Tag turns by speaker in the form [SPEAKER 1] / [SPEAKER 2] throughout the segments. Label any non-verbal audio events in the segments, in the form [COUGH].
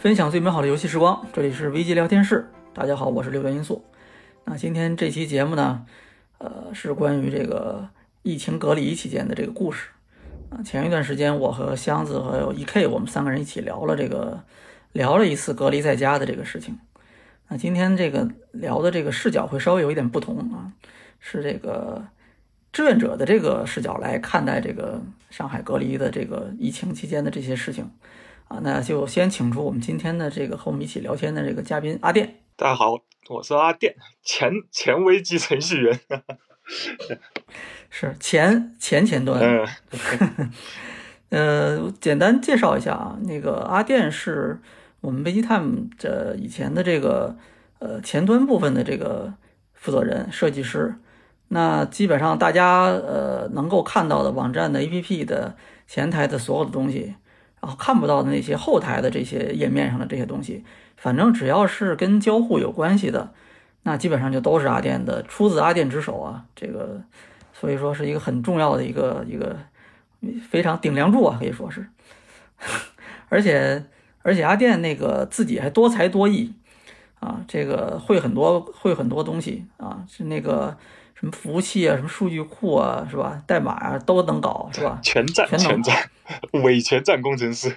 [SPEAKER 1] 分享最美好的游戏时光，这里是 VG 聊天室。大家好，我是六段音素。那今天这期节目呢，呃，是关于这个疫情隔离期间的这个故事啊。前一段时间，我和箱子还有 E.K，我们三个人一起聊了这个，聊了一次隔离在家的这个事情。那今天这个聊的这个视角会稍微有一点不同啊，是这个志愿者的这个视角来看待这个上海隔离的这个疫情期间的这些事情。啊，那就先请出我们今天的这个和我们一起聊天的这个嘉宾阿电。
[SPEAKER 2] 大家好，我是阿电，前前危机程序员，
[SPEAKER 1] 是前前前端。
[SPEAKER 2] 嗯，
[SPEAKER 1] 呃，简单介绍一下啊，那个阿电是我们 VGTime 这以前的这个呃前端部分的这个负责人设计师。那基本上大家呃能够看到的网站的 APP 的前台的所有的东西，然后看不到的那些后台的这些页面上的这些东西，反正只要是跟交互有关系的，那基本上就都是阿电的，出自阿电之手啊。这个所以说是一个很重要的一个一个非常顶梁柱啊，可以说是。 [LAUGHS] 而且而且阿电那个自己还多才多艺啊，这个会很多会很多东西啊，是那个什么服务器啊，什么数据库啊，是吧？代码啊都能搞，是吧？
[SPEAKER 2] 全站
[SPEAKER 1] 全能
[SPEAKER 2] 全站 [LAUGHS] 伪全站工程师，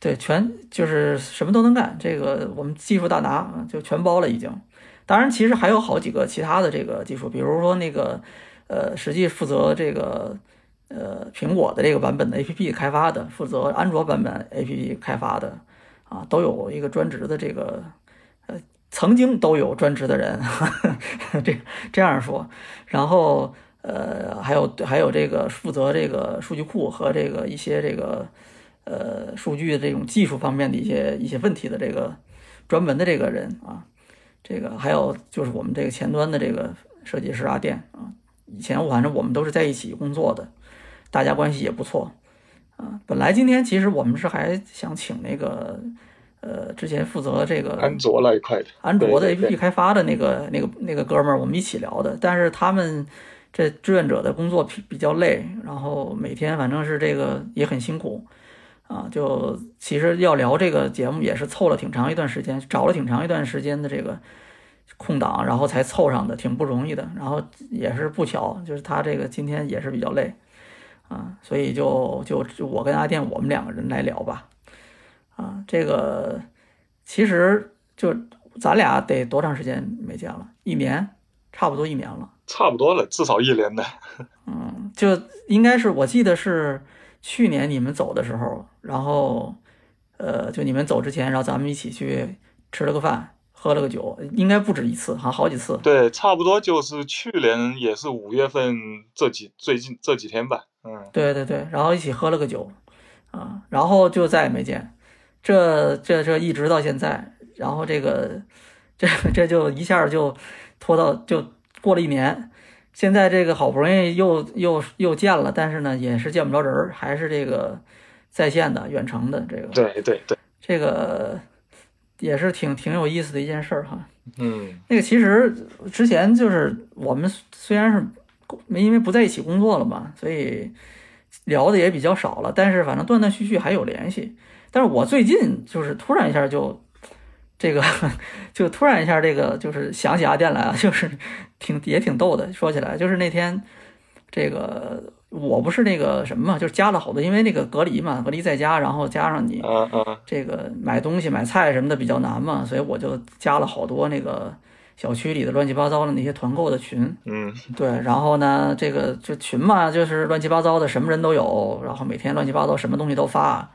[SPEAKER 1] 对，全就是什么都能干，这个我们技术大拿啊，就全包了已经。当然，其实还有好几个其他的这个技术，比如说那个呃，实际负责这个呃苹果的这个版本的 APP 开发的，负责安卓版本 APP 开发的啊，都有一个专职的这个呃，曾经都有专职的人， [LAUGHS] 这这样说，然后。呃，还有还有这个负责这个数据库和这个一些这个呃数据的这种技术方面的一些一些问题的这个专门的这个人啊，这个还有就是我们这个前端的这个设计师阿电啊，以前我反正我们都是在一起工作的，大家关系也不错啊。本来今天其实我们是还想请那个呃之前负责这个
[SPEAKER 2] 安卓那一块的，
[SPEAKER 1] 安卓的
[SPEAKER 2] 对对
[SPEAKER 1] APP 开发的那个那个那个哥们儿，我们一起聊的。但是他们这志愿者的工作比比较累，然后每天反正是这个也很辛苦啊。就其实要聊这个节目也是凑了挺长一段时间，找了挺长一段时间的这个空档，然后才凑上的，挺不容易的。然后也是不巧，就是他这个今天也是比较累啊，所以就就就我跟阿电我们两个人来聊吧。啊，这个其实就咱俩得多长时间没见了？一年，差不多一年了。
[SPEAKER 2] 差不多了，至少一年的，
[SPEAKER 1] 嗯，就应该是我记得是去年你们走的时候，然后呃，就你们走之前，然后咱们一起去吃了个饭，喝了个酒，应该不止一次，好像好几次。
[SPEAKER 2] 对，差不多就是去年也是五月份这几最近这几天吧，嗯，
[SPEAKER 1] 对对对，然后一起喝了个酒，啊，然后就再也没见，这这这一直到现在，然后这个这这就一下就拖到就过了一年，现在这个好不容易又又又见了，但是呢也是见不着人儿，还是这个在线的远程的这个
[SPEAKER 2] 对对对，
[SPEAKER 1] 这个也是挺挺有意思的一件事儿哈。
[SPEAKER 2] 嗯，
[SPEAKER 1] 那个其实之前就是我们虽然是工因为不在一起工作了嘛，所以聊的也比较少了，但是反正断断续续还有联系。但是我最近就是突然一下就这个 [LAUGHS] 就突然一下这个就是想起阿电来啊，就是挺也挺逗的。说起来就是那天这个我不是那个什么嘛，就是加了好多，因为那个隔离嘛，隔离在家，然后加上你
[SPEAKER 2] 嗯嗯，
[SPEAKER 1] 这个买东西、买菜什么的比较难嘛，所以我就加了好多那个小区里的乱七八糟的那些团购的群。
[SPEAKER 2] 嗯，
[SPEAKER 1] 对，然后呢，这个这群嘛，就是乱七八糟的，什么人都有，然后每天乱七八糟什么东西都发，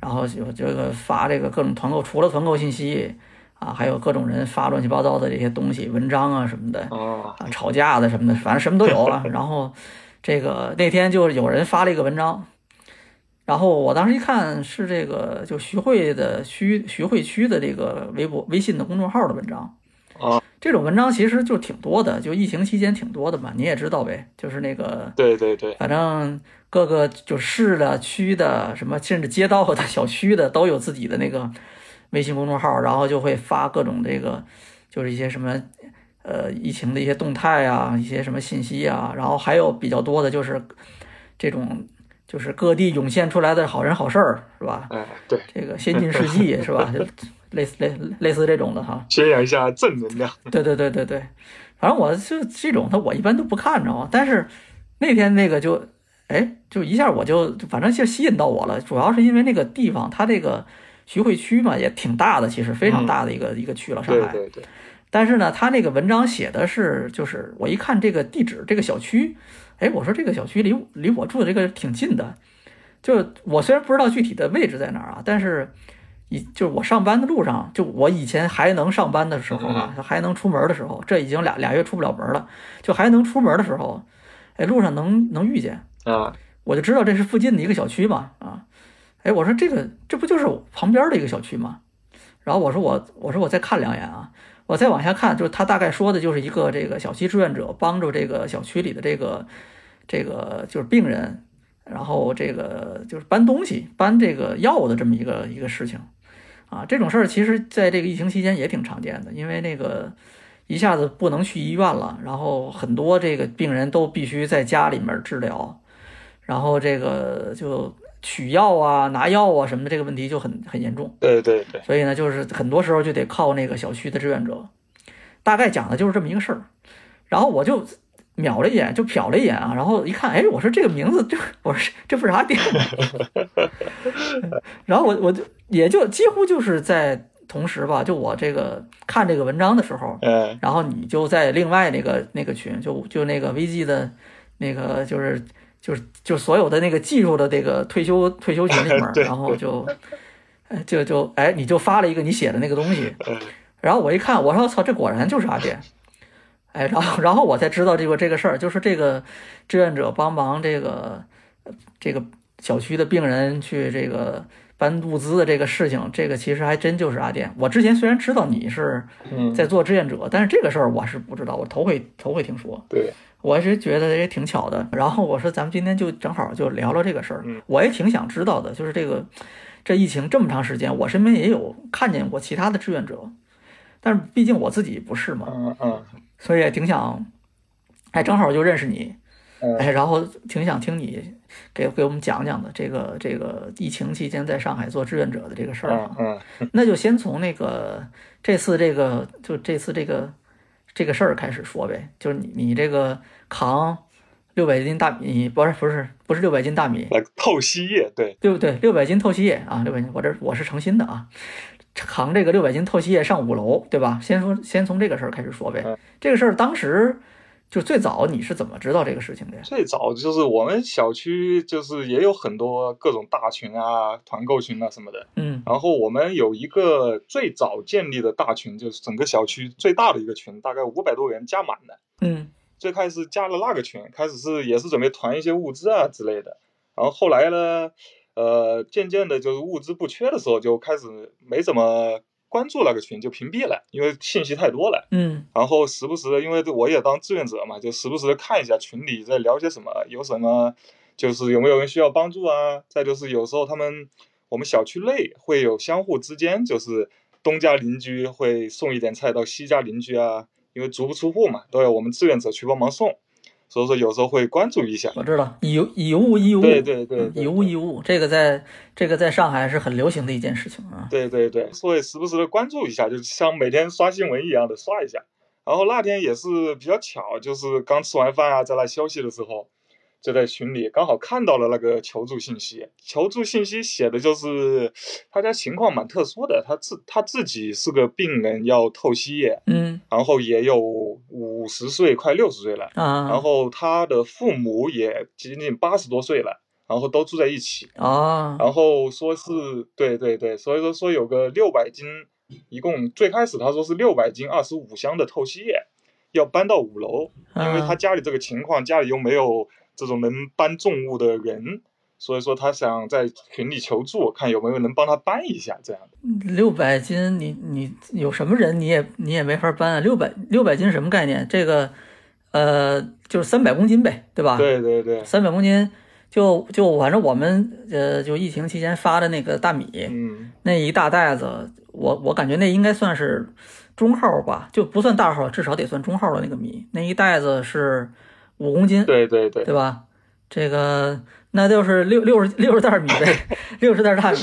[SPEAKER 1] 然后就这个发这个各种团购，除了团购信息啊，还有各种人发乱七八糟的这些东西、文章啊什么的。
[SPEAKER 2] 哦，
[SPEAKER 1] 啊，吵架的什么的，反正什么都有啊。然后这个那天就有人发了一个文章，然后我当时一看是这个就徐汇的徐徐汇区的这个微博微信的公众号的文章。
[SPEAKER 2] 啊，
[SPEAKER 1] 这种文章其实就挺多的，就疫情期间挺多的嘛，你也知道呗，就是那个
[SPEAKER 2] 对对对，
[SPEAKER 1] 反正各个就市的、区的、什么甚至街道的、小区的都有自己的那个微信公众号，然后就会发各种这个就是一些什么呃疫情的一些动态啊，一些什么信息啊，然后还有比较多的就是这种就是各地涌现出来的好人好事儿，是吧？
[SPEAKER 2] 哎，对，
[SPEAKER 1] 这个先进事迹是吧？就类似类类似这种的哈。
[SPEAKER 2] 宣扬一下正能量。
[SPEAKER 1] 对对对对对，反正我就这种的，我一般都不看，知道吗？但是那天那个就，哎，就一下我就反正就吸引到我了，主要是因为那个地方它这个徐汇区嘛也挺大的，其实非常大的一个、一个区了，上
[SPEAKER 2] 对
[SPEAKER 1] 海。
[SPEAKER 2] 对对，
[SPEAKER 1] 但是呢，他那个文章写的是，就是我一看这个地址，这个小区，哎，我说这个小区离离我住的这个挺近的，就我虽然不知道具体的位置在哪儿啊，但是以就是我上班的路上，就我以前还能上班的时候啊，还能出门的时候，这已经俩俩月出不了门了，就还能出门的时候，哎，路上能能遇见，
[SPEAKER 2] 啊，
[SPEAKER 1] 我就知道这是附近的一个小区嘛，啊，哎，我说这个这不就是旁边的一个小区吗？然后我说我我说我再看两眼啊，我再往下看，就是他大概说的就是一个这个小区志愿者帮助这个小区里的这个这个就是病人，然后这个就是搬东西搬这个药的这么一个一个事情，啊，这种事儿其实在这个疫情期间也挺常见的，因为那个。一下子不能去医院了，然后很多这个病人都必须在家里面治疗，然后这个就取药啊、拿药啊什么的这个问题就很很严重，
[SPEAKER 2] 对对对，
[SPEAKER 1] 所以呢，就是很多时候就得靠那个小区的志愿者。大概讲的就是这么一个事儿，然后我就瞄了一眼，就瞟了一眼啊，然后一看，哎，我说这个名字，这我说这不是啥店？ [LAUGHS] 然后我我就也就几乎就是在同时吧，就我这个看这个文章的时候，
[SPEAKER 2] 嗯，
[SPEAKER 1] 然后你就在另外那个那个群，就就那个 VG 的，那个就是就是就是所有的那个技术的这个退休退休群里面
[SPEAKER 2] [LAUGHS] 对
[SPEAKER 1] 然后就，呃就就哎，你就发了一个你写的那个东西，
[SPEAKER 2] 嗯，
[SPEAKER 1] 然后我一看，我说操，这果然就是阿典。哎， [LAUGHS] 然后然后我才知道这个这个事儿，就是这个志愿者帮忙这个呃这个小区的病人去这个搬物资的这个事情，这个其实还真就是阿典。我之前虽然知道你是
[SPEAKER 2] 嗯
[SPEAKER 1] 在做志愿者，但是这个事儿我是不知道，我头回头回听说。
[SPEAKER 2] 对，
[SPEAKER 1] 我是觉得也挺巧的。然后我说，咱们今天就正好就聊聊这个事儿
[SPEAKER 2] 嗯。
[SPEAKER 1] 我也挺想知道的，就是这个这疫情这么长时间，我身边也有看见过其他的志愿者，但是毕竟我自己不是嘛，
[SPEAKER 2] 嗯嗯
[SPEAKER 1] 所以也挺想，哎，正好就认识你，
[SPEAKER 2] 嗯
[SPEAKER 1] 哎，然后挺想听你给给我们讲讲的这个这个疫情期间在上海做志愿者的这个事儿啊。
[SPEAKER 2] 嗯嗯，
[SPEAKER 1] 那就先从那个这次这个就这次这个这个事儿开始说呗，就是你你这个扛六百斤大米，不是不是不是六百斤大米，
[SPEAKER 2] 那透析液，对，
[SPEAKER 1] 对不对？六百斤透析液啊，六百斤，我这我是诚心的啊，扛这个六百斤透析液上五楼，对吧？先说先从这个事儿开始说呗
[SPEAKER 2] 嗯。
[SPEAKER 1] 这个事儿当时就最早你是怎么知道这个事情的呀？
[SPEAKER 2] 最早就是我们小区就是也有很多各种大群啊、团购群啊什么的。
[SPEAKER 1] 嗯
[SPEAKER 2] 然后我们有一个最早建立的大群，就是整个小区最大的一个群，大概五百多人加满的。
[SPEAKER 1] 嗯
[SPEAKER 2] 最开始加了那个群，开始是也是准备团一些物资啊之类的。然后后来呢，呃，渐渐的就是物资不缺的时候，就开始没怎么关注那个群，就屏蔽了，因为信息太多了。
[SPEAKER 1] 嗯
[SPEAKER 2] 然后时不时的，因为我也当志愿者嘛，就时不时的看一下群里在聊些什么，有什么就是有没有人需要帮助啊。再就是有时候他们我们小区内会有相互之间，就是东家邻居会送一点菜到西家邻居啊，因为足不出户嘛，都要我们志愿者去帮忙送，所以说有时候会关注一下。
[SPEAKER 1] 我知道，以以物易物，
[SPEAKER 2] 对对对
[SPEAKER 1] 嗯
[SPEAKER 2] 对
[SPEAKER 1] 以物易物，这个在这个在上海是很流行的一件事情啊。
[SPEAKER 2] 对对对，所以时不时的关注一下，就像每天刷新闻一样的刷一下。然后那天也是比较巧，就是刚吃完饭啊，在那休息的时候，就在群里刚好看到了那个求助信息。求助信息写的就是他家情况蛮特殊的，他自他自己是个病人，要透析液，
[SPEAKER 1] 嗯
[SPEAKER 2] 然后也有五十岁快六十岁了，
[SPEAKER 1] 啊，
[SPEAKER 2] 然后他的父母也仅仅八十多岁了，然后都住在一起。
[SPEAKER 1] 啊，
[SPEAKER 2] 然后说是
[SPEAKER 1] 哦
[SPEAKER 2] 对对对，所以说说有个六百斤，一共最开始他说是六百斤二十五箱的透析液，要搬到五楼，因
[SPEAKER 1] 啊
[SPEAKER 2] 为他家里这个情况，家里又没有这种能搬重物的人，所以说他想在群里求助，看有没有能帮他搬一下这样的。
[SPEAKER 1] 六百斤，你你有什么人你也你也没法搬啊，六百六百斤什么概念？这个呃，就是三百公斤呗，对吧？，
[SPEAKER 2] 对对对，
[SPEAKER 1] 三百公斤就就反正我们呃就疫情期间发的那个大米，
[SPEAKER 2] 嗯
[SPEAKER 1] 那一大袋子，我我感觉那应该算是中号吧，就不算大号，至少得算中号的那个米，那一袋子是五公斤，
[SPEAKER 2] 对对对
[SPEAKER 1] 对吧？这个那就是六六十六十袋米呗，
[SPEAKER 2] [LAUGHS]
[SPEAKER 1] 六十袋大米。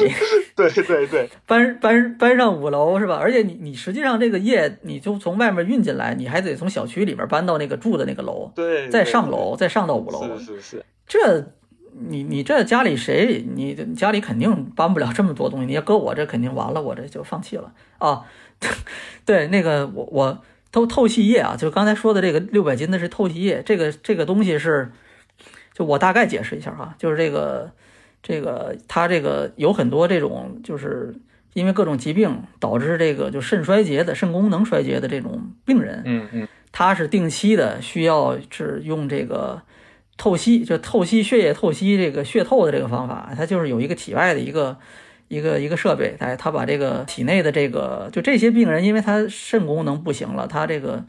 [SPEAKER 2] 对对对，
[SPEAKER 1] 搬搬搬上五楼是吧？而且你你实际上这个业，你就从外面运进来，你还得从小区里面搬到那个住的那个楼， [LAUGHS]
[SPEAKER 2] 对，
[SPEAKER 1] 再上楼，再上到五楼。啊
[SPEAKER 2] 是是是，
[SPEAKER 1] 这你你这家里谁？你你家里肯定搬不了这么多东西。你要搁我这肯定完了，我这就放弃了啊。 [LAUGHS] 对，那个我我透透气液啊，就是刚才说的这个六百斤的是透气液，这个这个东西是，就我大概解释一下哈、啊，就是这个这个它这个有很多这种就是因为各种疾病导致这个就肾衰竭的肾功能衰竭的这种病人，
[SPEAKER 2] 嗯嗯，
[SPEAKER 1] 他是定期的需要是用这个。透析就透析血液透析这个血透的这个方法，它就是有一个体外的一个一个一个设备，哎，它把这个体内的这个就这些病人，因为他肾功能不行了，他这个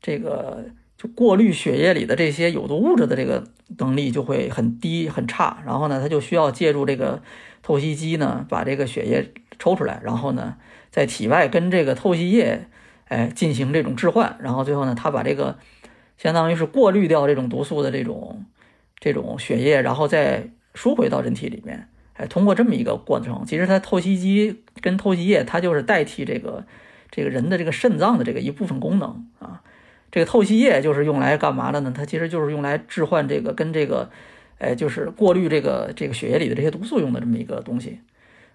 [SPEAKER 1] 这个就过滤血液里的这些有毒物质的这个能力就会很低很差，然后呢，他就需要借助这个透析机呢，把这个血液抽出来，然后呢，在体外跟这个透析液哎进行这种置换，然后最后呢，他把这个。相当于是过滤掉这种毒素的这种这种血液，然后再输回到人体里面。哎，通过这么一个过程，其实它透析机跟透析液，它就是代替这个这个人的这个肾脏的这个一部分功能啊。这个透析液就是用来干嘛的呢？它其实就是用来置换这个跟这个，哎，就是过滤这个这个血液里的这些毒素用的这么一个东西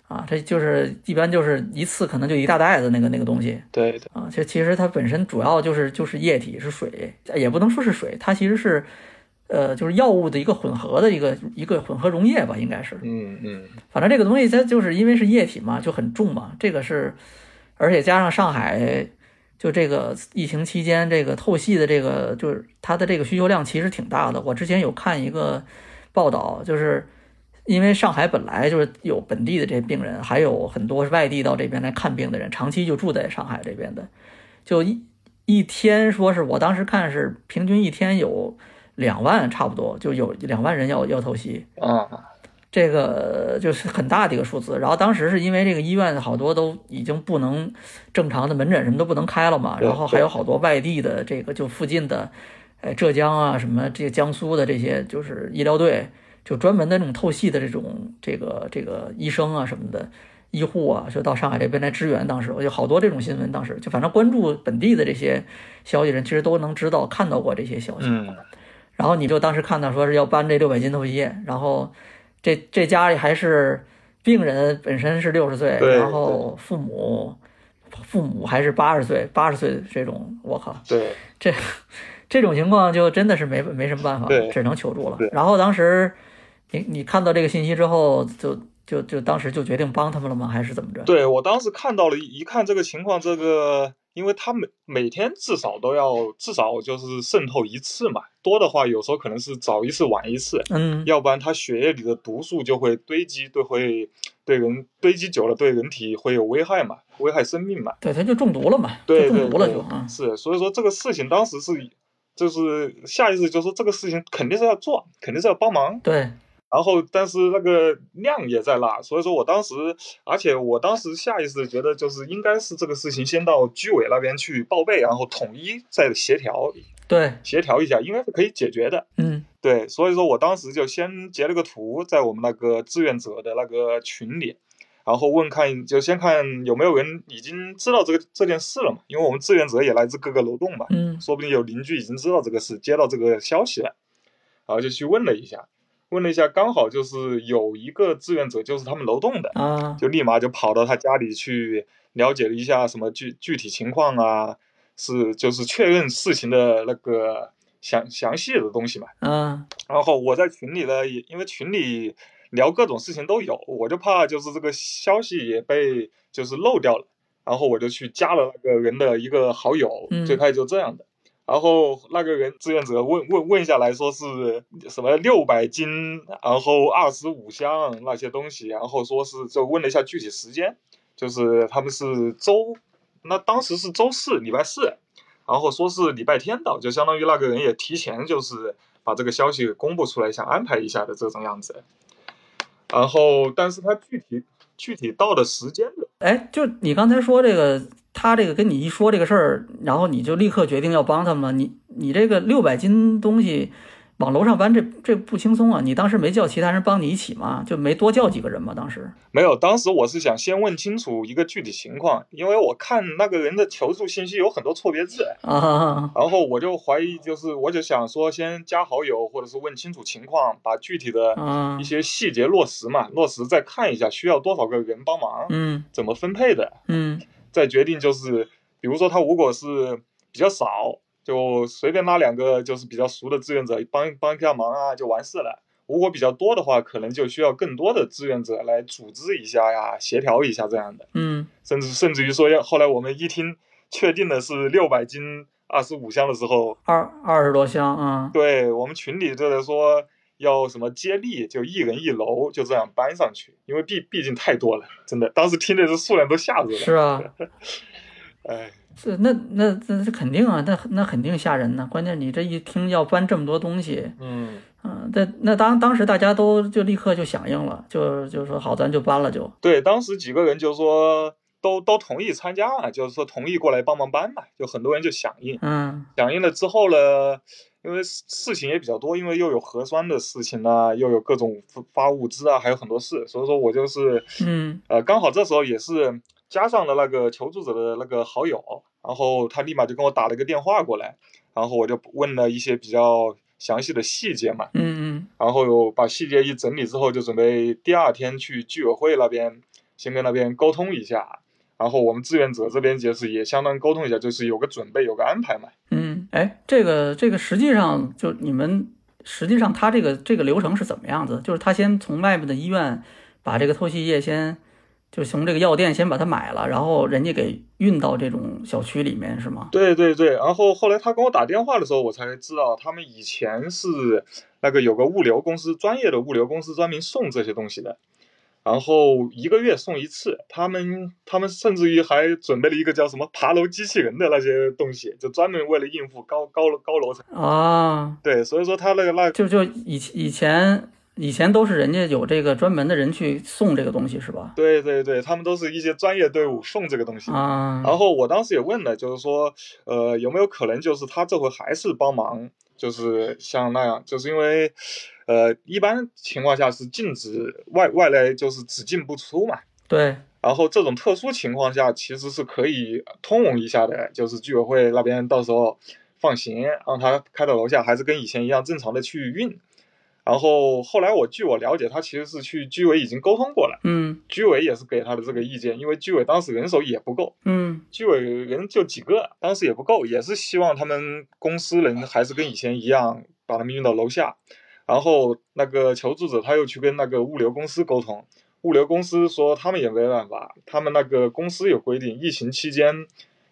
[SPEAKER 1] 啊。这就是一般就是一次可能就一大袋子那个那个东西。
[SPEAKER 2] 对的，
[SPEAKER 1] 啊，其其实它本身主要就是就是液体是水，也不能说是水，它其实是，呃，就是药物的一个混合的一个一个混合溶液吧，应该是。
[SPEAKER 2] 嗯嗯，
[SPEAKER 1] 反正这个东西它就是因为是液体嘛，就很重嘛，这个是，而且加上上海就这个疫情期间这个透析的这个就是它的这个需求量其实挺大的。我之前有看一个报道，就是因为上海本来就是有本地的这些病人，还有很多是外地到这边来看病的人，长期就住在上海这边的，就一一天说是我当时看是平均一天有两万差不多，就有两万人要要透析。
[SPEAKER 2] 啊，
[SPEAKER 1] 这个就是很大的一个数字。然后当时是因为这个医院好多都已经不能正常的门诊什么都不能开了嘛，
[SPEAKER 2] 对
[SPEAKER 1] 然后还有好多外地的这个就附近的，哎浙江啊什么这个江苏的这些就是医疗队，就专门的那种透析的这种这个这个医生啊什么的。医护啊，就到上海这边来支援。当时我有好多这种新闻，当时就反正关注本地的这些消息人，其实都能知道看到过这些消息。
[SPEAKER 2] 嗯
[SPEAKER 1] 然后你就当时看到说是要搬这六百斤透析液，然后这这家里还是病人本身是六十岁，
[SPEAKER 2] 对
[SPEAKER 1] 然后父母父母还是八十岁，八十岁这种，我靠，
[SPEAKER 2] 对，
[SPEAKER 1] 这这种情况就真的是没没什么办法
[SPEAKER 2] 对，
[SPEAKER 1] 只能求助了
[SPEAKER 2] 对。
[SPEAKER 1] 然后当时你你看到这个信息之后，就就就当时就决定帮他们了吗？还是怎么着？
[SPEAKER 2] 对我当时看到了，一看这个情况，这个因为他每每天至少都要至少就是渗透一次嘛，多的话有时候可能是早一次晚一次，
[SPEAKER 1] 嗯，
[SPEAKER 2] 要不然他血液里的毒素就会堆积，对会对人堆积久了对人体会有危害嘛，危害生命嘛。
[SPEAKER 1] 对，他就中毒了嘛，就
[SPEAKER 2] 对对
[SPEAKER 1] 中毒了
[SPEAKER 2] 对
[SPEAKER 1] 就啊，
[SPEAKER 2] 是，所以说这个事情当时是就是下意识就说这个事情肯定是要做，肯定是要帮忙，
[SPEAKER 1] 对，
[SPEAKER 2] 然后但是那个量也在那，所以说我当时，而且我当时下意识地觉得就是应该是这个事情先到居委那边去报备，然后统一再协调
[SPEAKER 1] 对，
[SPEAKER 2] 协调一下，应该是可以解决的。
[SPEAKER 1] 嗯
[SPEAKER 2] 对，所以说我当时就先截了个图在我们那个志愿者的那个群里，然后问看就先看有没有人已经知道这个这件事了嘛，因为我们志愿者也来自各个楼栋嘛，
[SPEAKER 1] 嗯
[SPEAKER 2] 说不定有邻居已经知道这个事，接到这个消息了，然后就去问了一下，问了一下，刚好就是有一个志愿者就是他们楼栋的，
[SPEAKER 1] 啊，
[SPEAKER 2] 就立马就跑到他家里去了解了一下什么具具体情况啊，是就是确认事情的那个详详细的东西嘛。
[SPEAKER 1] 嗯，
[SPEAKER 2] 然后我在群里呢，也因为群里聊各种事情都有，我就怕就是这个消息也被就是漏掉了，然后我就去加了那个人的一个好友，
[SPEAKER 1] 嗯
[SPEAKER 2] 最开始就这样的。然后那个人志愿者问问问下来说是什么六百斤，然后二十五箱那些东西，然后说是就问了一下具体时间，就是他们是周，那当时是周四礼拜四，然后说是礼拜天到，就相当于那个人也提前就是把这个消息公布出来，想安排一下的这种样子。然后，但是他具体具体到的时间的，
[SPEAKER 1] 哎，就你刚才说这个，他这个跟你一说这个事儿，然后你就立刻决定要帮他们了。你你这个六百斤东西，往楼上搬这这不轻松啊！你当时没叫其他人帮你一起吗？就没多叫几个人吗？当时
[SPEAKER 2] 没有，当时我是想先问清楚一个具体情况，因为我看那个人的求助信息有很多错别字，
[SPEAKER 1] 啊，
[SPEAKER 2] 然后我就怀疑，就是我就想说先加好友，或者是问清楚情况，把具体的
[SPEAKER 1] 啊
[SPEAKER 2] 一，些细节落实嘛，落实再看一下需要多少个人帮忙，
[SPEAKER 1] 嗯
[SPEAKER 2] 怎么分配的，
[SPEAKER 1] 嗯
[SPEAKER 2] 再决定就是，比如说他如果是比较少，就随便拉两个就是比较熟的志愿者帮帮一下忙啊，就完事了。如果比较多的话，可能就需要更多的志愿者来组织一下呀，协调一下这样的，
[SPEAKER 1] 嗯，
[SPEAKER 2] 甚至甚至于说要后来我们一听确定的是六百斤二十五箱的时候，
[SPEAKER 1] 二二十多箱啊，
[SPEAKER 2] 对我们群里就在说要什么接力，就一人一楼就这样搬上去，因为毕毕竟太多了，真的，当时听的这数量都吓住了。
[SPEAKER 1] 是啊，
[SPEAKER 2] 哎，
[SPEAKER 1] 这那那那这肯定啊，那那肯定吓人呢、关键你这一听要搬这么多东西，
[SPEAKER 2] 嗯，
[SPEAKER 1] 嗯、那那当当时大家都就立刻就响应了，就就说好，咱就搬了就，
[SPEAKER 2] 对，当时几个人就说都都同意参加啊，就是说同意过来帮忙搬嘛，就很多人就响应，
[SPEAKER 1] 嗯
[SPEAKER 2] 响应了之后呢，因为事事情也比较多，因为又有核酸的事情啊，又有各种发发物资啊，还有很多事，所以说我就是
[SPEAKER 1] 嗯
[SPEAKER 2] 呃，刚好这时候也是加上了那个求助者的那个好友，然后他立马就跟我打了一个电话过来，然后我就问了一些比较详细的细节嘛，
[SPEAKER 1] 嗯
[SPEAKER 2] 然后有把细节一整理之后，就准备第二天去居委会那边先跟那边沟通一下，然后我们志愿者这边就是也相当于沟通一下，就是有个准备，有个安排嘛。
[SPEAKER 1] 嗯嗯，哎，这个这个实际上就你们实际上他这个这个流程是怎么样子？就是他先从外面的医院把这个透析液先。就从这个药店先把它买了，然后人家给运到这种小区里面是吗？
[SPEAKER 2] 对对对，然后后来他跟我打电话的时候，我才知道他们以前是那个有个物流公司，专业的物流公司专门送这些东西的，然后一个月送一次。他们他们甚至于还准备了一个叫什么爬楼机器人的那些东西，就专门为了应付高高楼高楼层。
[SPEAKER 1] 啊，
[SPEAKER 2] 对，所以说他那个那
[SPEAKER 1] 就就以以前以前都是人家有这个专门的人去送这个东西是吧？
[SPEAKER 2] 对对对，他们都是一些专业队伍送这个东西。
[SPEAKER 1] 啊，
[SPEAKER 2] 然后我当时也问了，就是说，呃，有没有可能就是他这回还是帮忙，就是像那样，就是因为，呃，一般情况下是禁止外外来，就是只进不出嘛。
[SPEAKER 1] 对，
[SPEAKER 2] 然后这种特殊情况下，其实是可以通融一下的，就是居委会那边到时候放行，让他开到楼下，还是跟以前一样正常的去运。然后后来我据我了解，他其实是去居委已经沟通过了，
[SPEAKER 1] 嗯
[SPEAKER 2] 居委也是给他的这个意见，因为居委当时人手也不够，
[SPEAKER 1] 嗯
[SPEAKER 2] 居委人就几个，当时也不够，也是希望他们公司人还是跟以前一样，把他们运到楼下。然后那个求助者他又去跟那个物流公司沟通，物流公司说他们也没办法，他们那个公司有规定，疫情期间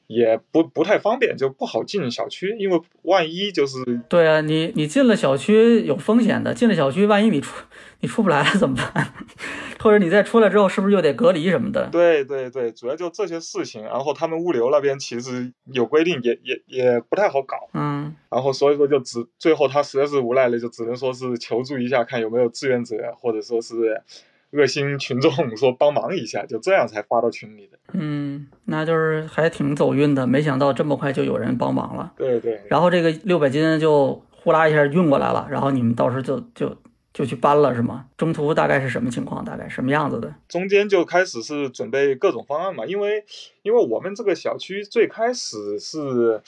[SPEAKER 2] 也不不太方便，就不好进小区，因为万一就是
[SPEAKER 1] 对啊，你你进了小区有风险的，进了小区万一你出你出不来了怎么办？ [LAUGHS] 或者你再出来之后是不是又得隔离什么的？
[SPEAKER 2] 对对对，主要就这些事情。然后他们物流那边其实有规定也，也也不太好搞。
[SPEAKER 1] 嗯
[SPEAKER 2] 然后所以说就只最后他实在是无奈了，就只能说是求助一下，看有没有志愿者或者说是热心群众说帮忙一下，就这样才发到群里的。
[SPEAKER 1] 嗯，那就是还挺走运的，没想到这么快就有人帮忙了，
[SPEAKER 2] 对对
[SPEAKER 1] 然后这个六百斤就呼啦一下运过来了，然后你们到时候就就就去搬了是吗？中途大概是什么情况？大概什么样子的？
[SPEAKER 2] 中间就开始是准备各种方案嘛，因为因为我们这个小区最开始是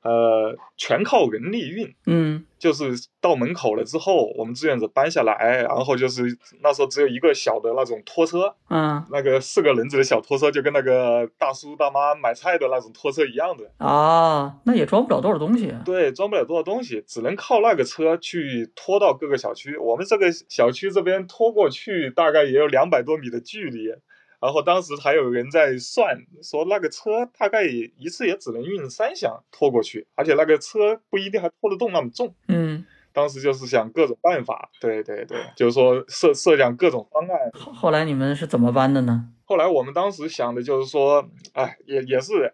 [SPEAKER 2] 呃全靠人力运。
[SPEAKER 1] 嗯
[SPEAKER 2] 就是到门口了之后，我们志愿者搬下来，然后就是那时候只有一个小的那种拖车，
[SPEAKER 1] 嗯。
[SPEAKER 2] 那个四个轮子的小拖车，就跟那个大叔大妈买菜的那种拖车一样的。
[SPEAKER 1] 啊，那也装不了多少东西。啊
[SPEAKER 2] 对，装不了多少东西，只能靠那个车去拖到各个小区。我们这个小区这边拖过去大概也有两百多米的距离，然后当时还有人在算，说那个车大概也一次也只能运三箱拖过去，而且那个车不一定还拖得动那么重。
[SPEAKER 1] 嗯，
[SPEAKER 2] 当时就是想各种办法，对对对，就是说设设想各种方案，
[SPEAKER 1] 后后来你们是怎么搬的呢？
[SPEAKER 2] 后来我们当时想的就是说，哎，也也是，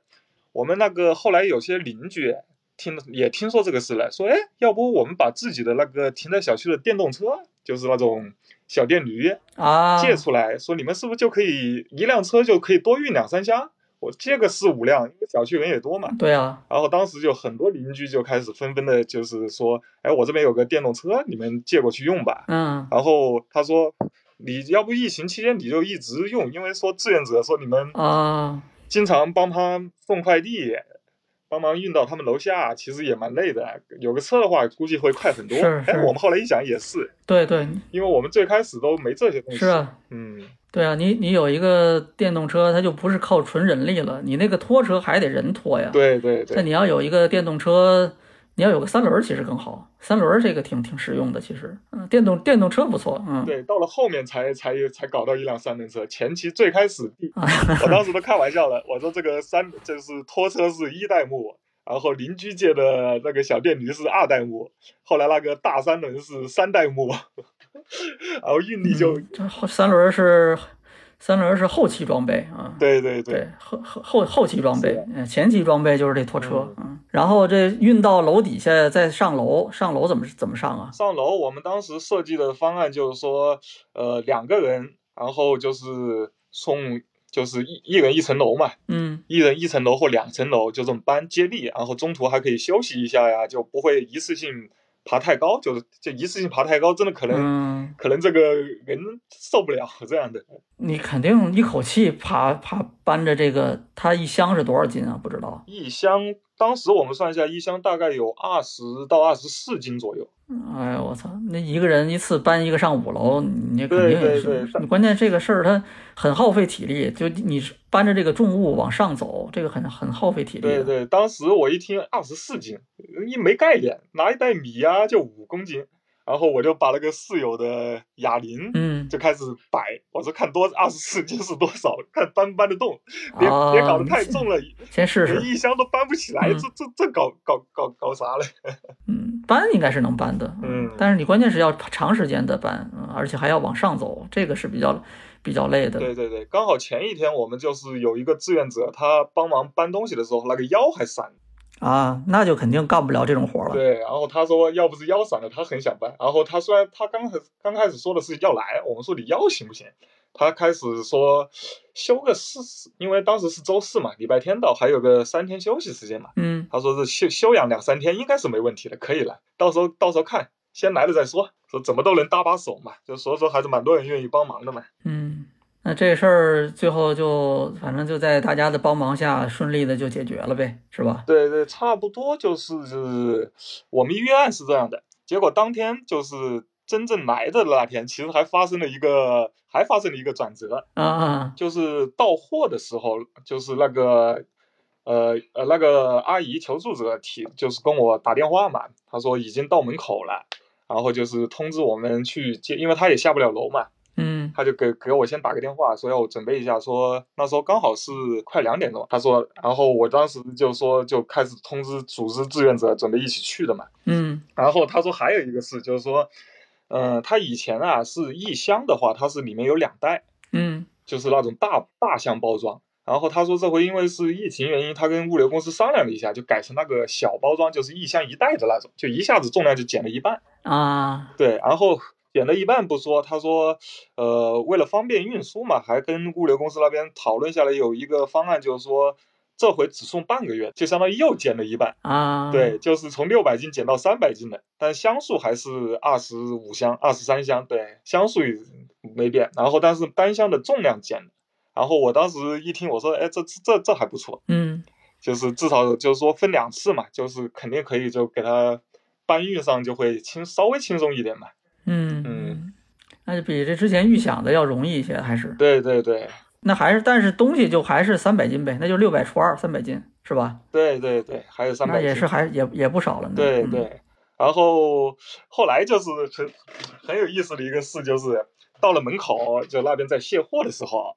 [SPEAKER 2] 我们那个后来有些邻居听也听说这个事了，说，哎，要不我们把自己的那个停在小区的电动车，就是那种小电驴
[SPEAKER 1] 啊，
[SPEAKER 2] 借出来，说你们是不是就可以一辆车就可以多运两三箱？我借个四五辆，因为小区人也多嘛。
[SPEAKER 1] 对啊，
[SPEAKER 2] 然后当时就很多邻居就开始纷纷的，就是说，哎，我这边有个电动车，你们借过去用吧。
[SPEAKER 1] 嗯，
[SPEAKER 2] 然后他说，你要不疫情期间你就一直用，因为说志愿者说你们
[SPEAKER 1] 啊，
[SPEAKER 2] 经常帮他送快递，帮忙运到他们楼下，其实也蛮累的。有个车的话，估计会快很多。
[SPEAKER 1] 是
[SPEAKER 2] 哎
[SPEAKER 1] 是，
[SPEAKER 2] 我们后来一想也是，
[SPEAKER 1] 对对，
[SPEAKER 2] 因为我们最开始都没这些东西。
[SPEAKER 1] 是啊，
[SPEAKER 2] 嗯，
[SPEAKER 1] 对啊，你你有一个电动车，它就不是靠纯人力了，你那个拖车还得人拖呀。
[SPEAKER 2] 对对
[SPEAKER 1] 那
[SPEAKER 2] 对，
[SPEAKER 1] 你要有一个电动车，你要有个三轮儿其实更好，三轮儿这个挺挺实用的，其实，嗯，电动电动车不错，嗯， [LAUGHS]
[SPEAKER 2] 对，到了后面才才才搞到一辆三轮车，前期最开始第
[SPEAKER 1] 啊， [LAUGHS]
[SPEAKER 2] 我当时都开玩笑了，我说这个三就是拖车是一代目，然后邻居借的那个小电驴是二代目，后来那个大三轮是三代目， [LAUGHS] 然后运力就、
[SPEAKER 1] 嗯这后三轮儿是三轮儿是后期装备啊，
[SPEAKER 2] 对对对，
[SPEAKER 1] 对，后后后后期装
[SPEAKER 2] 是啊
[SPEAKER 1] 备，嗯，前期装备就是这拖车，嗯，然后这运到楼底下再上楼，上楼怎么怎么上啊？
[SPEAKER 2] 上楼我们当时设计的方案就是说，呃，两个人，然后就是送就是一一人一层楼嘛，
[SPEAKER 1] 嗯
[SPEAKER 2] 一人一层楼或两层楼，就这么搬接力，然后中途还可以休息一下呀，就不会一次性爬太高，就是就一次性爬太高，真的可能、
[SPEAKER 1] 嗯，
[SPEAKER 2] 可能这个人受不了这样的。
[SPEAKER 1] 你肯定一口气爬爬搬着这个，它一箱是多少斤啊？不知道，
[SPEAKER 2] 一箱当时我们算一下，一箱大概有二十到二十四斤左右。
[SPEAKER 1] 哎呀，我操！那一个人一次搬一个上五楼，你那肯
[SPEAKER 2] 对
[SPEAKER 1] 定也
[SPEAKER 2] 对
[SPEAKER 1] 是
[SPEAKER 2] 对但。
[SPEAKER 1] 关键这个事儿它很耗费体力，就你是搬着这个重物往上走，这个很很耗费体力
[SPEAKER 2] 对
[SPEAKER 1] 的。
[SPEAKER 2] 对，当时我一听二十四斤，一没概念，拿一袋米呀、就五公斤，然后我就把那个室友的哑铃
[SPEAKER 1] 嗯
[SPEAKER 2] 就开始摆，我说看多二十四斤是多少，看搬不搬得动，别、
[SPEAKER 1] 啊，
[SPEAKER 2] 别搞得太
[SPEAKER 1] [LAUGHS]
[SPEAKER 2] 重了，
[SPEAKER 1] 先试
[SPEAKER 2] 人
[SPEAKER 1] 试。
[SPEAKER 2] 一箱都搬不起来，
[SPEAKER 1] 嗯
[SPEAKER 2] 这这这搞搞搞搞啥嘞？
[SPEAKER 1] 嗯，搬应该是能搬的，
[SPEAKER 2] 嗯
[SPEAKER 1] 但是你关键是要长时间的搬，嗯而且还要往上走，这个是比较比较累的。
[SPEAKER 2] 对对对，刚好前一天我们就是有一个志愿者，他帮忙搬东西的时候，那个腰还闪了。
[SPEAKER 1] 啊，那就肯定干不了这种活了。
[SPEAKER 2] 对，然后他说要不是腰闪了，他很想搬。然后他虽然他刚开刚开始说的是要来，我们说你腰行不行？他开始说休个四，因为当时是周四嘛，礼拜天到还有个三天休息时间嘛。
[SPEAKER 1] 嗯，
[SPEAKER 2] 他说是休休养两三天，应该是没问题的，可以了。到时候到时候看，先来了再说。说怎么都能搭把手嘛，就所以说还是蛮多人愿意帮忙的嘛。
[SPEAKER 1] 嗯，那这事儿最后就反正就在大家的帮忙下，顺利的就解决了呗，是吧？
[SPEAKER 2] 对对，差不多就是我们约案是这样的，结果当天就是真正来的那天，其实还发生了一个还发生了一个转折，
[SPEAKER 1] 啊啊，
[SPEAKER 2] 就是到货的时候，就是那个呃呃那个阿姨求助者提，就是跟我打电话嘛，她说已经到门口了，然后就是通知我们去接，因为她也下不了楼嘛，
[SPEAKER 1] 嗯
[SPEAKER 2] 他就给给我先打个电话，说要我准备一下，说那时候刚好是快两点钟，他说，然后我当时就说就开始通知组织志愿者准备一起去的嘛，
[SPEAKER 1] 嗯
[SPEAKER 2] 然后他说还有一个事就是说，嗯、他以前啊是一箱的话，它是里面有两袋，
[SPEAKER 1] 嗯
[SPEAKER 2] 就是那种大大箱包装。然后他说这回因为是疫情原因，他跟物流公司商量了一下，就改成那个小包装，就是一箱一袋的那种，就一下子重量就减了一半。
[SPEAKER 1] 啊，
[SPEAKER 2] 对，然后减了一半不说，他说，呃，为了方便运输嘛，还跟物流公司那边讨论下来，有一个方案，就是说这回只送半个月，就相当于又减了一半。
[SPEAKER 1] 啊，
[SPEAKER 2] 对，，就是从六百斤减到三百斤的，但箱数还是二十五箱、二十三箱，对，箱数也没变。然后但是单箱的重量减了。然后我当时一听，我说，哎，这这这这还不错，
[SPEAKER 1] 嗯
[SPEAKER 2] 就是至少就是说分两次嘛，就是肯定可以就给它搬运上就会轻稍微轻松一点嘛。
[SPEAKER 1] 嗯
[SPEAKER 2] 嗯，
[SPEAKER 1] 那就比这之前预想的要容易一些，还是
[SPEAKER 2] 对对对
[SPEAKER 1] 那还是，但是东西就还是三百斤呗，那就六百除二，三百斤是吧？
[SPEAKER 2] 对对对，还有三
[SPEAKER 1] 那
[SPEAKER 2] 百
[SPEAKER 1] 也是还也也不少了呢。
[SPEAKER 2] 对
[SPEAKER 1] 嗯，
[SPEAKER 2] 对。然后后来就是很很有意思的一个事，就是到了门口，就那边在卸货的时候，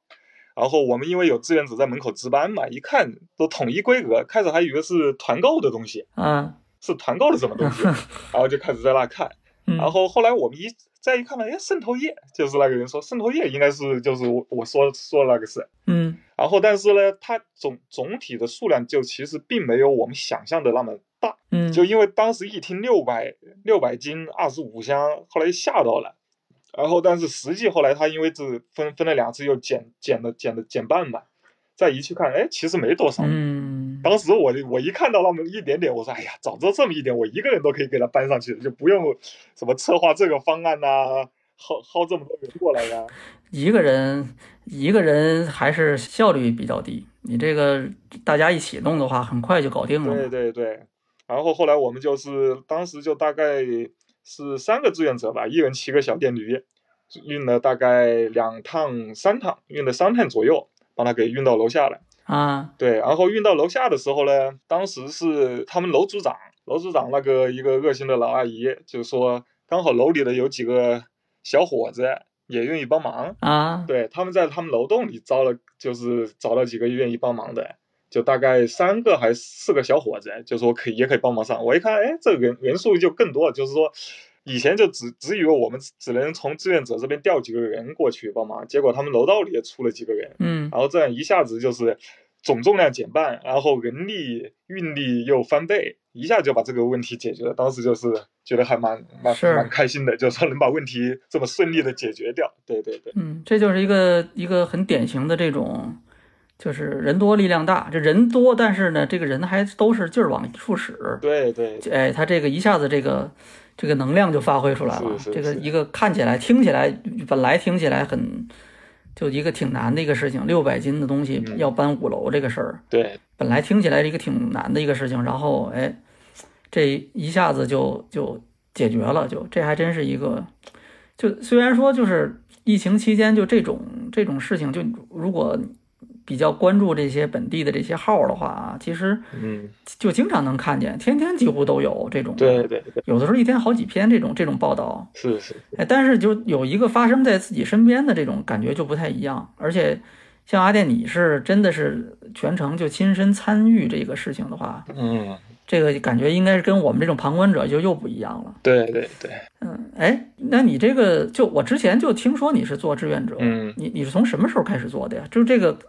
[SPEAKER 2] 然后我们因为有志愿者在门口值班嘛，一看都统一规格，开始还以为是团购的东西，
[SPEAKER 1] 啊，
[SPEAKER 2] 是团购的什么
[SPEAKER 1] [LAUGHS]
[SPEAKER 2] 东西，然后就开始在那看。
[SPEAKER 1] 嗯
[SPEAKER 2] 然后后来我们一再一看呢，哎，渗透液，就是那个人说渗透液应该是就是我我说说的那个事，
[SPEAKER 1] 嗯
[SPEAKER 2] 然后，但是呢，它总总体的数量就其实并没有我们想象的那么大，
[SPEAKER 1] 嗯，
[SPEAKER 2] 就因为当时一听六百六百斤二十五箱，后来吓到了。然后，但是实际后来它因为这分分了两次，又减减了减了减半嘛，再一去看，哎，其实没多少。
[SPEAKER 1] 嗯，
[SPEAKER 2] 当时我我一看到那么一点点，我说哎呀，早知道这么一点，我一个人都可以给它搬上去，就不用什么策划这个方案呐、薅薅这么多人过来呀、
[SPEAKER 1] 一个人一个人还是效率比较低，你这个大家一起弄的话，很快就搞定了
[SPEAKER 2] 对
[SPEAKER 1] 嘛。
[SPEAKER 2] 对对，然后后来我们就是当时就大概是三个志愿者吧，一人骑个小电驴，运了大概两趟三趟，运了三趟左右，把它给运到楼下来。
[SPEAKER 1] 啊，
[SPEAKER 2] 对，然后运到楼下的时候呢，当时是他们楼组长，楼组长那个一个热心的老阿姨就说，刚好楼里的有几个小伙子也愿意帮忙，
[SPEAKER 1] 啊，
[SPEAKER 2] 对，他们在他们楼栋里招了，就是找了几个愿意帮忙的，就大概三个还是四个小伙子，就说可以也可以帮忙上。我一看，哎，这个人人数就更多了，就是说以前就只只以为我们只只能从志愿者这边调几个人过去帮忙，结果他们楼道里也出了几个人，
[SPEAKER 1] 嗯，
[SPEAKER 2] 然后这样一下子就是总重量减半，然后人力运力又翻倍，一下就把这个问题解决了。当时就是觉得还蛮蛮
[SPEAKER 1] 是
[SPEAKER 2] 蛮开心的，就是说能把问题这么顺利的解决掉。对对对。
[SPEAKER 1] 嗯，这就是一个一个很典型的这种，就是人多力量大。这人多，但是呢，这个人还都是劲儿往一处使。
[SPEAKER 2] 对对
[SPEAKER 1] 哎，他这个一下子这个这个能量就发挥出来了。
[SPEAKER 2] 是是
[SPEAKER 1] 这个
[SPEAKER 2] 是
[SPEAKER 1] 一个看起来、听起来，本来听起来很就一个挺难的一个事情，六百斤的东西
[SPEAKER 2] 嗯
[SPEAKER 1] 要搬五楼这个事儿，
[SPEAKER 2] 对
[SPEAKER 1] 本来听起来是一个挺难的一个事
[SPEAKER 2] 嗯
[SPEAKER 1] 情，然后哎，这一下子就就解决了，就这还真是一个，就虽然说就是疫情期间就这种这种事情，就如果比较关注这些本地的这些号儿的话啊，其实
[SPEAKER 2] 嗯，
[SPEAKER 1] 就经常能看见，天天几乎都有这种，
[SPEAKER 2] 对，对对，
[SPEAKER 1] 有的时候一天好几篇这种这种报道，
[SPEAKER 2] 是是，
[SPEAKER 1] 哎，但是就有一个发生在自己身边的这种感觉就不太一样，而且像阿电，你是真的是全程就亲身参与这个事情的话，
[SPEAKER 2] 嗯，
[SPEAKER 1] 这个感觉应该是跟我们这种旁观者就又不一样了。
[SPEAKER 2] 对对对，
[SPEAKER 1] 嗯，哎，那你这个就我之前就听说你是做志愿者，
[SPEAKER 2] 嗯，
[SPEAKER 1] 你你是从什么时候开始做的呀？就这个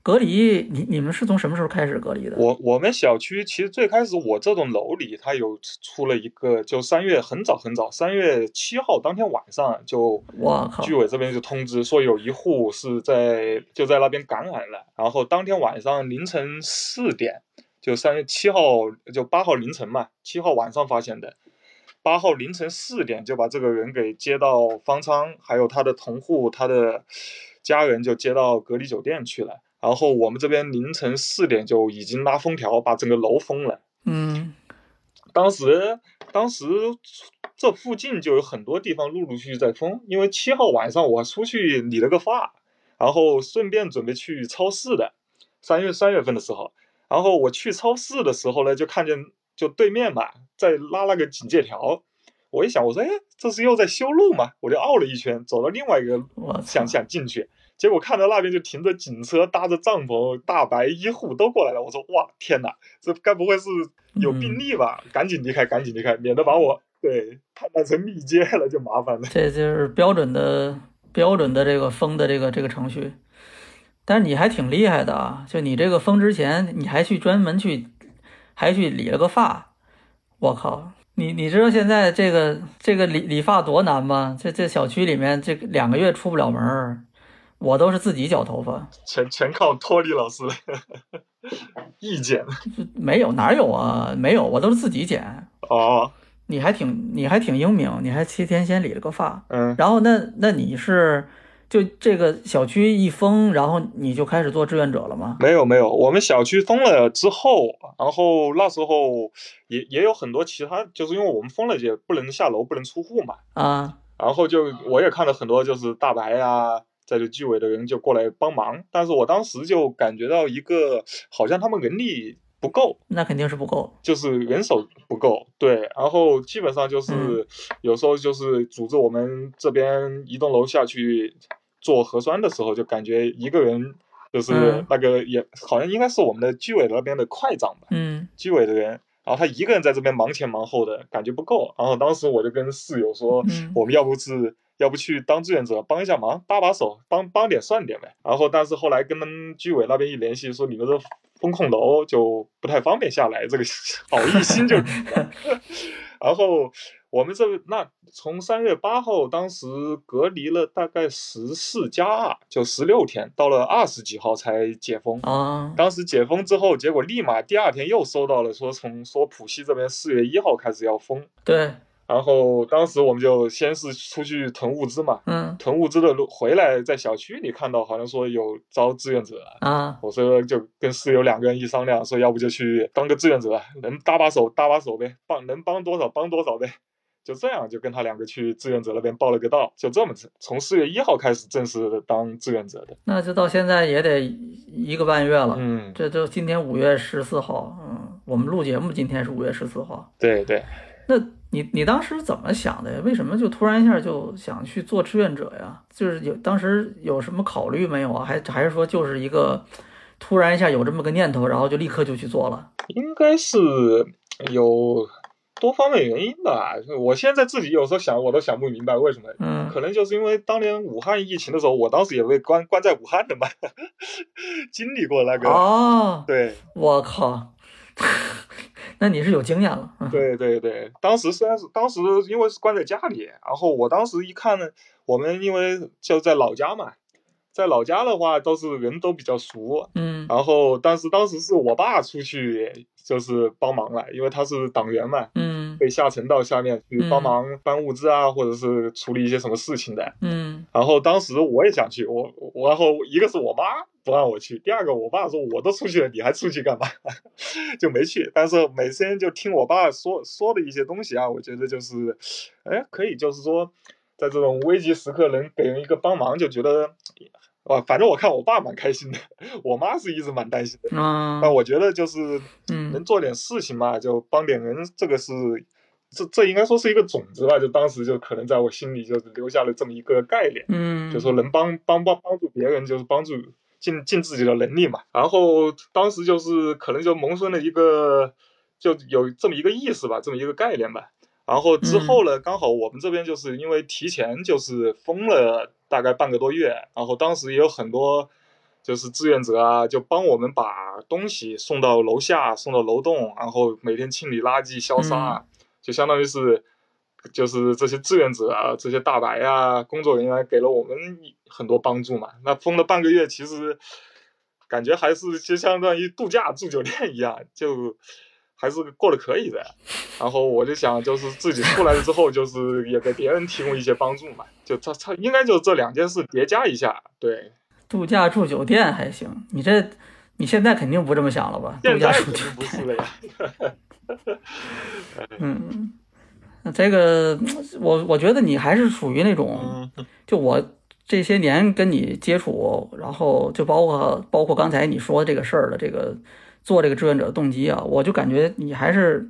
[SPEAKER 1] 隔离，你你们是从什么时候开始隔离的？
[SPEAKER 2] 我我们小区其实最开始我这栋楼里，它有出了一个，就三月很早很早，三月七号当天晚上就
[SPEAKER 1] 我靠
[SPEAKER 2] 居，委这边就通知说有一户是在就在那边感染了，然后当天晚上凌晨四点，就三月七号就八号凌晨嘛，七号晚上发现的，八号凌晨四点就把这个人给接到方舱，还有他的同户他的家人就接到隔离酒店去了。然后我们这边凌晨四点就已经拉封条，把整个楼封了。
[SPEAKER 1] 嗯
[SPEAKER 2] 当时当时这附近就有很多地方陆陆续续在封，因为七号晚上我出去理了个发，然后顺便准备去超市的，三月三月份的时候，然后我去超市的时候呢，就看见就对面嘛在拉那个警戒条，我一想我说哎这是又在修路嘛，我就绕了一圈走到另外一个
[SPEAKER 1] 我操
[SPEAKER 2] [LAUGHS] 想想进去，结果看到那边就停着警车，搭着帐篷，大白医护都过来了。我说哇，天哪，这该不会是有
[SPEAKER 1] 嗯
[SPEAKER 2] 病例吧？赶紧离开，赶紧离开，免得把我对判断成密接了就麻烦了。
[SPEAKER 1] 这就是标准的标准的这个封的这个这个程序。但是你还挺厉害的啊！就你这个封之前，你还去专门去，还去理了个发。我靠！你你知道现在这个这个理理发多难吗？这这小区里面这个两个月出不了门儿，我都是自己绞头发，
[SPEAKER 2] 全全靠托尼老师了 [LAUGHS] 意见
[SPEAKER 1] 没有哪有啊？没有，我都是自己剪。
[SPEAKER 2] 哦，
[SPEAKER 1] 你还挺你还挺英明，你还七天先理了个发。
[SPEAKER 2] 嗯，
[SPEAKER 1] 然后那那你是就这个小区一封，然后你就开始做志愿者了吗？
[SPEAKER 2] 没有没有，我们小区封了之后，然后那时候也也有很多其他，就是因为我们封了也不能下楼，不能出户嘛，
[SPEAKER 1] 啊，
[SPEAKER 2] 然后就我也看了很多就是大白啊，在这居委的人就过来帮忙，但是我当时就感觉到一个好像他们人力不够，
[SPEAKER 1] 那肯定是不够。
[SPEAKER 2] 就是人手不够，对，然后基
[SPEAKER 1] 嗯
[SPEAKER 2] 本上就是有时候就是组织我们这边一栋楼下去做核酸的时候，就感觉一个人就是
[SPEAKER 1] 嗯
[SPEAKER 2] 那个也好像应该是我们的居委那边的快长吧，
[SPEAKER 1] 嗯，
[SPEAKER 2] 居委的人，然后他一个人在这边忙前忙后的感觉不够，然后当时我就跟室友说，
[SPEAKER 1] 嗯
[SPEAKER 2] 我们要不是要不去当志愿者帮一下忙，搭把手，帮帮点算点呗。然后但是后来跟他们居委那边一联系，说你们这风控
[SPEAKER 1] 嗯 [LAUGHS]
[SPEAKER 2] [LAUGHS] 楼就不太方便下来，这个好意心就然后我们这那从三月八号当时隔离了大概十四加二，就十六天，到了二十几号才解封。
[SPEAKER 1] 啊，
[SPEAKER 2] 当时解封之后，结果立马第二天又收到了说从说浦西这边四月一号开始要封，
[SPEAKER 1] 对，
[SPEAKER 2] 然后当时我们就先是出去囤物资嘛，
[SPEAKER 1] 嗯
[SPEAKER 2] 囤物资的路回来，在小区里看到好像说有招志愿者，
[SPEAKER 1] 啊，
[SPEAKER 2] 我说就跟室友两个人一商量，说要不就去当个志愿者，能搭把手搭把手呗，帮能帮多少帮多少呗。就这样，就跟他两个去志愿者那边报了个到，就这么子从四月一号开始正式当志愿者的。
[SPEAKER 1] 那就到现在也得一个半月了。
[SPEAKER 2] 嗯，
[SPEAKER 1] 这就今天五月十四号，嗯，我们录节目今天是五月十四号。
[SPEAKER 2] 对对，
[SPEAKER 1] 那你你当时怎么想的呀？为什么就突然一下就想去做志愿者呀？就是有当时有什么考虑没有啊？还还是说就是一个突然一下有这么个念头，然后就立刻就去做了？
[SPEAKER 2] 应该是有多方面原因吧。我现在自己有时候想，我都想不明白为什么
[SPEAKER 1] 嗯
[SPEAKER 2] 可能就是因为当年武汉疫情的时候，我当时也被关关在武汉的嘛， [LAUGHS] 经历过那个。
[SPEAKER 1] 哦，
[SPEAKER 2] 对
[SPEAKER 1] 我靠， [LAUGHS] 那你是有经验了，嗯
[SPEAKER 2] 对对对，当时虽然是当时因为是关在家里，然后我当时一看呢，我们因为就在老家嘛，在老家的话都是人都比较熟，
[SPEAKER 1] 嗯
[SPEAKER 2] 然后但是当时是我爸出去就是帮忙了，因为他是党员嘛，
[SPEAKER 1] 嗯
[SPEAKER 2] 被下沉到下面去帮
[SPEAKER 1] 嗯
[SPEAKER 2] 忙搬物资啊，或者是处理一些什么事情的。
[SPEAKER 1] 嗯
[SPEAKER 2] 然后当时我也想去，我我然后一个是我妈不让我去，第二个我爸说我都出去了，你还出去干嘛？ [LAUGHS] 就没去。但是每天就听我爸说说的一些东西啊，我觉得就是，哎，可以就是说，在这种危急时刻能给人一个帮忙，就觉得，哇，反正我看我爸蛮开心的，我妈是一直蛮担心的。
[SPEAKER 1] 啊
[SPEAKER 2] 但我觉得就是能
[SPEAKER 1] 嗯
[SPEAKER 2] 做点事情嘛，就帮点人，这个是这这应该说是一个种子吧，就当时就可能在我心里就留下了这么一个概念。
[SPEAKER 1] 嗯，
[SPEAKER 2] 就说能帮帮帮帮助别人，就是帮助尽尽自己的能力嘛。然后当时就是可能就萌生了一个，就有这么一个意识吧，这么一个概念吧。然后之后呢，刚好我们这边就是因为提前就是封了大概半个多月，然后当时也有很多就是志愿者啊，就帮我们把东西送到楼下，送到楼栋，然后每天清理垃圾、消杀啊。
[SPEAKER 1] 嗯
[SPEAKER 2] 就相当于是，就是这些志愿者啊，这些大白啊，工作人员给了我们很多帮助嘛。那封了半个月，其实感觉还是就相当于度假住酒店一样，就还是过得可以的。然后我就想，就是自己出来了之后，就是也给别人提供一些帮助嘛。就他他应该就这两件事叠加一下，对，
[SPEAKER 1] 度假住酒店还行，你这你现在肯定不这么想了吧？度
[SPEAKER 2] 现
[SPEAKER 1] 假
[SPEAKER 2] 在
[SPEAKER 1] 住
[SPEAKER 2] 肯
[SPEAKER 1] 酒
[SPEAKER 2] 定不
[SPEAKER 1] 店
[SPEAKER 2] 是，了呀。
[SPEAKER 1] 嗯，那这个我我觉得你还是属于那种，
[SPEAKER 2] 嗯
[SPEAKER 1] 就我这些年跟你接触，然后就包括包括刚才你说这个事儿的这个做这个志愿者的动机啊，我就感觉你还是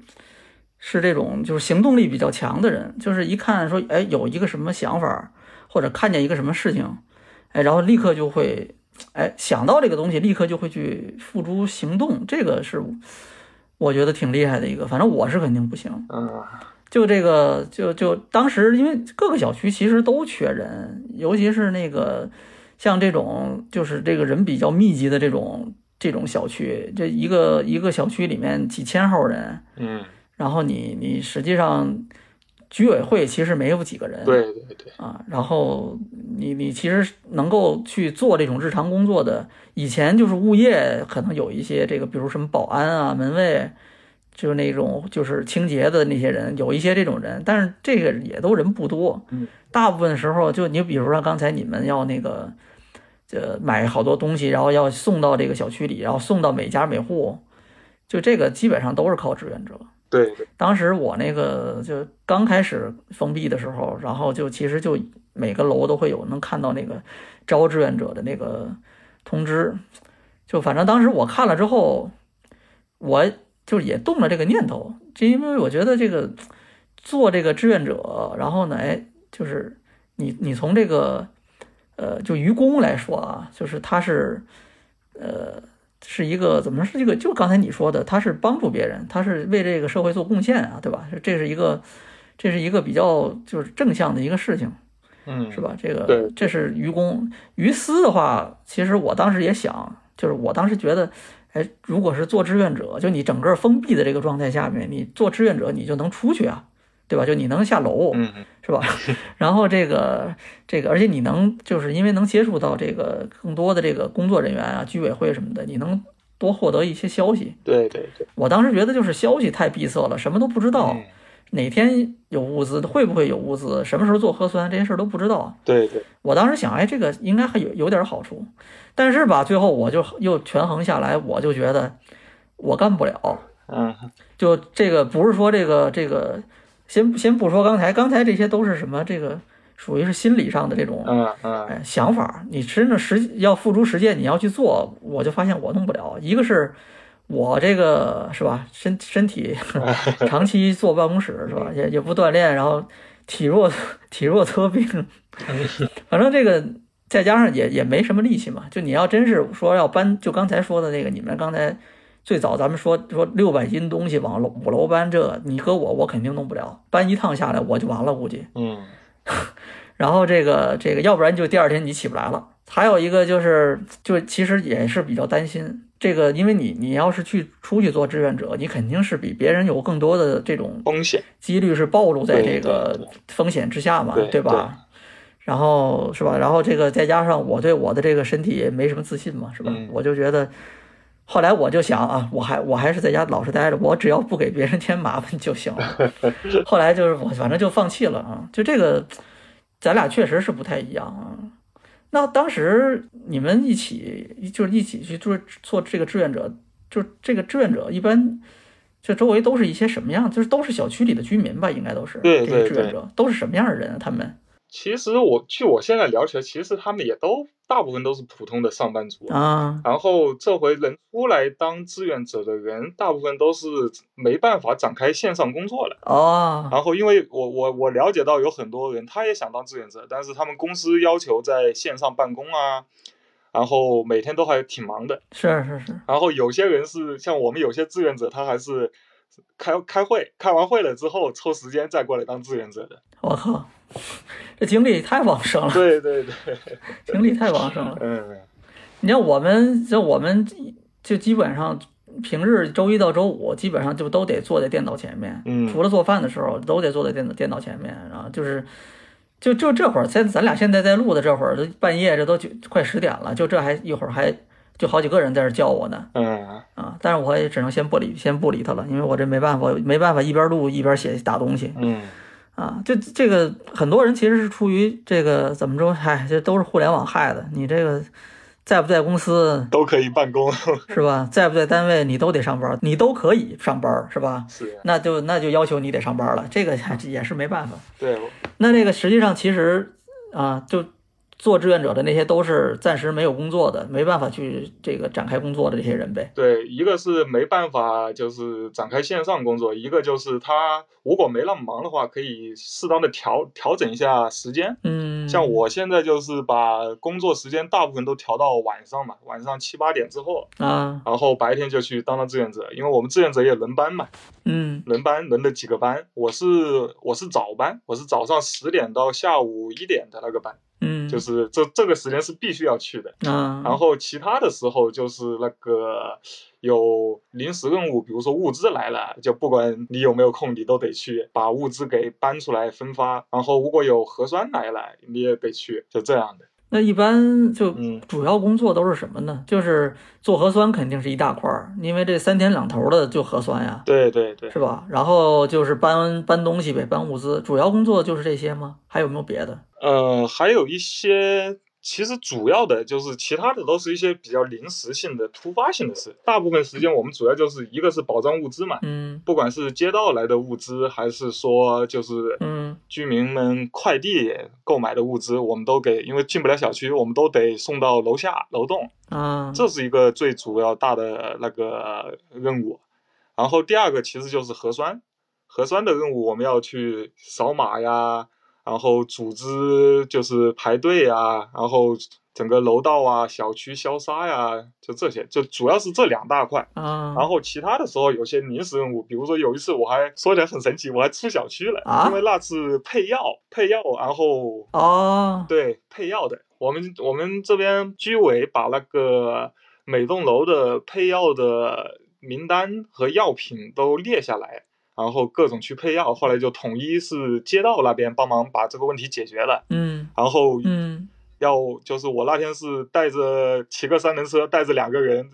[SPEAKER 1] 是这种就是行动力比较强的人，就是一看说哎有一个什么想法，或者看见一个什么事情，哎，然后立刻就会。哎，想到这个东西，立刻就会去付诸行动，这个是我觉得挺厉害的一个。反正我是肯定不行，
[SPEAKER 2] 嗯
[SPEAKER 1] 就这个，就就当时因为各个小区其实都缺人，尤其是那个像这种就是这个人比较密集的这种这种小区，这一个一个小区里面几千号人，
[SPEAKER 2] 嗯，
[SPEAKER 1] 然后你你实际上居委会其实没有几个人，
[SPEAKER 2] 对对对，
[SPEAKER 1] 啊，然后你你其实能够去做这种日常工作的，以前就是物业可能有一些这个，比如什么保安啊、门卫，就是那种就是清洁的那些人，有一些这种人，但是这个也都人不多
[SPEAKER 2] 嗯，
[SPEAKER 1] 大部分时候就你比如说刚才你们要那个，呃，买好多东西，然后要送到这个小区里，然后送到每家每户，就这个基本上都是靠志愿者。
[SPEAKER 2] 对对，
[SPEAKER 1] 当时我那个就刚开始封闭的时候，然后就其实就每个楼都会有能看到那个招志愿者的那个通知，就反正当时我看了之后，我就也动了这个念头，就因为我觉得这个做这个志愿者，然后呢，哎，就是你你从这个呃就愚公来说啊，就是他是呃是一个怎么说是一个，就刚才你说的，他是帮助别人，他是为这个社会做贡献啊，对吧？这这是一个，这是一个比较就是正向的一个事情，
[SPEAKER 2] 嗯
[SPEAKER 1] 是吧？这个
[SPEAKER 2] 对
[SPEAKER 1] 这是愚公。于私的话，其实我当时也想，就是我当时觉得，哎，如果是做志愿者，就你整个封闭的这个状态下面，你做志愿者你就能出去啊，对吧？就你能下楼，
[SPEAKER 2] 嗯嗯
[SPEAKER 1] 是吧？然后这个这个，而且你能就是因为能接触到这个更多的这个工作人员啊、居委会什么的，你能多获得一些消息。
[SPEAKER 2] 对对对，
[SPEAKER 1] 我当时觉得就是消息太闭塞了，什么都不知道，
[SPEAKER 2] 嗯
[SPEAKER 1] 哪天有物资，会不会有物资，什么时候做核酸，这些事儿都不知道。
[SPEAKER 2] 对对，
[SPEAKER 1] 我当时想，哎，这个应该还有有点好处，但是吧，最后我就又权衡下来，我就觉得我干不了。
[SPEAKER 2] 嗯
[SPEAKER 1] 就这个不是说这个这个，先先不说刚才，刚才这些都是什么？这个属于是心理上的这种
[SPEAKER 2] 嗯嗯，
[SPEAKER 1] 哎，想法，你真的实要付诸实践，你要去做，我就发现我弄不了。一个是我这个是吧，身身体长期坐办公室是吧，也也不锻炼，然后体弱 [LAUGHS] 体弱多病，反正这个再加上也也没什么力气嘛。就你要真是说要搬，就刚才说的那个，你们刚才最早咱们说说六百斤东西往楼五楼搬，这你搁我我肯定弄不了，搬一趟下来我就完了，估计。
[SPEAKER 2] 嗯
[SPEAKER 1] 然后这个这个，要不然就第二天你起不来了。还有一个就是，就其实也是比较担心这个，因为你你要是去出去做志愿者，你肯定是比别人有更多的这种
[SPEAKER 2] 风险，
[SPEAKER 1] 几率是暴露在这
[SPEAKER 2] 对对
[SPEAKER 1] 个风险之下嘛，
[SPEAKER 2] 对
[SPEAKER 1] 吧？然后是吧？然后这个再加上我对我的这个身体也没什么自信嘛，是吧？
[SPEAKER 2] 嗯
[SPEAKER 1] 我就觉得，后来我就想啊，我还我还是在家老实待着，我只要不给别人添麻烦就行
[SPEAKER 2] [LAUGHS]
[SPEAKER 1] 了。后来就是我反正就放弃了啊，就这个，咱俩确实是不太一样啊。那当时你们一起就是一起去做做这个志愿者，就这个志愿者一般，这周围都是一些什么样？就是都是小区里的居民吧，应该都是这
[SPEAKER 2] 对
[SPEAKER 1] 些
[SPEAKER 2] 对
[SPEAKER 1] 志愿者都是什么样的人啊？他们
[SPEAKER 2] 其实我据我现在了解，其实他们也都大部分都是普通的上班族。
[SPEAKER 1] 啊，
[SPEAKER 2] 然后这回能出来当志愿者的人，大部分都是没办法展开线上工作了。
[SPEAKER 1] 哦，
[SPEAKER 2] 然后，因为我我我了解到有很多人，他也想当志愿者，但是他们公司要求在线上办公啊，然后每天都还挺忙的。
[SPEAKER 1] 是啊是是，
[SPEAKER 2] 然后有些人是像我们有些志愿者，他还是开开会，开完会了之后抽时间再过来当志愿者的。
[SPEAKER 1] 我靠，这精力太旺盛了，
[SPEAKER 2] [LAUGHS] 对对对，
[SPEAKER 1] 精力太旺盛了。
[SPEAKER 2] 嗯，
[SPEAKER 1] 你像我们，就我们就基本上平日周一到周五，基本上就都得坐在电脑前面，
[SPEAKER 2] 嗯
[SPEAKER 1] 除了做饭的时候，都得坐在电脑电脑前面，然后就是。就就这会儿，现咱俩现在在录的这会儿，都半夜这都九快十点了，就这还一会儿还就好几个人在这叫我呢
[SPEAKER 2] 嗯
[SPEAKER 1] 啊！但是我也只能先不理先不理他了，因为我这没办法没办法一边录一边写打东西，
[SPEAKER 2] 嗯，
[SPEAKER 1] 啊，这这个很多人其实是出于这个怎么说，哎，这都是互联网害的。你这个在不在公司
[SPEAKER 2] 都可以办公，
[SPEAKER 1] 是吧？在不在单位，你都得上班，你都可以上班是吧？
[SPEAKER 2] [LAUGHS] 是
[SPEAKER 1] 那就那就要求你得上班了，这个还也是没办法。
[SPEAKER 2] 对，
[SPEAKER 1] 那这个实际上其实啊，就做志愿者的那些都是暂时没有工作的，没办法去这个展开工作的这些人呗。嗯
[SPEAKER 2] 对，一个是没办法就是展开线上工作，一个就是他如果没那么忙的话，可以适当的调调整一下时间。
[SPEAKER 1] 嗯，
[SPEAKER 2] 像我现在就是把工作时间大部分都调到晚上嘛，晚上七八点之后，
[SPEAKER 1] 啊，
[SPEAKER 2] 然后白天就去当当志愿者，因为我们志愿者也轮班嘛，
[SPEAKER 1] 嗯
[SPEAKER 2] 轮班轮了几个班，我是我是早班，我是早上十点到下午一点的那个班，
[SPEAKER 1] 嗯，
[SPEAKER 2] 就是这这个时间是必须要去的。
[SPEAKER 1] 啊，
[SPEAKER 2] 然后其他的时候就是那个有临时任务，比如说物资来了，就不管你有没有空，你都得去把物资给搬出来分发。然后如果有核酸来了，你也得去，就这样的。
[SPEAKER 1] 那一般就
[SPEAKER 2] 嗯
[SPEAKER 1] 主要工作都是什么呢？就是做核酸肯定是一大块儿，因为这三天两头的就核酸呀，
[SPEAKER 2] 对对对，
[SPEAKER 1] 是吧？然后就是搬搬东西呗，搬物资，主要工作就是这些吗？还有没有别的？
[SPEAKER 2] 呃，还有一些。其实主要的就是其他的都是一些比较临时性的、突发性的事。大部分时间我们主要就是一个是保障物资嘛，
[SPEAKER 1] 嗯
[SPEAKER 2] 不管是街道来的物资，还是说就是
[SPEAKER 1] 嗯
[SPEAKER 2] 居民们快递购买的物资，我们都给，因为进不了小区，我们都得送到楼下楼栋，
[SPEAKER 1] 啊
[SPEAKER 2] 这是一个最主要大的那个任务。然后第二个其实就是核酸，核酸的任务我们要去扫码呀，然后组织就是排队呀，然后整个楼道啊、小区消杀呀，就这些，就主要是这两大块。
[SPEAKER 1] 啊
[SPEAKER 2] 然后其他的时候有些临时任务，比如说有一次我还说起来很神奇，我还出小区了，
[SPEAKER 1] 啊
[SPEAKER 2] 因为那次配药配药，然后
[SPEAKER 1] 哦
[SPEAKER 2] 对配药的，我们我们这边居委把那个每栋楼的配药的名单和药品都列下来。然后各种去配药，后来就统一是街道那边帮忙把这个问题解决了。
[SPEAKER 1] 嗯
[SPEAKER 2] 然后
[SPEAKER 1] 嗯
[SPEAKER 2] 要就是我那天是带着骑个三轮车，带着两个人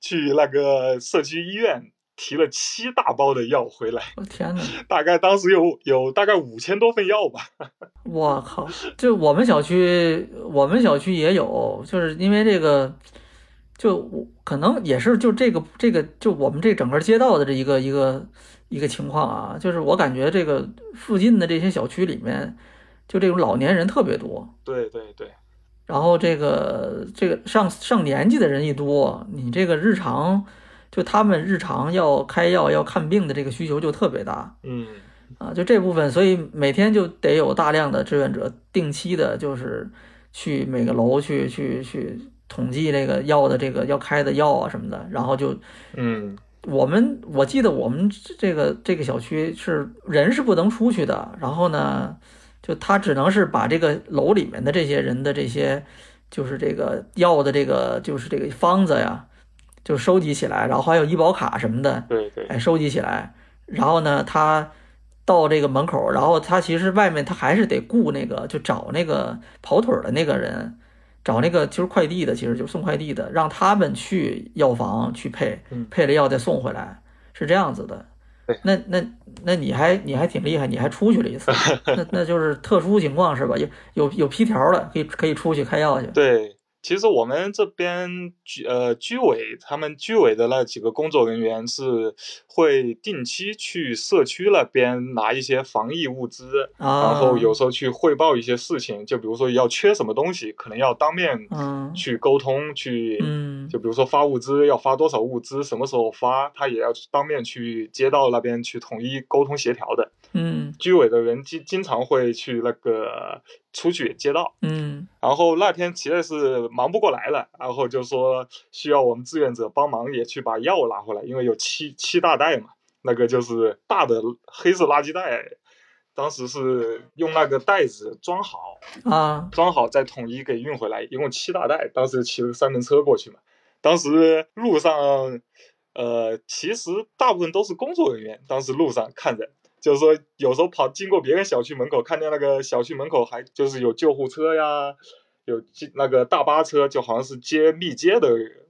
[SPEAKER 2] 去那个社区医院提了七大包的药回来，
[SPEAKER 1] 我天哪！
[SPEAKER 2] 大概当时有有大概五千多份药吧。
[SPEAKER 1] 我靠！就我们小区，我们小区也有，就是因为这个，就我可能也是就这个这个就我们这整个街道的这一个一个一个情况啊，就是我感觉这个附近的这些小区里面，就这种老年人特别多，
[SPEAKER 2] 对对对，
[SPEAKER 1] 然后这个这个上上年纪的人一多，你这个日常就他们日常要开药要看病的这个需求就特别大。
[SPEAKER 2] 嗯
[SPEAKER 1] 啊，就这部分，所以每天就得有大量的志愿者定期的，就是去每个楼去去去统计这个药的这个要开的药啊什么的，然后就
[SPEAKER 2] 嗯
[SPEAKER 1] 我们我记得我们这这个这个小区是人是不能出去的，然后呢，就他只能是把这个楼里面的这些人的这些就是这个药的这个就是这个方子呀，就收集起来，然后还有医保卡什么的，
[SPEAKER 2] 对对
[SPEAKER 1] 哎，收集起来，然后呢，他到这个门口儿，然后他其实外面他还是得雇那个，就找那个跑腿儿的那个人，找那个就是快递的，其实就是送快递的，让他们去药房去配
[SPEAKER 2] 嗯，
[SPEAKER 1] 配了药再送回来，是这样子的
[SPEAKER 2] 对。
[SPEAKER 1] 那那那你还你还挺厉害，你还出去了一
[SPEAKER 2] [LAUGHS]
[SPEAKER 1] 次，那那就是特殊情况是吧？有有有批条儿了，可以可以出去开药去。
[SPEAKER 2] 对。其实我们这边居呃居委他们居委的那几个工作人员是会定期去社区那边拿一些防疫物资，
[SPEAKER 1] 啊，
[SPEAKER 2] 然后有时候去汇报一些事情，就比如说要缺什么东西，可能要当面
[SPEAKER 1] 嗯
[SPEAKER 2] 去沟通，去
[SPEAKER 1] 嗯
[SPEAKER 2] 就比如说发物资要发多少物资，什么时候发，他也要去当面去街道那边去统一沟通协调的。
[SPEAKER 1] 嗯
[SPEAKER 2] 居委的人经经常会去那个出去街道，
[SPEAKER 1] 嗯
[SPEAKER 2] 然后那天实在是忙不过来了，然后就说需要我们志愿者帮忙也去把药拿回来，因为有七七大袋嘛，那个就是大的黑色垃圾袋，当时是用那个袋子装好，
[SPEAKER 1] 啊，
[SPEAKER 2] 装好再统一给运回来，一共七大袋。当时骑了个三轮车过去嘛，当时路上，呃，其实大部分都是工作人员，当时路上看着。就是说，有时候跑经过别人小区门口，看见那个小区门口还就是有救护车呀，有机那个大巴车，就好像是接密接的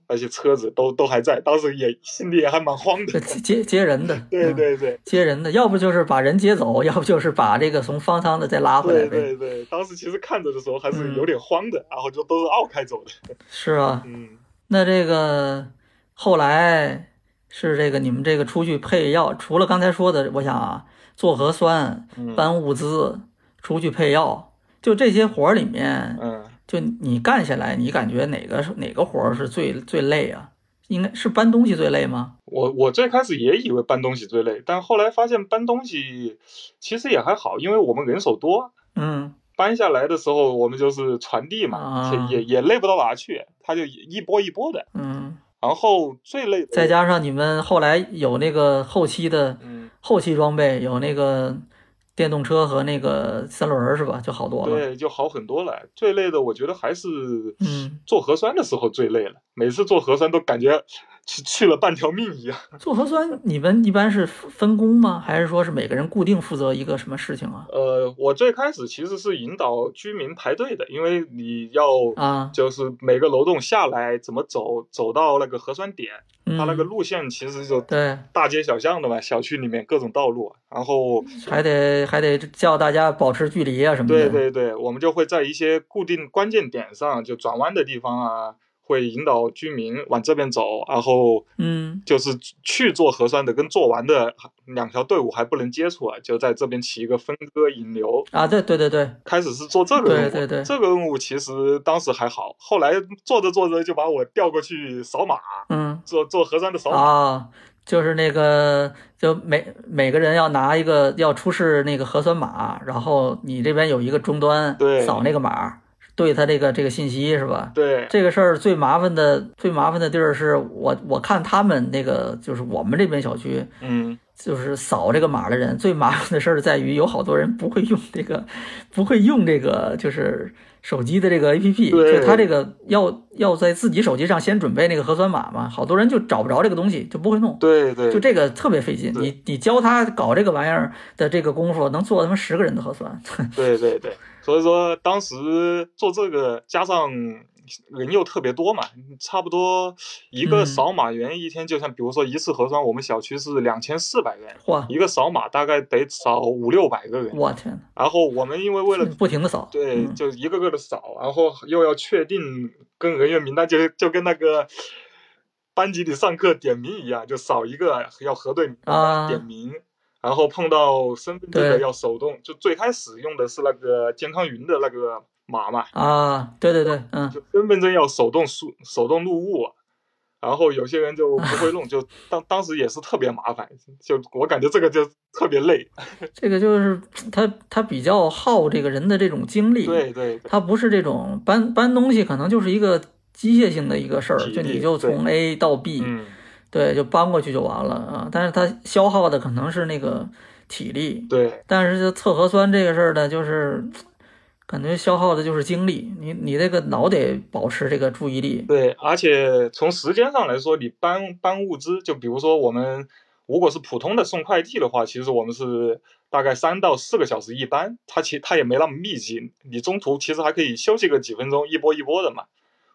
[SPEAKER 2] 那些车子都都还在，当时也心里也还蛮慌
[SPEAKER 1] 这
[SPEAKER 2] 的。
[SPEAKER 1] 接接接人的，
[SPEAKER 2] 对
[SPEAKER 1] 嗯
[SPEAKER 2] 对对，
[SPEAKER 1] 接人的，要不就是把人接
[SPEAKER 2] [LAUGHS]
[SPEAKER 1] 走，要不就是把这个从方舱的再拉回来
[SPEAKER 2] 对
[SPEAKER 1] 呗，
[SPEAKER 2] 对对，当时其实看着的时候还是有点慌的，然后就都是绕开走的。
[SPEAKER 1] 是吧？
[SPEAKER 2] 嗯，
[SPEAKER 1] 那这个后来是这个你们这个出去配药，除了刚才说的，我想啊，做核酸、
[SPEAKER 2] 嗯
[SPEAKER 1] 搬物资、出去配药，就这些活儿里面，
[SPEAKER 2] 嗯，
[SPEAKER 1] 就你干下来，你感觉哪个是哪个活儿是最最累啊？应该是搬东西最累吗？
[SPEAKER 2] 我我最开始也以为搬东西最累，但后来发现搬东西其实也还好，因为我们人手多，
[SPEAKER 1] 嗯
[SPEAKER 2] 搬下来的时候我们就是传递嘛，
[SPEAKER 1] 啊
[SPEAKER 2] 也也也累不到哪去，它就一波一波的。
[SPEAKER 1] 嗯，
[SPEAKER 2] 然后最累的
[SPEAKER 1] 再加上你们后来有那个后期的。
[SPEAKER 2] 嗯，
[SPEAKER 1] 后期装备有那个电动车和那个三轮儿是吧？就好多了。
[SPEAKER 2] 对，就好很多了。最累的我觉得还是
[SPEAKER 1] 嗯
[SPEAKER 2] 做核酸的时候最累了，每次做核酸都感觉去去了半条命一样。
[SPEAKER 1] 做核酸你们一般是分工吗？还是说是每个人固定负责一个什么事情啊？
[SPEAKER 2] 呃，我最开始其实是引导居民排队的，因为你要
[SPEAKER 1] 啊，
[SPEAKER 2] 就是每个楼栋下来怎么走，走到那个核酸点，
[SPEAKER 1] 嗯，
[SPEAKER 2] 它那个路线其实就
[SPEAKER 1] 对，
[SPEAKER 2] 大街小巷的嘛，小区里面各种道路，啊然后
[SPEAKER 1] 还得还得叫大家保持距离啊什么的。
[SPEAKER 2] 对对对，我们就会在一些固定关键点上，就转弯的地方啊，会引导居民往这边走，然后
[SPEAKER 1] 嗯
[SPEAKER 2] 就是去做核酸的跟做完的两条队伍还不能接触啊，就在这边起一个分割引流，
[SPEAKER 1] 啊，对对对对，
[SPEAKER 2] 开始是做这个任务，
[SPEAKER 1] 对对对
[SPEAKER 2] 这个任务其实当时还好，后来做着做着就把我调过去扫码，
[SPEAKER 1] 嗯
[SPEAKER 2] 做做核酸的扫码。
[SPEAKER 1] 啊。就是那个，就每每个人要拿一个要出示那个核酸码，然后你这边有一个终端
[SPEAKER 2] 对
[SPEAKER 1] 扫那个码，对他这个这个信息是吧？
[SPEAKER 2] 对， [LAUGHS]
[SPEAKER 1] 这个事儿最麻烦的最麻烦的地儿是我我看他们那个就是我们这边小区
[SPEAKER 2] 嗯，
[SPEAKER 1] 就是扫这个码的人最麻烦的事儿在于有好多人不会用这个 [LAUGHS] 不会用这个就是手机的这个 A P P，
[SPEAKER 2] 对
[SPEAKER 1] 就他这个要要在自己手机上先准备那个核酸码嘛，好多人就找不着这个东西就不会弄。
[SPEAKER 2] 对对，
[SPEAKER 1] 就这个特别费劲，
[SPEAKER 2] 对
[SPEAKER 1] 你你教他搞这个玩意儿的这个功夫，能做他妈十个人的核酸， [LAUGHS]
[SPEAKER 2] 对对对，所以说当时做这个，加上人又特别多嘛，差不多一个
[SPEAKER 1] 嗯
[SPEAKER 2] 扫码员一天，就像比如说一次核酸，我们小区是两千四百人，
[SPEAKER 1] 嚯！
[SPEAKER 2] 一个扫码大概得扫五六百个人。
[SPEAKER 1] 我天哪，
[SPEAKER 2] 然后我们因为为了
[SPEAKER 1] 不停的扫，
[SPEAKER 2] 对，
[SPEAKER 1] 嗯
[SPEAKER 2] 就一个个的扫，然后又要确定跟人员名单，就就跟那个班级里上课点名一样，就扫一个要核对名单
[SPEAKER 1] 啊
[SPEAKER 2] 点名，然后碰到身份证的
[SPEAKER 1] 对
[SPEAKER 2] 要手动。就最开始用的是那个健康云的那个码嘛，
[SPEAKER 1] 啊，对对对，嗯，
[SPEAKER 2] 就身份证要手动输手动入户。然后有些人就不
[SPEAKER 1] 啊
[SPEAKER 2] 会弄，就当当时也是特别麻烦，就我感觉这个就特别累。
[SPEAKER 1] 这个就是他他比较耗这个人的这种精力，
[SPEAKER 2] 对对对，
[SPEAKER 1] 他不是这种搬搬东西，可能就是一个机械性的一个事儿，
[SPEAKER 2] 体
[SPEAKER 1] 就
[SPEAKER 2] 力
[SPEAKER 1] 你就从 A 到 B，
[SPEAKER 2] 嗯，
[SPEAKER 1] 对，就搬过去就完了啊。但是他消耗的可能是那个体力，
[SPEAKER 2] 对
[SPEAKER 1] 但是就测核酸这个事儿呢，就是感觉消耗的就是精力，你你这个脑得保持这个注意力，
[SPEAKER 2] 对，而且从时间上来说，你搬搬物资，就比如说我们如果是普通的送快递的话，其实我们是大概三到四个小时一班，它其它也没那么密集，你中途其实还可以休息个几分钟，一波一波的嘛。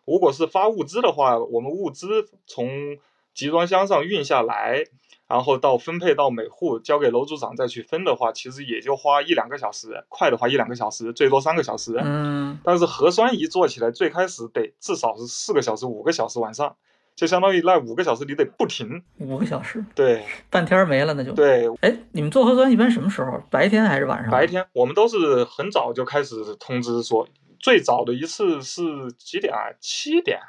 [SPEAKER 2] 如果是发物资的话，我们物资从集装箱上运下来，然后到分配到每户，交给楼主长再去分的话，其实也就花一两个小时，快的话一两个小时，最多三个小时。
[SPEAKER 1] 嗯，
[SPEAKER 2] 但是核酸仪做起来，最开始得至少是四个小时、五个小时晚上，就相当于那五个小时你得不停。
[SPEAKER 1] 五个小时，
[SPEAKER 2] 对
[SPEAKER 1] 半天儿没了那就。
[SPEAKER 2] 对，
[SPEAKER 1] 哎，你们做核酸一般什么时候？白天还是晚上？
[SPEAKER 2] 白天我们都是很早就开始通知说，最早的一次是几点啊？七点，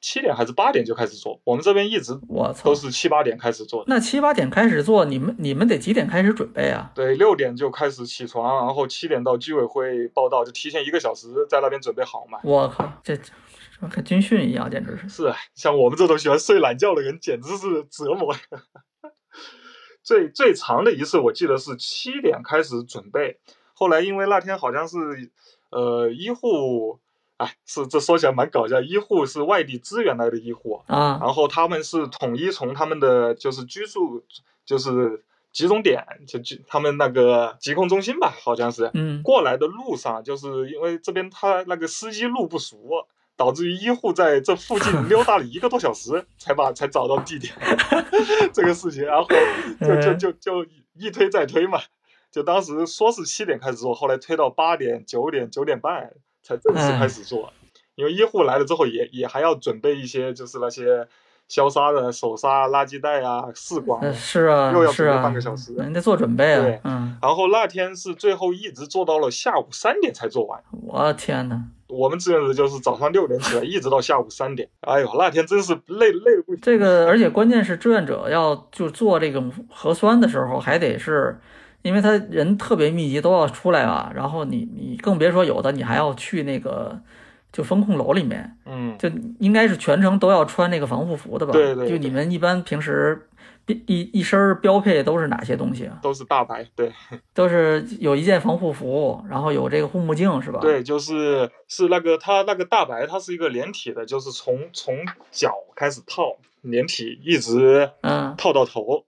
[SPEAKER 2] 七点还是八点就开始做？我们这边一直
[SPEAKER 1] 我操
[SPEAKER 2] 都！是七八点开始做的。
[SPEAKER 1] 那七八点开始做，你们你们得几点开始准备啊？
[SPEAKER 2] 对，六点就开始起床，然后七点到居委会报到，就提前一个小时在那边准备好嘛。
[SPEAKER 1] 我靠，这这这跟军训一样，简直是。
[SPEAKER 2] 是啊，像我们这种喜欢睡懒觉的人，简直是折磨。 [LAUGHS] 最最长的一次，我记得是七点开始准备，后来因为那天好像是，呃，医护，哎，是这说起来蛮搞笑，医护是外地支援来的医护，
[SPEAKER 1] 啊，
[SPEAKER 2] 然后他们是统一从他们的就是居住就是集中点，就居他们那个疾控中心吧，好像是，
[SPEAKER 1] 嗯，
[SPEAKER 2] 过来的路上，就是因为这边他那个司机路不熟，导致于医护在这附近溜达了一个多小时，才把才找到地点 [LAUGHS] 这个事情，然后就就就就一推再推嘛，就当时说是七点开始做，后来推到八点、九点、九点半才正式开始做，因为医护来了之后也也还要准备一些就是那些消杀的手刹、垃圾袋啊、试管啊
[SPEAKER 1] 呃是啊
[SPEAKER 2] 又要，
[SPEAKER 1] 是
[SPEAKER 2] 准备
[SPEAKER 1] 啊
[SPEAKER 2] 半个小时，
[SPEAKER 1] 你得做准备啊
[SPEAKER 2] 对。
[SPEAKER 1] 嗯，
[SPEAKER 2] 然后那天是最后一直做到了下午三点才做完。
[SPEAKER 1] 我天哪，
[SPEAKER 2] 我们志愿者就是早上六点起来，一直到下午三点。 [LAUGHS] 哎呦，那天真是累累得不行。
[SPEAKER 1] 这个而且关键是志愿者要就做这个核酸的时候，还得是。因为他人特别密集，都要出来啊，然后你你更别说有的你还要去那个就风控楼里面，
[SPEAKER 2] 嗯，
[SPEAKER 1] 就应该是全程都要穿那个防护服的吧？
[SPEAKER 2] 对对对
[SPEAKER 1] 就你们一般平时一一一身儿标配都是哪些东西啊？
[SPEAKER 2] 都是大白，对
[SPEAKER 1] 都是有一件防护服，然后有这个护目镜是吧？，
[SPEAKER 2] 对，就是是那个它那个大白，它是一个连体的，就是从从脚开始套，连体一直
[SPEAKER 1] 嗯
[SPEAKER 2] 套到头，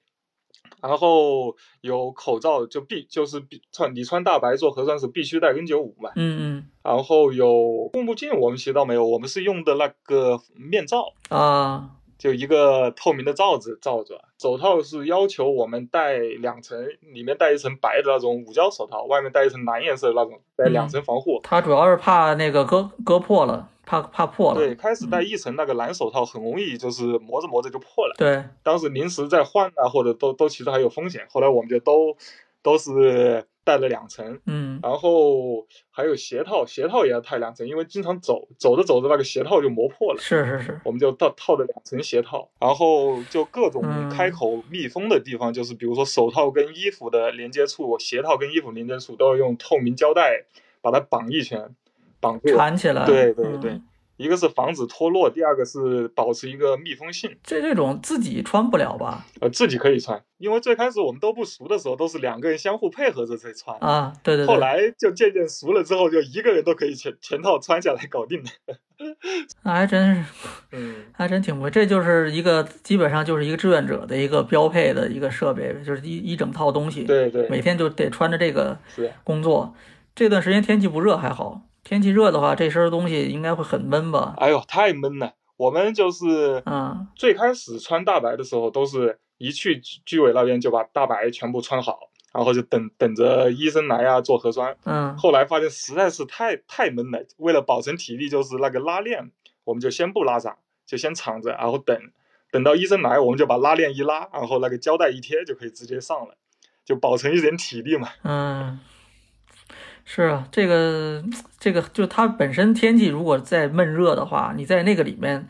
[SPEAKER 2] 然后有口罩就必就是必穿你穿大白做核酸是必须戴 N95 嘛，
[SPEAKER 1] 嗯
[SPEAKER 2] 然后有护目镜我们其实倒没有，我们是用的那个面罩，
[SPEAKER 1] 嗯啊，
[SPEAKER 2] 就一个透明的罩子罩着。手套是要求我们戴两层，里面戴一层白的那种乳胶手套，外面戴一层蓝颜色的那种，戴两层防护。
[SPEAKER 1] 他主要是怕那个割割破了，怕怕破了。
[SPEAKER 2] 对，开始戴一层那个蓝手套，很容易就是磨着磨着就破了。
[SPEAKER 1] 对
[SPEAKER 2] 当时临时再换啊，或者都都其实还有风险。后来我们就都都是戴了两层，
[SPEAKER 1] 嗯，
[SPEAKER 2] 然后还有鞋套，鞋套也要戴两层，因为经常走走着走着那个鞋套就磨破了。
[SPEAKER 1] 是是是，
[SPEAKER 2] 我们就套套着两层鞋套，然后就各种
[SPEAKER 1] 嗯
[SPEAKER 2] 开口密封的地方，就是比如说手套跟衣服的连接处，鞋套跟衣服连接处都要用透明胶带把它绑一圈，绑住，
[SPEAKER 1] 缠起来。
[SPEAKER 2] 对对对，
[SPEAKER 1] 嗯
[SPEAKER 2] 一个是防止脱落，第二个是保持一个密封性。
[SPEAKER 1] 这这种自己穿不了吧？
[SPEAKER 2] 呃，自己可以穿，因为最开始我们都不熟的时候，都是两个人相互配合着在穿。
[SPEAKER 1] 啊，对对对。
[SPEAKER 2] 后来就渐渐熟了之后，就一个人都可以全全套穿下来搞定的。
[SPEAKER 1] 那还真是，
[SPEAKER 2] [LAUGHS] 嗯，
[SPEAKER 1] 还真挺不会。这就是一个基本上就是一个志愿者的一个标配的一个设备，就是一一整套东西，
[SPEAKER 2] 对对，
[SPEAKER 1] 每天就得穿着这个
[SPEAKER 2] 是啊
[SPEAKER 1] 工作。这段时间天气不热还好，天气热的话，这身东西应该会很闷吧？
[SPEAKER 2] 哎呦，太闷了。我们就是
[SPEAKER 1] 嗯，
[SPEAKER 2] 最开始穿大白的时候，都是一去居居委那边就把大白全部穿好，然后就等等着医生来啊做核酸。
[SPEAKER 1] 嗯，
[SPEAKER 2] 后来发现实在是太太闷了，为了保存体力，就是那个拉链，我们就先不拉闸，就先敞着，然后等等到医生来，我们就把拉链一拉，然后那个胶带一贴，就可以直接上了，就保存一点体力嘛。 [LAUGHS]
[SPEAKER 1] 嗯，是啊，这个这个就它本身天气如果再闷热的话，你在那个里面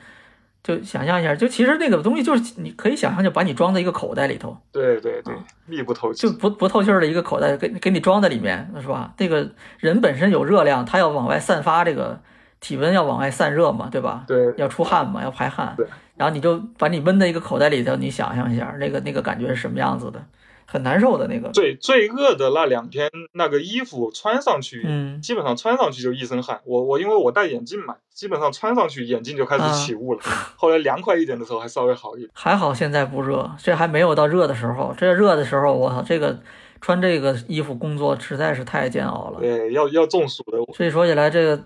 [SPEAKER 1] 就想象一下，就其实那个东西就是你可以想象，就把你装在一个口袋里头，
[SPEAKER 2] 对对对
[SPEAKER 1] 嗯，
[SPEAKER 2] 密不透气
[SPEAKER 1] 就。不不透气儿的一个口袋，给给你装在里面，是吧？那个人本身有热量，他要往外散发这个体温，要往外散热嘛，对吧？
[SPEAKER 2] 对，
[SPEAKER 1] 要出汗嘛，要排汗
[SPEAKER 2] 对。
[SPEAKER 1] 然后你就把你闷在一个口袋里头，你想象一下，那个那个感觉是什么样子的，很难受的那个。
[SPEAKER 2] 最最热的那两天，那个衣服穿上去，
[SPEAKER 1] 嗯
[SPEAKER 2] 基本上穿上去就一身汗。我我因为我戴眼镜嘛，基本上穿上去眼镜就开始起雾了。 [LAUGHS] 后来凉快一点的时候还稍微
[SPEAKER 1] [LAUGHS]
[SPEAKER 2] 好一点。
[SPEAKER 1] 还好现在不热，这还没有到热的时候。这热的时候，我操，这个穿这个衣服工作实在是太煎熬了。
[SPEAKER 2] 对，要要中暑的，
[SPEAKER 1] 所以说起来，这个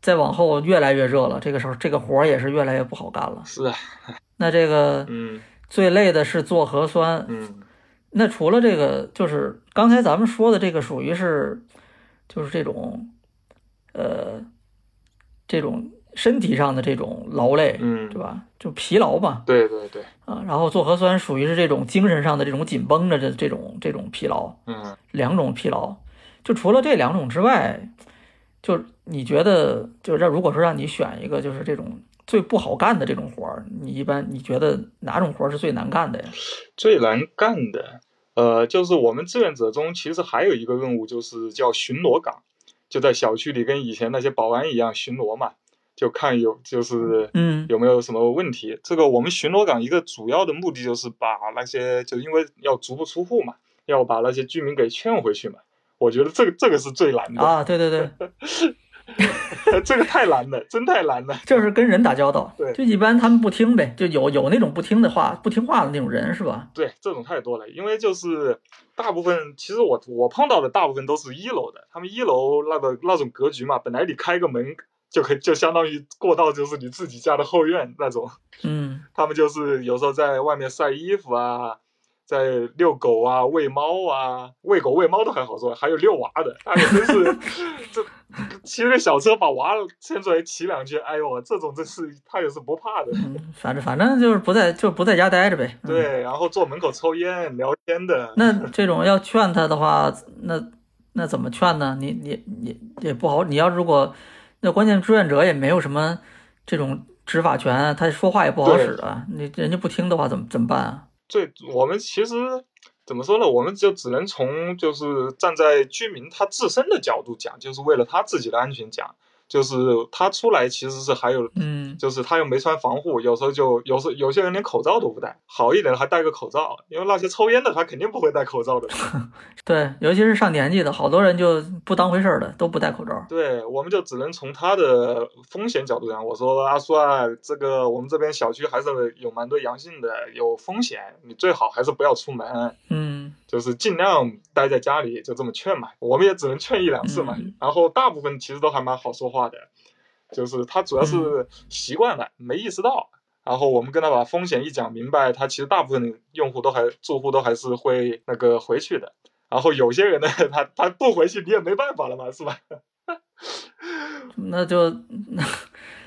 [SPEAKER 1] 再往后越来越热了，这个时候这个活儿也是越来越不好干了。
[SPEAKER 2] 是啊，
[SPEAKER 1] 那这个
[SPEAKER 2] 嗯
[SPEAKER 1] 最累的是做核酸。
[SPEAKER 2] 嗯，
[SPEAKER 1] 那除了这个，就是刚才咱们说的这个，属于是就是这种呃这种身体上的这种劳累，
[SPEAKER 2] 嗯
[SPEAKER 1] 对吧？就疲劳嘛。
[SPEAKER 2] 对对对，
[SPEAKER 1] 啊，然后做核酸属于是这种精神上的这种紧绷着的这种这种疲劳，
[SPEAKER 2] 嗯
[SPEAKER 1] 两种疲劳。就除了这两种之外，就你觉得，就是让如果说让你选一个，就是这种最不好干的这种活儿，你一般你觉得哪种活儿是最难干的呀？
[SPEAKER 2] 最难干的，呃，就是我们志愿者中其实还有一个任务，就是叫巡逻岗，就在小区里跟以前那些保安一样巡逻嘛，就看有就是
[SPEAKER 1] 嗯
[SPEAKER 2] 有没有什么问题？这个我们巡逻岗一个主要的目的就是把那些，就是因为要足不出户嘛，要把那些居民给劝回去嘛。我觉得这个这个是最难的，
[SPEAKER 1] 啊，对对对，
[SPEAKER 2] 这个太难了，真太难了。
[SPEAKER 1] 就是跟人打交道，
[SPEAKER 2] 对
[SPEAKER 1] 就一般他们不听呗，就有有那种不听的话、不听话的那种人是吧？
[SPEAKER 2] 对，这种太多了，因为就是大部分，其实我我碰到的大部分都是一楼的，他们一楼那个那种格局嘛，本来你开个门就可以，就相当于过到就是你自己家的后院那种，
[SPEAKER 1] 嗯
[SPEAKER 2] 他们就是有时候在外面晒衣服啊，在遛狗啊、喂猫啊，喂狗喂猫都还好说，还有遛娃的，那个真是这骑个小车把娃牵出来骑两圈，哎呦，这种真是他也是不怕的。
[SPEAKER 1] 嗯，反正反正就是不在就不在家待着呗。嗯
[SPEAKER 2] 对，然后坐门口抽烟聊天的，
[SPEAKER 1] 那这种要劝他的话，那那怎么劝呢？你你你也不好，你要如果那关键志愿者也没有什么这种执法权，他说话也不好
[SPEAKER 2] 对
[SPEAKER 1] 使啊。你人家不听的话，怎么怎么办啊？
[SPEAKER 2] 最我们其实怎么说呢？我们就只能从就是站在居民他自身的角度讲，就是为了他自己的安全讲，就是他出来其实是还有
[SPEAKER 1] 嗯
[SPEAKER 2] 就是他又没穿防护，有时候就有时候有些人连口罩都不戴，好一点的还戴个口罩，因为那些抽烟的他肯定不会戴口罩的。
[SPEAKER 1] 对，尤其是上年纪的，好多人就不当回事儿的，都不戴口罩。
[SPEAKER 2] [LAUGHS] 对，我们就只能从他的风险角度讲。我说阿叔啊，这个我们这边小区还是有蛮多阳性的，有风险，你最好还是不要出门，
[SPEAKER 1] 嗯
[SPEAKER 2] 就是尽量待在家里，就这么劝嘛。我们也只能劝一两次嘛。
[SPEAKER 1] 嗯
[SPEAKER 2] 然后大部分其实都还蛮好说话的，就是他主要
[SPEAKER 1] 嗯
[SPEAKER 2] 是习惯了，没意识到。然后我们跟他把风险一讲明白，他其实大部分用户都还住户都还是会那个回去的。然后有些人呢，他他不回去你也没办法了嘛，是吧？
[SPEAKER 1] 那就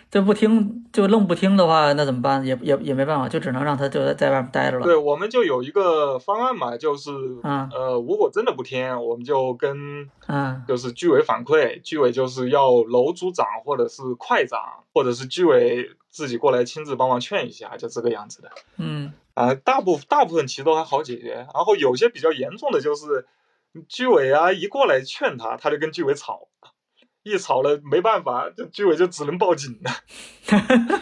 [SPEAKER 1] 就不听，就愣不听的话，那怎么办？也也也没办法，就只能让他就在在外面待着了。
[SPEAKER 2] 对，我们就有一个方案嘛，就是、
[SPEAKER 1] 嗯
[SPEAKER 2] 呃，如果真的不听，我们就跟
[SPEAKER 1] 嗯
[SPEAKER 2] 就是居委反馈，居委就是要楼组长或者是快长或者是居委自己过来亲自帮忙劝一下，就这个样子的。
[SPEAKER 1] 嗯
[SPEAKER 2] 啊、大部大部分其实都还好解决，然后有些比较严重的就是居委啊一过来劝他，他就跟居委吵，一吵了没办法，这居委就只能报警了。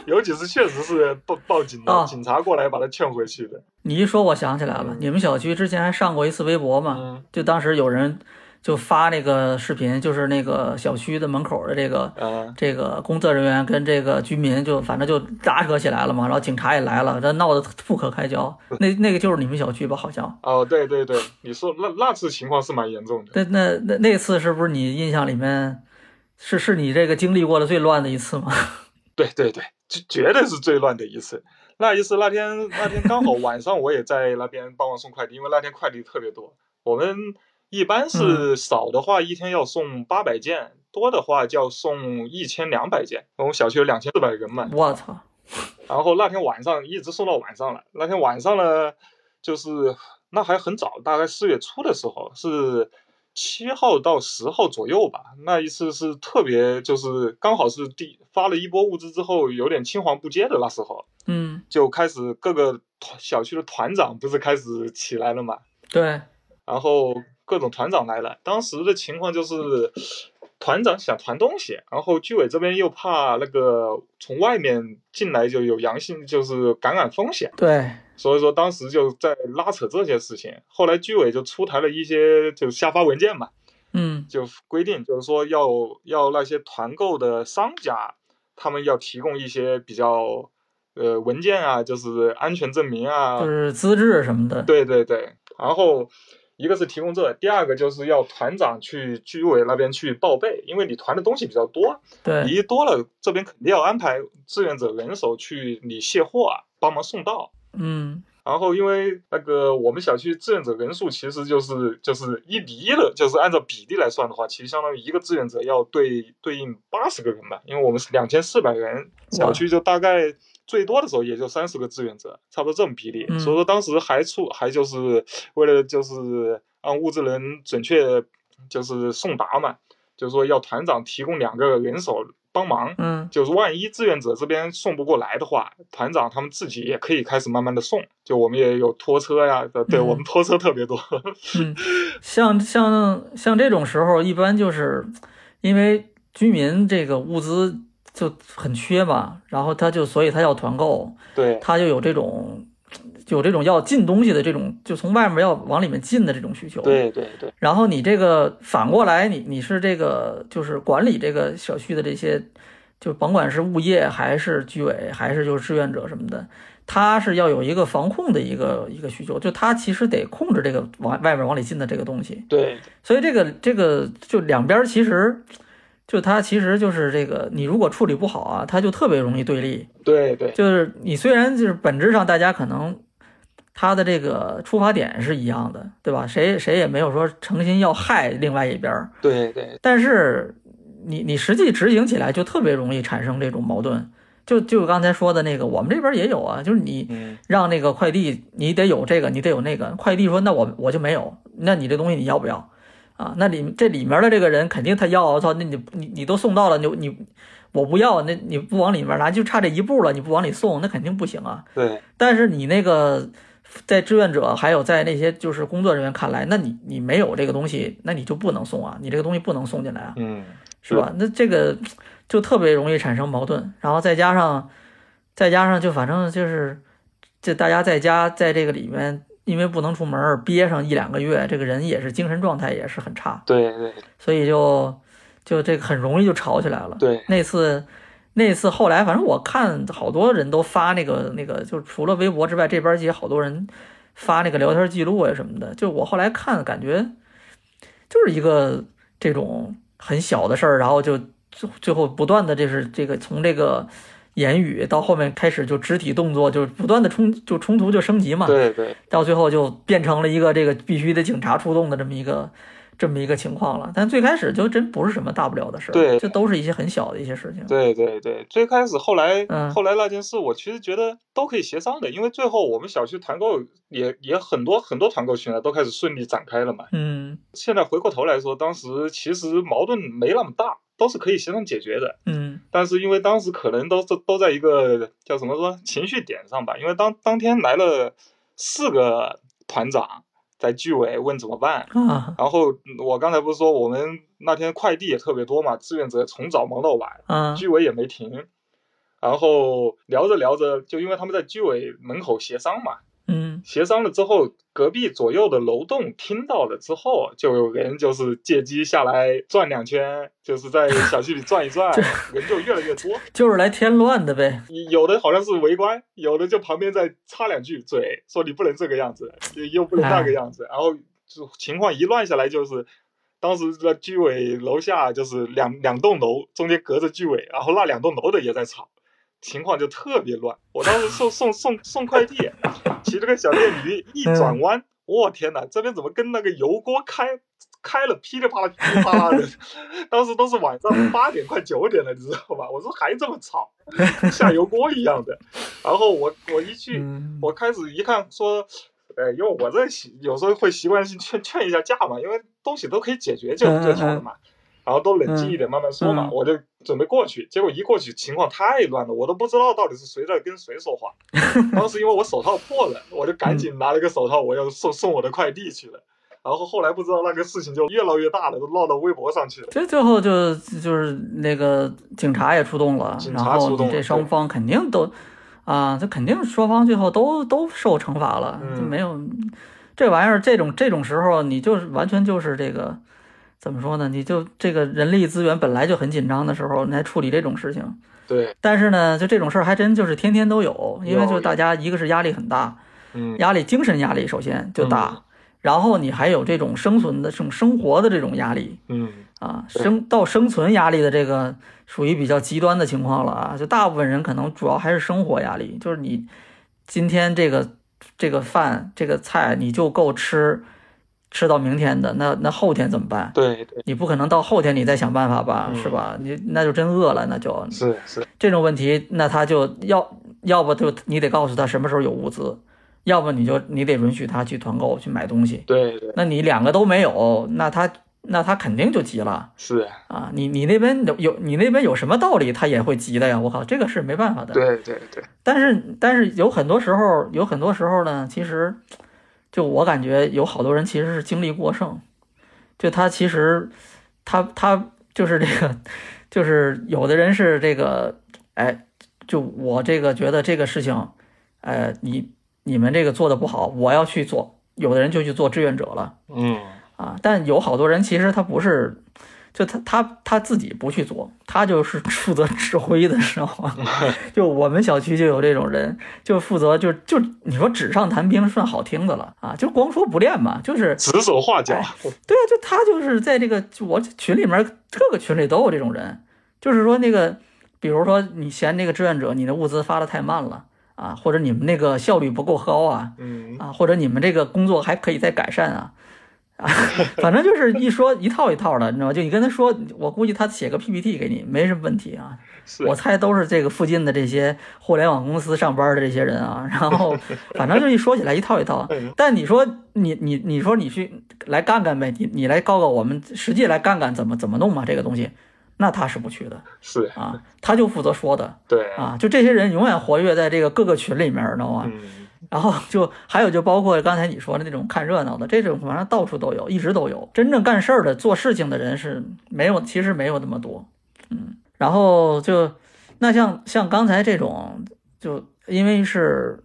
[SPEAKER 2] 有几次确实是报报警
[SPEAKER 1] 啊
[SPEAKER 2] 的，警察过来把他劝回去的。
[SPEAKER 1] 你一说，我想起来了，你们小区之前还上过一次微博嘛，
[SPEAKER 2] 嗯
[SPEAKER 1] 就当时有人就发那个视频，就是那个小区的门口的这个
[SPEAKER 2] 啊
[SPEAKER 1] 这个工作人员跟这个居民就反正就拉扯起来了嘛，然后警察也来了，这闹得不可开交。那那个就是你们小区吧？好像
[SPEAKER 2] 哦，对对对，你说那那次情况是蛮严重的。
[SPEAKER 1] 那那那那次是不是你印象里面是是你这个经历过的最乱的一次吗？ [LAUGHS]
[SPEAKER 2] 对对对，绝绝对是最乱的一次。那一次那天那天刚好晚上我也在那边帮忙送快递，因为那天快递特别多。我们一般是少的话一天要送八百件，多的话就要送一千两百件。我们小区有两千四百人嘛，
[SPEAKER 1] 我操！
[SPEAKER 2] 然后那天晚上一直送到晚上了。那天晚上呢，就是那还很早，大概四月初的时候，是七号到十号左右吧。那一次是特别，就是刚好是第发了一波物资之后，有点青黄不接的那时候，
[SPEAKER 1] 嗯，
[SPEAKER 2] 就开始各个团小区的团长不是开始起来了嘛，
[SPEAKER 1] 对，
[SPEAKER 2] 然后各种团长来了。当时的情况就是，团长想团东西，然后居委这边又怕那个从外面进来就有阳性，就是感染风险，
[SPEAKER 1] 对，
[SPEAKER 2] 所以说当时就在拉扯这些事情。后来居委就出台了一些就下发文件嘛，
[SPEAKER 1] 嗯，
[SPEAKER 2] 就规定就是说要要那些团购的商家，他们要提供一些比较呃文件啊，就是安全证明啊，
[SPEAKER 1] 就是资质什么的。
[SPEAKER 2] 对对对，然后一个是提供这，第二个就是要团长去居委那边去报备，因为你团的东西比较多，你
[SPEAKER 1] 对，
[SPEAKER 2] 一多了，这边肯定要安排志愿者人手去你卸货啊，帮忙送到。
[SPEAKER 1] 嗯，
[SPEAKER 2] 然后因为那个我们小区志愿者人数其实就是就是一比一的，就是按照比例来算的话，其实相当于一个志愿者要对对应八十个人吧，因为我们是两千四百人，
[SPEAKER 1] 哇
[SPEAKER 2] 小区就大概最多的时候也就三十个志愿者，差不多这么比例。
[SPEAKER 1] 嗯
[SPEAKER 2] 所以说当时还出还就是为了就是让物资能准确就是送达嘛，就是说要团长提供两个人手帮忙。
[SPEAKER 1] 嗯，
[SPEAKER 2] 就是万一志愿者这边送不过来的话，团长他们自己也可以开始慢慢的送。就我们也有拖车呀，对对，
[SPEAKER 1] 嗯
[SPEAKER 2] 我们拖车特别多。 [LAUGHS]
[SPEAKER 1] 嗯，像像像这种时候，一般就是因为居民这个物资就很缺嘛，然后他就所以他要团购，
[SPEAKER 2] 对
[SPEAKER 1] 他就有这种有这种要进东西的这种，就从外面要往里面进的这种需求。。
[SPEAKER 2] 对对对，
[SPEAKER 1] 然后你这个反过来，你你是这个就是管理这个小区的这些，就甭管是物业还是居委还是就是志愿者什么的，他是要有一个防控的一个一个需求，就他其实得控制这个往外面往里进的这个东西。
[SPEAKER 2] 对
[SPEAKER 1] 所以这个这个就两边儿其实就它其实就是这个，你如果处理不好啊，它就特别容易对立。
[SPEAKER 2] 对对
[SPEAKER 1] 就是你虽然就是本质上大家可能他的这个出发点是一样的，对吧？谁谁也没有说诚心要害另外一边儿，
[SPEAKER 2] 对对
[SPEAKER 1] 但是你你实际执行起来就特别容易产生这种矛盾。就就刚才说的那个，我们这边也有啊，就是你
[SPEAKER 2] 嗯，
[SPEAKER 1] 让那个快递，你得有这个，你得有那个。快递说，那我我就没有，那你这东西你要不要？啊，那里这里面的这个人肯定他要，我操，那你你你都送到了，你你我不要，那你不往里面拿，就差这一步了，你不往里送，那肯定不行啊。
[SPEAKER 2] 对
[SPEAKER 1] 但是你那个在志愿者还有在那些就是工作人员看来，那你你没有这个东西，那你就不能送啊，你这个东西不能送进来啊，
[SPEAKER 2] 嗯，
[SPEAKER 1] 是吧？那这个就特别容易产生矛盾，然后再加上再加上就反正就是这大家在家在这个里面。因为不能出门儿，憋上一两个月，这个人也是精神状态也是很差，
[SPEAKER 2] 对对
[SPEAKER 1] 所以就就这个很容易就吵起来了。
[SPEAKER 2] 对，
[SPEAKER 1] 那次，那次后来，反正我看好多人都发那个那个，就是除了微博之外，这边也好多人发那个聊天记录啊什么的。就我后来看，感觉就是一个这种很小的事儿，然后就最最后不断的，这是这个从这个言语到后面开始就肢体动作，就不断的冲就冲突就升级嘛，
[SPEAKER 2] 对对
[SPEAKER 1] 到最后就变成了一个这个必须得警察出动的这么一个。这么一个情况了，但最开始就真不是什么大不了的事儿，
[SPEAKER 2] 对
[SPEAKER 1] 这都是一些很小的一些事情。
[SPEAKER 2] 对对对，最开始后来、
[SPEAKER 1] 嗯
[SPEAKER 2] 后来那件事，我其实觉得都可以协商的，因为最后我们小区团购也也很多很多团购群啊，都开始顺利展开了嘛。
[SPEAKER 1] 嗯
[SPEAKER 2] 现在回过头来说，当时其实矛盾没那么大，都是可以协商解决的。
[SPEAKER 1] 嗯
[SPEAKER 2] 但是因为当时可能都是都在一个叫什么说情绪点上吧，因为当当天来了四个团长，在居委问怎么办。
[SPEAKER 1] 啊
[SPEAKER 2] 然后嗯我刚才不是说我们那天快递也特别多嘛，志愿者从早忙到晚，
[SPEAKER 1] 啊
[SPEAKER 2] 居委也没停。然后聊着聊着，就因为他们在居委门口协商嘛，
[SPEAKER 1] 嗯
[SPEAKER 2] 协商了之后，隔壁左右的楼栋听到了之后，就有人就是借机下来转两圈，就是在小区里转一转
[SPEAKER 1] 这，
[SPEAKER 2] 人就越来越多。
[SPEAKER 1] 就是来添乱的呗。
[SPEAKER 2] 有的好像是围观，有的就旁边再插两句嘴，说你不能这个样子，又又不能那个样子，然后就情况一乱下来就是。当时在居委楼下就是两两栋楼中间隔着居委，然后那两栋楼的也在吵，情况就特别乱。我当时送送送送快递，骑这个小电驴一转弯，我、天哪，这边怎么跟那个油锅开开了噼里啪啦噼里啪啦的？当时都是晚
[SPEAKER 1] 嗯
[SPEAKER 2] 上八点快九点了，你知道吧？我说还这么吵，下油锅一样的。 [LAUGHS] 然后我我一去，
[SPEAKER 1] 嗯
[SPEAKER 2] 我开始一看说，呃，因为我这习有时候会习惯性劝劝一下架嘛，因为东西都可以解决就
[SPEAKER 1] 嗯嗯
[SPEAKER 2] 最好了嘛。然后都冷静一点，慢慢说嘛。
[SPEAKER 1] 嗯
[SPEAKER 2] 我就准备过去，结果一过去情况太乱了，我都不知道到底是谁在跟谁说话。
[SPEAKER 1] [LAUGHS]
[SPEAKER 2] 当时因为我手套破了，我就
[SPEAKER 1] 嗯
[SPEAKER 2] 赶紧拿了个手套，我要送送我的快递去了。然后后来不知道那个事情就越闹越大了，都闹到微博上去了。
[SPEAKER 1] 这最后就就是那个警察也出动了，
[SPEAKER 2] 警
[SPEAKER 1] 然
[SPEAKER 2] 察
[SPEAKER 1] 后
[SPEAKER 2] 出动
[SPEAKER 1] 这
[SPEAKER 2] 了
[SPEAKER 1] 双
[SPEAKER 2] 对
[SPEAKER 1] 方肯定都啊，这肯定双方最后都都受惩罚了，
[SPEAKER 2] 嗯
[SPEAKER 1] 就没有这玩意儿这种这种时候，你就是完全就是这个怎么说呢？你就这个人力资源本来就很紧张的时候，你还处理这种事情，
[SPEAKER 2] 对，
[SPEAKER 1] 但是呢，就这种事儿还真就是天天都有，因为
[SPEAKER 2] 有
[SPEAKER 1] 就
[SPEAKER 2] 有
[SPEAKER 1] 大家一个是压力很大，
[SPEAKER 2] 嗯，
[SPEAKER 1] 压力精神压力首先就大，然后你还有这种生存的这种生活的这种压力。
[SPEAKER 2] 嗯，
[SPEAKER 1] 啊，生到生存压力的这个属于比较极端的情况了啊，就大部分人可能主要还是生活压力，就是你今天这个这个饭这个菜你就够吃，吃到明天的，那那后天怎么办？
[SPEAKER 2] 对对，
[SPEAKER 1] 你不可能到后天你再想办法吧，
[SPEAKER 2] 嗯
[SPEAKER 1] 是吧？你那就真饿了，那就是
[SPEAKER 2] 是，
[SPEAKER 1] 这种问题，那他就要要不就你得告诉他什么时候有物资，要不你就你得允许他去团购去买东西。
[SPEAKER 2] 对对
[SPEAKER 1] 那你两个都没有，那他那他肯定就急了。
[SPEAKER 2] 是，
[SPEAKER 1] 啊，你你那边有有你那边有什么道理，他也会急的呀！我靠，这个是没办法的。
[SPEAKER 2] 对对对，
[SPEAKER 1] 但是但是有很多时候，有很多时候呢，其实就我感觉有好多人其实是精力过剩，就他其实他他就是这个，就是有的人是这个，哎，就我这个觉得这个事情，呃，你你们这个做的不好，我要去做，有的人就去做志愿者了。
[SPEAKER 2] 嗯，
[SPEAKER 1] 啊，但有好多人其实他不是，就他他他自己不去做，他就是 [LAUGHS] 负责指挥的，知道吗？就我们小区就有这种人，就负责就就你说纸上谈兵算好听的了啊，就光说不练嘛，就是
[SPEAKER 2] 指手画脚，
[SPEAKER 1] 对啊，就他就是在这个就我群里面各个群里都有这种人，就是说那个，比如说你嫌那个志愿者你的物资发的太慢了啊，或者你们那个效率不够高啊，
[SPEAKER 2] 嗯，
[SPEAKER 1] 啊，或者你们这个工作还可以再改善啊，啊， [LAUGHS] 反正就是一说一套一套的，你知道吗？就你跟他说，我估计他写个 PPT 给你没什么问题啊，
[SPEAKER 2] 是，
[SPEAKER 1] 我猜都是这个附近的这些互联网公司上班的这些人啊，然
[SPEAKER 2] [LAUGHS]
[SPEAKER 1] 后反正就一说起来一套一套
[SPEAKER 2] 嗯。
[SPEAKER 1] 但你说你你你说你去来干干呗，你你来告告我们，实际来干干怎么怎么弄嘛这个东西，那他是不去的
[SPEAKER 2] 是，
[SPEAKER 1] 啊，他就负责说的
[SPEAKER 2] 对，
[SPEAKER 1] 啊，就这些人永远活跃在这个各个群里面，知道吗？
[SPEAKER 2] 嗯，
[SPEAKER 1] 然后就还有就包括刚才你说的那种看热闹的，这种反正到处都有，一直都有。真正干事儿的、做事情的人是没有，其实没有那么多。嗯，然后就那像像刚才这种，就因为是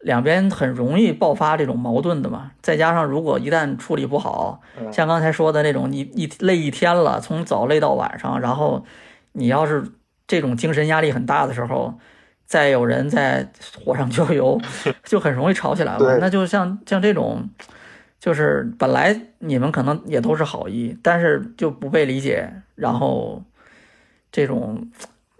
[SPEAKER 1] 两边很容易爆发这种矛盾的嘛，再加上如果一旦处理不好，
[SPEAKER 2] 嗯
[SPEAKER 1] 像刚才说的那种，你一累一天了，从早累到晚上，然后你要是这种精神压力很大的时候，再有人在火上浇
[SPEAKER 2] [LAUGHS]
[SPEAKER 1] 油，就很容易吵起来了
[SPEAKER 2] 对。
[SPEAKER 1] 那就像像这种，就是本来你们可能也都是好意，但是就不被理解，然后这种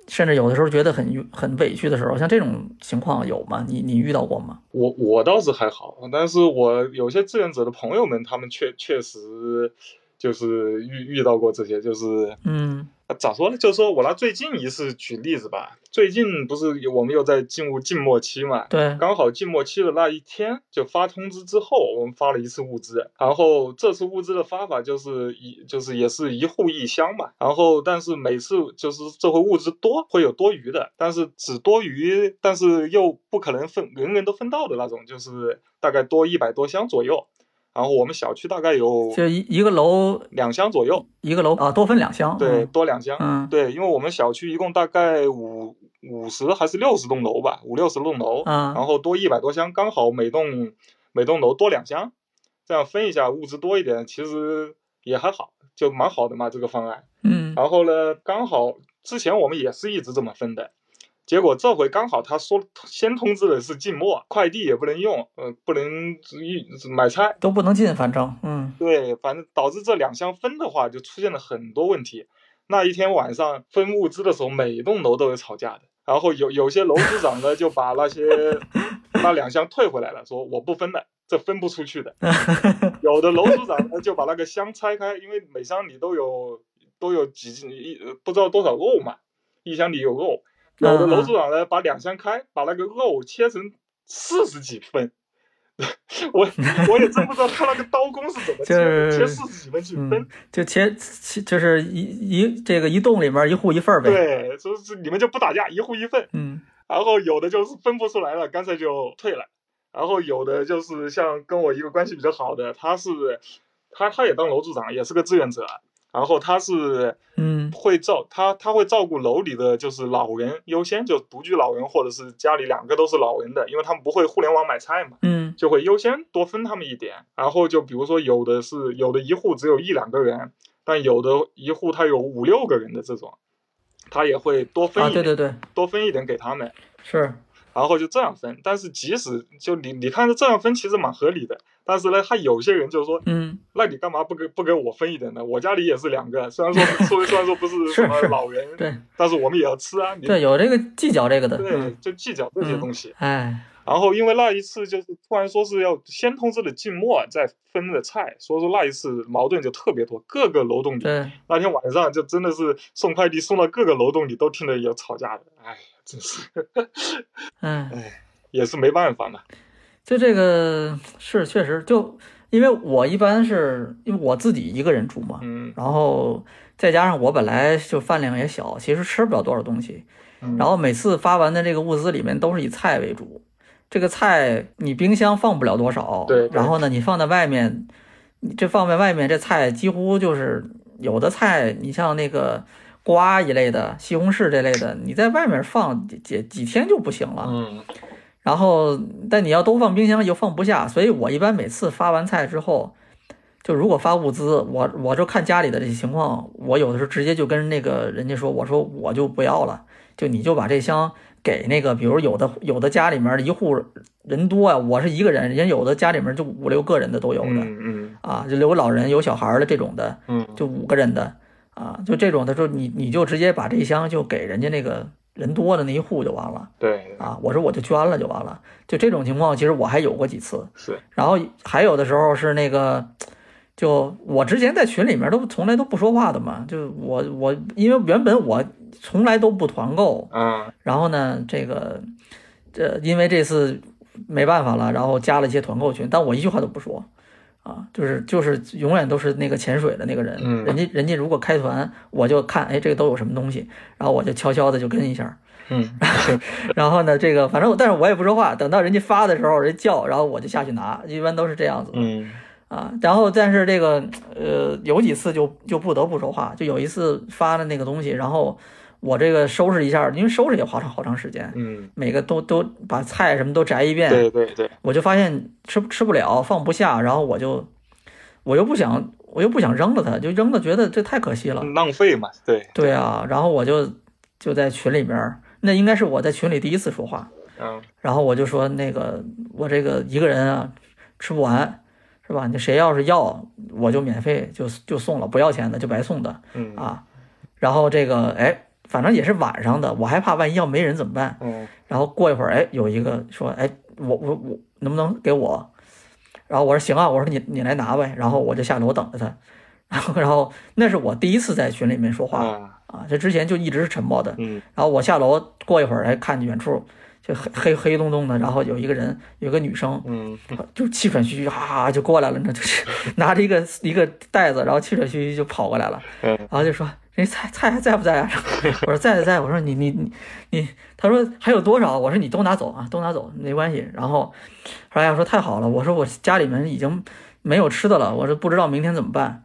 [SPEAKER 1] 甚至有的时候觉得很郁很委屈的时候，像这种情况有吗？你你遇到过吗？
[SPEAKER 2] 我我倒是还好，但是我有些志愿者的朋友们，他们确确实就是遇遇到过这些，就是
[SPEAKER 1] 嗯
[SPEAKER 2] 啊咋说呢？就是说我拿最近一次举例子吧，最近不是有我们又在进入静默期嘛，
[SPEAKER 1] 对，
[SPEAKER 2] 刚好静默期的那一天就发通知之后，我们发了一次物资，然后这次物资的发法就是一就是也是一户一箱嘛，然后但是每次就是这回物资多会有多余的，但是只多余，但是又不可能分人人都分到的那种，就是大概多一百多箱左右。然后我们小区大概有
[SPEAKER 1] 就一一个楼
[SPEAKER 2] 两厢左右，
[SPEAKER 1] 一个楼啊，多分两厢。
[SPEAKER 2] 对，
[SPEAKER 1] 嗯
[SPEAKER 2] 多两厢。
[SPEAKER 1] 嗯
[SPEAKER 2] 对，因为我们小区一共大概五五十还是六十栋楼吧，五六十栋楼，
[SPEAKER 1] 啊
[SPEAKER 2] 然后多一百多箱，刚好每栋每栋楼多两箱，这样分一下，物资多一点，其实也还好，就蛮好的嘛这个方案。
[SPEAKER 1] 嗯
[SPEAKER 2] 然后呢，刚好之前我们也是一直这么分的，结果这回刚好他说先通知的是禁默，快递也不能用，呃，不能一买菜，
[SPEAKER 1] 都不能进，反正嗯
[SPEAKER 2] 对，反正导致这两箱分的话，就出现了很多问题。那一天晚上分物资的时候，每一栋楼都有吵架的。然后有有些楼组长呢，就把那些那两箱退回来了，说我不分了，这分不出去的。有的楼组长呢，就把那个箱拆开，因为每箱里都有都有几斤一呃不知道多少肉嘛，一箱里有肉。
[SPEAKER 1] 嗯
[SPEAKER 2] 有的楼组长呢，把两箱开，把那个肉切成四十几份。 [LAUGHS] 我我也真不知道他那个刀工是怎么切的，
[SPEAKER 1] [LAUGHS] 就是
[SPEAKER 2] 切四十几份去分。
[SPEAKER 1] 嗯，就切切就是一一这个一栋里面一户一份儿呗。
[SPEAKER 2] 对，所以是你们就不打架，一户一份。
[SPEAKER 1] 嗯
[SPEAKER 2] 然后有的就是分不出来了，干脆就退了。然后有的就是像跟我一个关系比较好的，他是他他也当楼组长，也是个志愿者。然后他是
[SPEAKER 1] 嗯
[SPEAKER 2] 会照他他会照顾楼里的就是老人优先，就独居老人或者是家里两个都是老人的，因为他们不会互联网买菜嘛。
[SPEAKER 1] 嗯
[SPEAKER 2] 就会优先多分他们一点。然后就比如说，有的是有的一户只有一两个人，但有的一户他有五六个人的这种，他也会多分
[SPEAKER 1] 啊，
[SPEAKER 2] 一点，
[SPEAKER 1] 对对对，
[SPEAKER 2] 多分一点给他们。
[SPEAKER 1] 是
[SPEAKER 2] 然后就这样分，但是即使就你你看着这样分其实蛮合理的，但是呢，他有些人就说，
[SPEAKER 1] 嗯
[SPEAKER 2] 那你干嘛不给不给我分一点呢？我家里也是两个，虽然说虽 [LAUGHS] 虽然说不是
[SPEAKER 1] 是
[SPEAKER 2] 什么
[SPEAKER 1] 是
[SPEAKER 2] 老人，
[SPEAKER 1] 对
[SPEAKER 2] 但是我们也要吃啊，你
[SPEAKER 1] 对有这个计较这个的。
[SPEAKER 2] 对
[SPEAKER 1] 嗯，
[SPEAKER 2] 就计较这些东西。
[SPEAKER 1] 哎
[SPEAKER 2] 然后因为那一次就是突然说是要先通知了静默，再分的菜，所以说那一次矛盾就特别多，各个楼栋里
[SPEAKER 1] 对，
[SPEAKER 2] 那天晚上就真的是送快递送到各个楼栋里都听着有吵架的，哎呀，真是
[SPEAKER 1] 哎。
[SPEAKER 2] 也是没办法嘛。
[SPEAKER 1] 就这个是确实，就因为我一般是因为我自己一个人住嘛，
[SPEAKER 2] 嗯，
[SPEAKER 1] 然后再加上我本来就饭量也小，其实吃不了多少东西，
[SPEAKER 2] 嗯
[SPEAKER 1] 然后每次发完的这个物资里面都是以菜为主，这个菜你冰箱放不了多少，
[SPEAKER 2] 对对
[SPEAKER 1] 然后呢你放在外面，你这放在外面这菜几乎就是有的菜，你像那个瓜一类的、西红柿这类的，你在外面放几几几天就不行了，
[SPEAKER 2] 嗯
[SPEAKER 1] 然后，但你要都放冰箱又放不下，所以我一般每次发完菜之后，就如果发物资，我我就看家里的这些情况，我有的时候直接就跟那个人家说，我说我就不要了，就你就把这箱给那个，比如有的有的家里面一户人多呀、我是一个人，人家有的家里面就五六个人的都有的、
[SPEAKER 2] 嗯
[SPEAKER 1] 啊，就有老人有小孩儿的这种的，
[SPEAKER 2] 嗯嗯，
[SPEAKER 1] 就五个人的啊，就这种的时候，你你就直接把这一箱就给人家那个人多的那一户就完了。
[SPEAKER 2] 对，
[SPEAKER 1] 啊，我说我就捐了就完了。就这种情况，其实我还有过几次。
[SPEAKER 2] 是，
[SPEAKER 1] 然后还有的时候是那个，就我之前在群里面都从来都不说话的嘛，就我我因为原本我从来都不团购，
[SPEAKER 2] 嗯
[SPEAKER 1] 然后呢，这个这因为这次没办法了，然后加了一些团购群，但我一句话都不说。啊，就是就是永远都是那个潜水的那个人，
[SPEAKER 2] 嗯
[SPEAKER 1] 人家人家如果开团，我就看，哎，这个都有什么东西，然后我就悄悄的就跟一下，
[SPEAKER 2] 嗯
[SPEAKER 1] 然后呢，这个反正我但是我也不说话，等到人家发的时候，人家叫，然后我就下去拿，一般都是这样子
[SPEAKER 2] 嗯
[SPEAKER 1] 啊。然后但是这个呃，有几次就就不得不说话，就有一次发的那个东西，然后我这个收拾一下，因为收拾也花上好长时间，
[SPEAKER 2] 嗯，
[SPEAKER 1] 每个都都把菜什么都摘一遍，
[SPEAKER 2] 对对对，
[SPEAKER 1] 我就发现吃吃不了，放不下，然后我就我又不想我又不想扔了它，就扔了觉得这太可惜了，
[SPEAKER 2] 嗯浪费嘛，对，
[SPEAKER 1] 对啊，然后我就就在群里面儿，那应该是我在群里第一次说话。
[SPEAKER 2] 嗯
[SPEAKER 1] 然后我就说那个我这个一个人啊吃不完，是吧？你谁要是要，我就免费就就送了，不要钱的就白送的
[SPEAKER 2] 嗯
[SPEAKER 1] 啊。然后这个哎，反正也是晚上的，我还怕万一要没人怎么办？
[SPEAKER 2] 嗯
[SPEAKER 1] 然后过一会儿哎，有一个说哎，我我我能不能给我？然后我说行啊，我说你你来拿呗。然后我就下楼等着他。 [LAUGHS] 然后然后那是我第一次在群里面说话
[SPEAKER 2] 啊
[SPEAKER 1] 啊，这之前就一直是沉默的。
[SPEAKER 2] 嗯
[SPEAKER 1] 然后我下楼过一会儿，哎，看见远处就黑黑黑洞洞的，然后有一个人，有个女生，
[SPEAKER 2] 嗯
[SPEAKER 1] 就气喘吁吁，哈、啊、就过来了，那就是 [LAUGHS] 拿着一个一个袋子，然后气喘吁吁就跑过来了，
[SPEAKER 2] 嗯
[SPEAKER 1] 然后就说：“那菜菜还在不在啊？” [LAUGHS] 我说：“在在在。”我说：“你你你你。”他说：“还有多少？”我说：“哎你都拿走啊，都拿走，没关系。”然后后来要说：“太好了。”我说：“我家里面已经没有吃的了，我说不知道明天怎么办。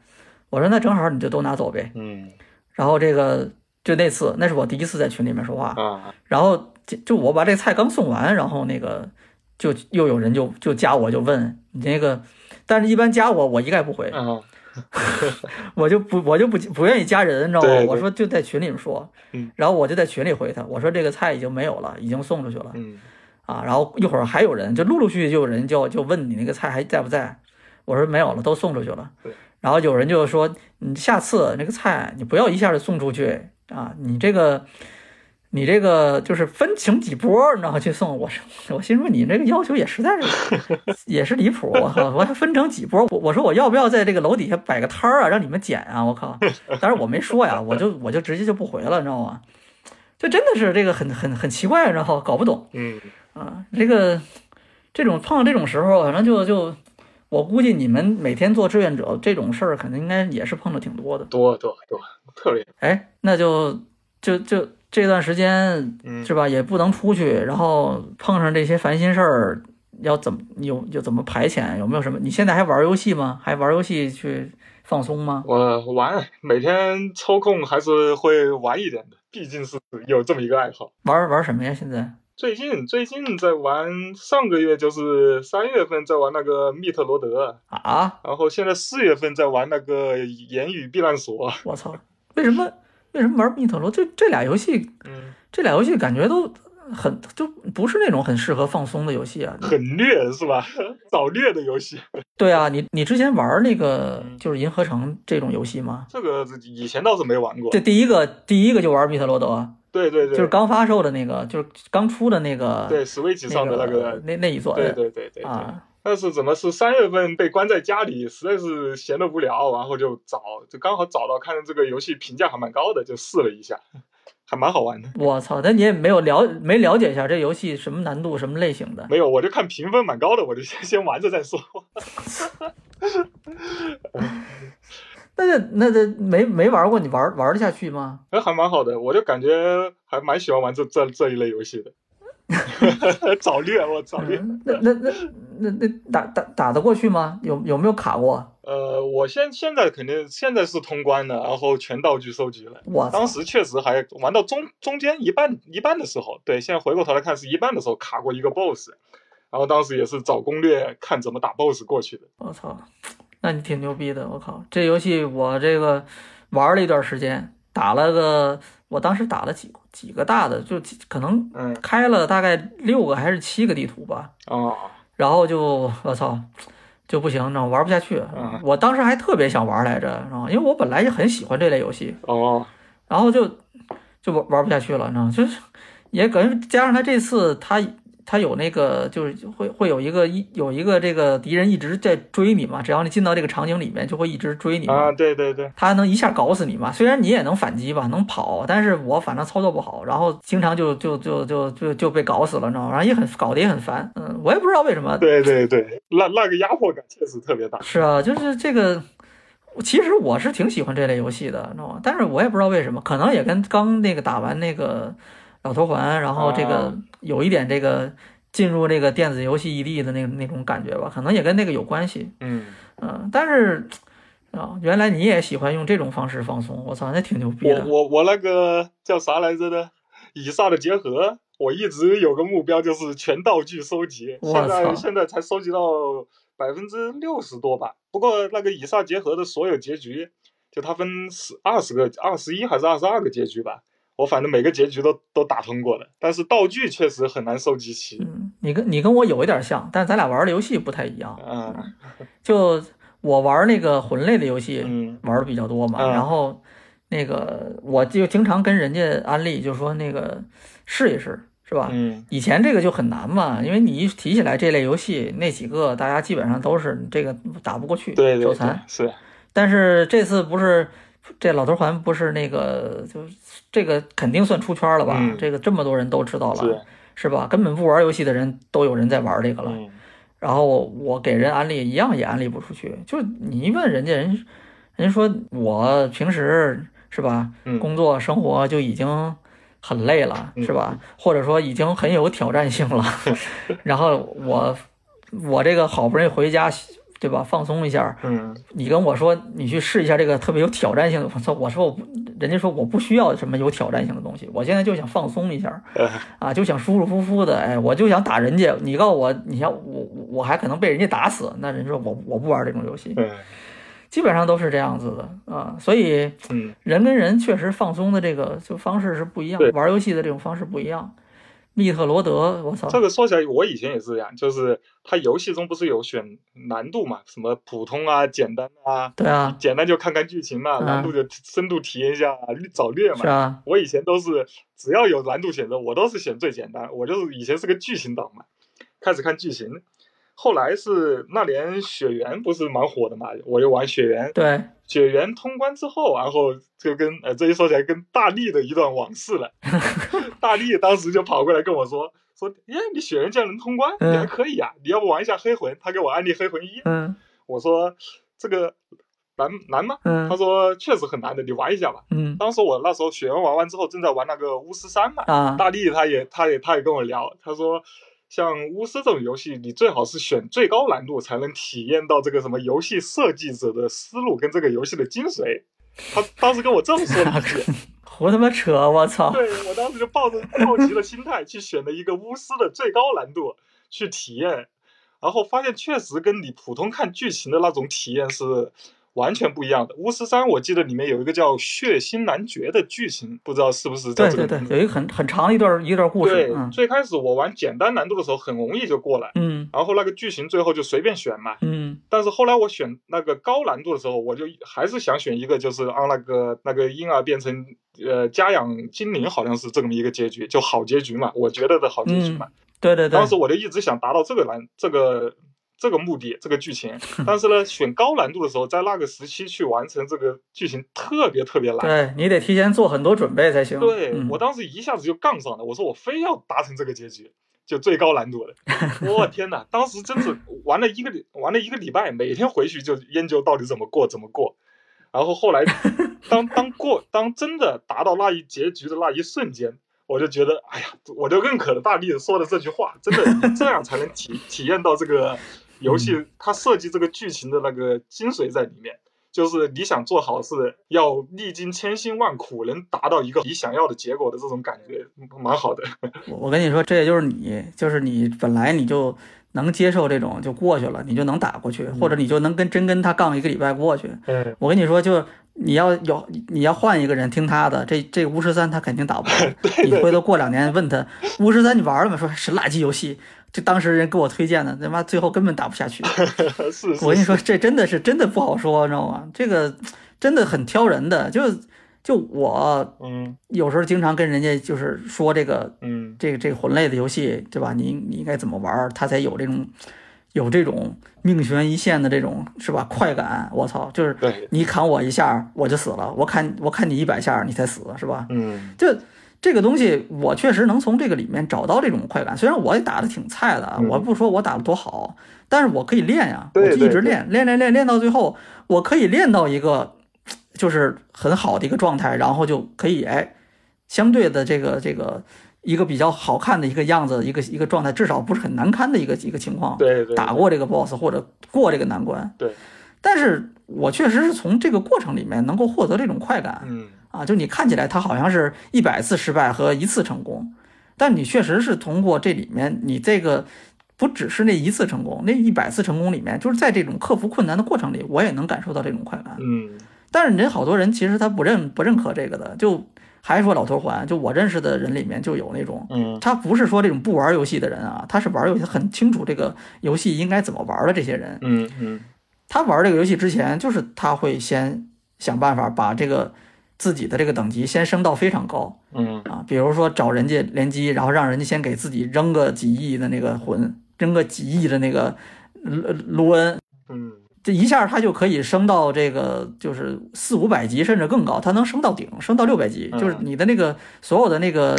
[SPEAKER 1] 我说那正好你就都拿走呗。
[SPEAKER 2] 嗯
[SPEAKER 1] 然后这个就那次，那是我第一次在群里面说话。
[SPEAKER 2] 啊，
[SPEAKER 1] 然后就就我把这菜刚送完，然后那个就又有人就就加我就问你那个，但是一般加我我一概不回，
[SPEAKER 2] 嗯
[SPEAKER 1] 我就不我就不不愿意加人，你知道
[SPEAKER 2] 对
[SPEAKER 1] 吗？
[SPEAKER 2] 对
[SPEAKER 1] 我说就在群里面说
[SPEAKER 2] 嗯，
[SPEAKER 1] 然后我就在群里回他，我说这个菜已经没有了，已经送出去了
[SPEAKER 2] 嗯
[SPEAKER 1] 啊。然后一会儿还有人，就陆陆续续就有人就就问你那个菜还在不在，我说没有了，都送出去了
[SPEAKER 2] 对。
[SPEAKER 1] 然后有人就说你下次那个菜你不要一下就送出去啊，你这个。你这个就是分成几波，然后去送我是，我心说你这个要求也实在是也是离谱，我 [LAUGHS] 靠，我还分成几波，我我说我要不要在这个楼底下摆个摊儿啊，让你们捡啊，我靠，但是我没说呀，我就我就直接就不回了，你知道吗？就真的是这个很很很奇怪，然后搞不懂
[SPEAKER 2] 嗯，
[SPEAKER 1] 啊，这个这种碰到这种时候，反正就就我估计你们每天做志愿者这种事儿，肯定应该也是碰的挺多的。
[SPEAKER 2] 多多多，特别
[SPEAKER 1] 哎，那就就就这段时间
[SPEAKER 2] 嗯
[SPEAKER 1] 是吧，也不能出去，然后碰上这些烦心事儿，要怎么有有怎么排遣？有没有什么？你现在还玩游戏吗？还玩游戏去放松吗？
[SPEAKER 2] 我玩，每天抽空还是会玩一点的，毕竟是有这么一个爱好。
[SPEAKER 1] 玩玩什么呀？现在
[SPEAKER 2] 最近最近在玩，上个月就是三月份在玩那个密特罗德，
[SPEAKER 1] 啊，
[SPEAKER 2] 然后现在四月份在玩那个言语避难所。
[SPEAKER 1] 我操，为什么为什么玩密特罗？这这俩游戏，
[SPEAKER 2] 嗯，
[SPEAKER 1] 这俩游戏感觉都很就不是那种很适合放松的游戏啊。
[SPEAKER 2] 很虐是吧？ [LAUGHS] 找虐的游戏，
[SPEAKER 1] 对啊，你你之前玩那个
[SPEAKER 2] 嗯
[SPEAKER 1] 就是银河城这种游戏吗？
[SPEAKER 2] 这个以前倒是没玩过。
[SPEAKER 1] 这第一个第一个就玩密特罗德啊。
[SPEAKER 2] 对对对，
[SPEAKER 1] 就是刚发售的那个，就是刚出的那个，
[SPEAKER 2] 对 Switch 上的那
[SPEAKER 1] 那
[SPEAKER 2] 个，
[SPEAKER 1] 那那一座，
[SPEAKER 2] 对对对对对。
[SPEAKER 1] 啊，
[SPEAKER 2] 但是怎么是三月份被关在家里，实在是闲得无聊，啊然后就找，就刚好找到，看这个游戏评价还蛮高的，就试了一下， [LAUGHS] 还蛮好玩的。
[SPEAKER 1] 我操，那你也没有了没了解一下这游戏什么难度、什么类型的？
[SPEAKER 2] 没有，我就看评分蛮高的，我就先先玩着再说。 [LAUGHS]
[SPEAKER 1] 那那那这没没玩过，你玩玩得下去吗？
[SPEAKER 2] 哎，还蛮好的，我就感觉还蛮喜欢玩这这这一类游戏的。 [LAUGHS] 找虐，我找虐。
[SPEAKER 1] 嗯，那那那那那打打打得过去吗？有有没有卡过？
[SPEAKER 2] 呃，我现现在肯定现在是通关了，然后全道具收集了。
[SPEAKER 1] 我操
[SPEAKER 2] 当，时确实还玩到中中间一半一半的时候，对，现在回过头来看是一半的时候卡过一个 BOSS，然后当时也是找攻略看怎么打 BOSS 过去的。
[SPEAKER 1] 我操，那你挺牛逼的，我靠，这游戏我这个玩了一段时间，打了个，我当时打了几几个大的，就几可能
[SPEAKER 2] 嗯
[SPEAKER 1] 开了大概六个还是七个地图吧。
[SPEAKER 2] 哦，
[SPEAKER 1] 然后就我操就不行，你知道吗玩不下去
[SPEAKER 2] 嗯。
[SPEAKER 1] 我当时还特别想玩来着，你知道吗？因为我本来就很喜欢这类游戏，
[SPEAKER 2] 哦，
[SPEAKER 1] 然后就就玩玩不下去了，你知道吗？就是也感觉加上他这次他他有那个就是会会有一个一有一个这个敌人一直在追你嘛，只要你进到这个场景里面，就会一直追你嘛。
[SPEAKER 2] 啊，对对对，
[SPEAKER 1] 他能一下搞死你嘛？虽然你也能反击吧，能跑，但是我反正操作不好，然后经常就就就就就就被搞死了，你知道吗？然后也很搞得也很烦，嗯，我也不知道为什么，
[SPEAKER 2] 对对对，那那个压迫感确实特别大。
[SPEAKER 1] 是啊，就是这个，其实我是挺喜欢这类游戏的，你知道吗？但是我也不知道为什么，可能也跟刚那个打完那个老头环，然后这个
[SPEAKER 2] 啊
[SPEAKER 1] 有一点这个进入这个电子游戏异地的那那种感觉吧，可能也跟那个有关系。
[SPEAKER 2] 嗯，
[SPEAKER 1] 嗯，但是啊，原来你也喜欢用这种方式放松，我操，那挺牛逼
[SPEAKER 2] 我
[SPEAKER 1] 的。
[SPEAKER 2] 我我那个叫啥来着的，以上的结合，我一直有个目标就是全道具收集，
[SPEAKER 1] 我
[SPEAKER 2] 现在
[SPEAKER 1] 操
[SPEAKER 2] 现在才收集到百分之六十多吧。不过那个以上结合的所有结局，就它分十二十个、二十一还是二十二个结局吧，我反正每个结局都都打通过了，但是道具确实很难收集齐。
[SPEAKER 1] 嗯，你跟你跟我有一点像，但是咱俩玩的游戏不太一样。
[SPEAKER 2] 嗯
[SPEAKER 1] 就我玩那个魂类的游戏，
[SPEAKER 2] 嗯
[SPEAKER 1] 玩的比较多嘛，
[SPEAKER 2] 嗯
[SPEAKER 1] 然后那个我就经常跟人家安利，就说那个试一试，是吧？
[SPEAKER 2] 嗯
[SPEAKER 1] 以前这个就很难嘛，因为你一提起来这类游戏，那几个大家基本上都是这个打不过去，
[SPEAKER 2] 对对
[SPEAKER 1] 手
[SPEAKER 2] 对
[SPEAKER 1] 残。，
[SPEAKER 2] 是，
[SPEAKER 1] 但是这次不是这老头环不是那个，就是这个肯定算出圈了吧？
[SPEAKER 2] 嗯
[SPEAKER 1] 这个这么多人都知道了，
[SPEAKER 2] 是
[SPEAKER 1] 是吧？根本不玩游戏的人都有人在玩这个了。
[SPEAKER 2] 嗯
[SPEAKER 1] 然后我给人安利一样也安利不出去，就是你一问人家人，人家说我平时是吧，
[SPEAKER 2] 嗯
[SPEAKER 1] 工作生活就已经很累了，
[SPEAKER 2] 嗯
[SPEAKER 1] 是吧？或者说已经
[SPEAKER 2] [LAUGHS]
[SPEAKER 1] 很有挑战性了，然后我我这个好不容易回家对吧？放松一下。
[SPEAKER 2] 嗯，
[SPEAKER 1] 你跟我说你去试一下这个特别有挑战性的，我操！我说我不，人家说我不需要什么有挑战性的东西，我现在就想放松一下，
[SPEAKER 2] 嗯
[SPEAKER 1] 啊，就想舒舒服服的，哎，我就想打人家。你告诉我，你要我我还可能被人家打死，那人说我我不玩这种游戏，
[SPEAKER 2] 嗯
[SPEAKER 1] 基本上都是这样子的啊。所以
[SPEAKER 2] 嗯，
[SPEAKER 1] 人跟人确实放松的这个就方式是不一样
[SPEAKER 2] 对，
[SPEAKER 1] 玩游戏的这种方式不一样。密特罗德，我操，
[SPEAKER 2] 这个说起来，我以前也是这样，就是它游戏中不是有选难度嘛，什么普通啊、简单啊，
[SPEAKER 1] 对啊，
[SPEAKER 2] 简单就看看剧情嘛，
[SPEAKER 1] 嗯
[SPEAKER 2] 难度就深度体验一下啊，找虐
[SPEAKER 1] 是
[SPEAKER 2] 嘛。
[SPEAKER 1] 啊，
[SPEAKER 2] 我以前都是只要有难度选择，我都是选最简单。我就是以前是个剧情党嘛，开始看剧情，后来是那年雪原不是蛮火的嘛，我就玩雪原。
[SPEAKER 1] 对，
[SPEAKER 2] 雪原通关之后，然后就跟呃，这一说起来跟大力的一段往事
[SPEAKER 1] [LAUGHS]
[SPEAKER 2] 了。大力当时就跑过来跟我说说，耶，你雪原竟然能通关，
[SPEAKER 1] 嗯
[SPEAKER 2] 你还可以啊，你要不玩一下黑魂？他给我安利黑魂一，
[SPEAKER 1] 嗯
[SPEAKER 2] 我说这个难难吗？他
[SPEAKER 1] 嗯
[SPEAKER 2] 说确实很难的，你玩一下吧。
[SPEAKER 1] 嗯
[SPEAKER 2] 当时我那时候雪原玩完之后，正在玩那个巫师三嘛，
[SPEAKER 1] 啊，
[SPEAKER 2] 大力他也他也他也跟我聊，他说像巫师这种游戏，你最好是选最高难度，才能体验到这个什么游戏设计者的思路跟这个游戏的精髓。他
[SPEAKER 1] [LAUGHS]
[SPEAKER 2] 当时跟我这么说的一句，
[SPEAKER 1] 胡他妈扯，我
[SPEAKER 2] [LAUGHS]
[SPEAKER 1] 操，
[SPEAKER 2] 对我当时就抱着好奇的心态去选了一个巫师的最高难度去体验，然后发现确实跟你普通看剧情的那种体验是完全不一样的。巫师三我记得里面有一个叫血腥男爵的剧情，不知道是不是叫
[SPEAKER 1] 对
[SPEAKER 2] 这
[SPEAKER 1] 对
[SPEAKER 2] 个
[SPEAKER 1] 对
[SPEAKER 2] 名，字。
[SPEAKER 1] 有一个很很长的一段一段故事，嗯
[SPEAKER 2] 最开始我玩简单难度的时候很容易就过来，
[SPEAKER 1] 嗯
[SPEAKER 2] 然后那个剧情最后就随便选嘛。
[SPEAKER 1] 嗯
[SPEAKER 2] 但是后来我选那个高难度的时候，我就还是想选一个，就是让那个那个婴儿变成呃家养精灵，好像是这么一个结局，就好结局嘛，我觉得的好结局嘛。
[SPEAKER 1] 嗯对对对
[SPEAKER 2] 当，时我就一直想达到这个难这个这个目的，这个剧
[SPEAKER 1] [LAUGHS]
[SPEAKER 2] 情。但是呢，选高难度的时候，在那个时期去完成这个剧情特别特别难。
[SPEAKER 1] 对你得提前做很多准备才行。
[SPEAKER 2] 对、
[SPEAKER 1] 嗯
[SPEAKER 2] 我当时一下子就杠上了，我说我非要达成这个结局，就最高
[SPEAKER 1] [LAUGHS]
[SPEAKER 2] 难度的。我、天哪！当时真是玩了一个礼玩了一个礼拜，每天回去就研究到底怎么过怎么过。然后
[SPEAKER 1] [LAUGHS]
[SPEAKER 2] 后来当当过当真的达到那一结局的那一瞬间，我就觉得哎呀，我就认可了大力说的这句话，真的这样才能
[SPEAKER 1] [LAUGHS]
[SPEAKER 2] 体体验到这个游
[SPEAKER 1] 嗯
[SPEAKER 2] 戏它设计这个剧情的那个精髓在里面。就是你想做好事，要历经千辛万苦，能达到一个你想要的结果的这种感觉，蛮好的。
[SPEAKER 1] 我我跟你说，这也就是你，就是你本来你就能接受这种就过去了，你就能打过去，或者你就能跟真跟他杠一个礼拜过去。
[SPEAKER 2] 嗯，
[SPEAKER 1] 我跟你说，就你要有你要换一个人听他的，这这巫师三他肯定打不过。你回头过两年问他巫师三你玩了吗？说是垃圾游戏，这当时人给我推荐的，他妈最后根本打不下去。
[SPEAKER 2] [LAUGHS] 是是
[SPEAKER 1] 我跟你说，这真的是真的不好说，你知道吗？这个真的很挑人的，就就我
[SPEAKER 2] 嗯
[SPEAKER 1] 有时候经常跟人家就是说这个
[SPEAKER 2] 嗯，
[SPEAKER 1] 这个这个魂类的游戏，对吧？你你应该怎么玩儿，它才有这种有这种命悬一线的这种是吧快感？我操，就是
[SPEAKER 2] 对，
[SPEAKER 1] 你砍我一下我就死了，我砍我砍你一百下你才死是吧？
[SPEAKER 2] 嗯
[SPEAKER 1] 就这个东西，我确实能从这个里面找到这种快感。虽然我也打的挺菜的啊，
[SPEAKER 2] 嗯
[SPEAKER 1] 我不说我打的多好，但是我可以练呀、
[SPEAKER 2] 对
[SPEAKER 1] 我就一直
[SPEAKER 2] 对对
[SPEAKER 1] 练，练练练练到最后，我可以练到一个就是很好的一个状态，然后就可以哎，相对的这个这个一个比较好看的一个样子，一个一个状态，至少不是很难堪的一个一个情况，
[SPEAKER 2] 对对，
[SPEAKER 1] 打过这个 boss 或者过这个难关。
[SPEAKER 2] 对，
[SPEAKER 1] 但是我确实是从这个过程里面能够获得这种快感。
[SPEAKER 2] 嗯
[SPEAKER 1] 啊，就你看起来它好像是一百次失败和一次成功，但你确实是通过这里面，你这个不只是那一次成功，那一百次成功里面，就是在这种克服困难的过程里，我也能感受到这种快感。
[SPEAKER 2] 嗯
[SPEAKER 1] 但是人好多人其实他不认不认可这个的，就还说老头环，就我认识的人里面就有那种。
[SPEAKER 2] 嗯
[SPEAKER 1] 他不是说这种不玩游戏的人啊，他是玩游戏很清楚这个游戏应该怎么玩的这些人，
[SPEAKER 2] 嗯嗯，
[SPEAKER 1] 他玩这个游戏之前，就是他会先想办法把这个自己的这个等级先升到非常高
[SPEAKER 2] 嗯
[SPEAKER 1] 啊，比如说找人家联机，然后让人家先给自己扔个几亿的那个魂，啊扔个几亿的那个卢卢恩，
[SPEAKER 2] 嗯
[SPEAKER 1] 这一下他就可以升到这个就是四五百级甚至更高，他能升到顶，升到六百级，
[SPEAKER 2] 嗯
[SPEAKER 1] 就是你的那个所有的那个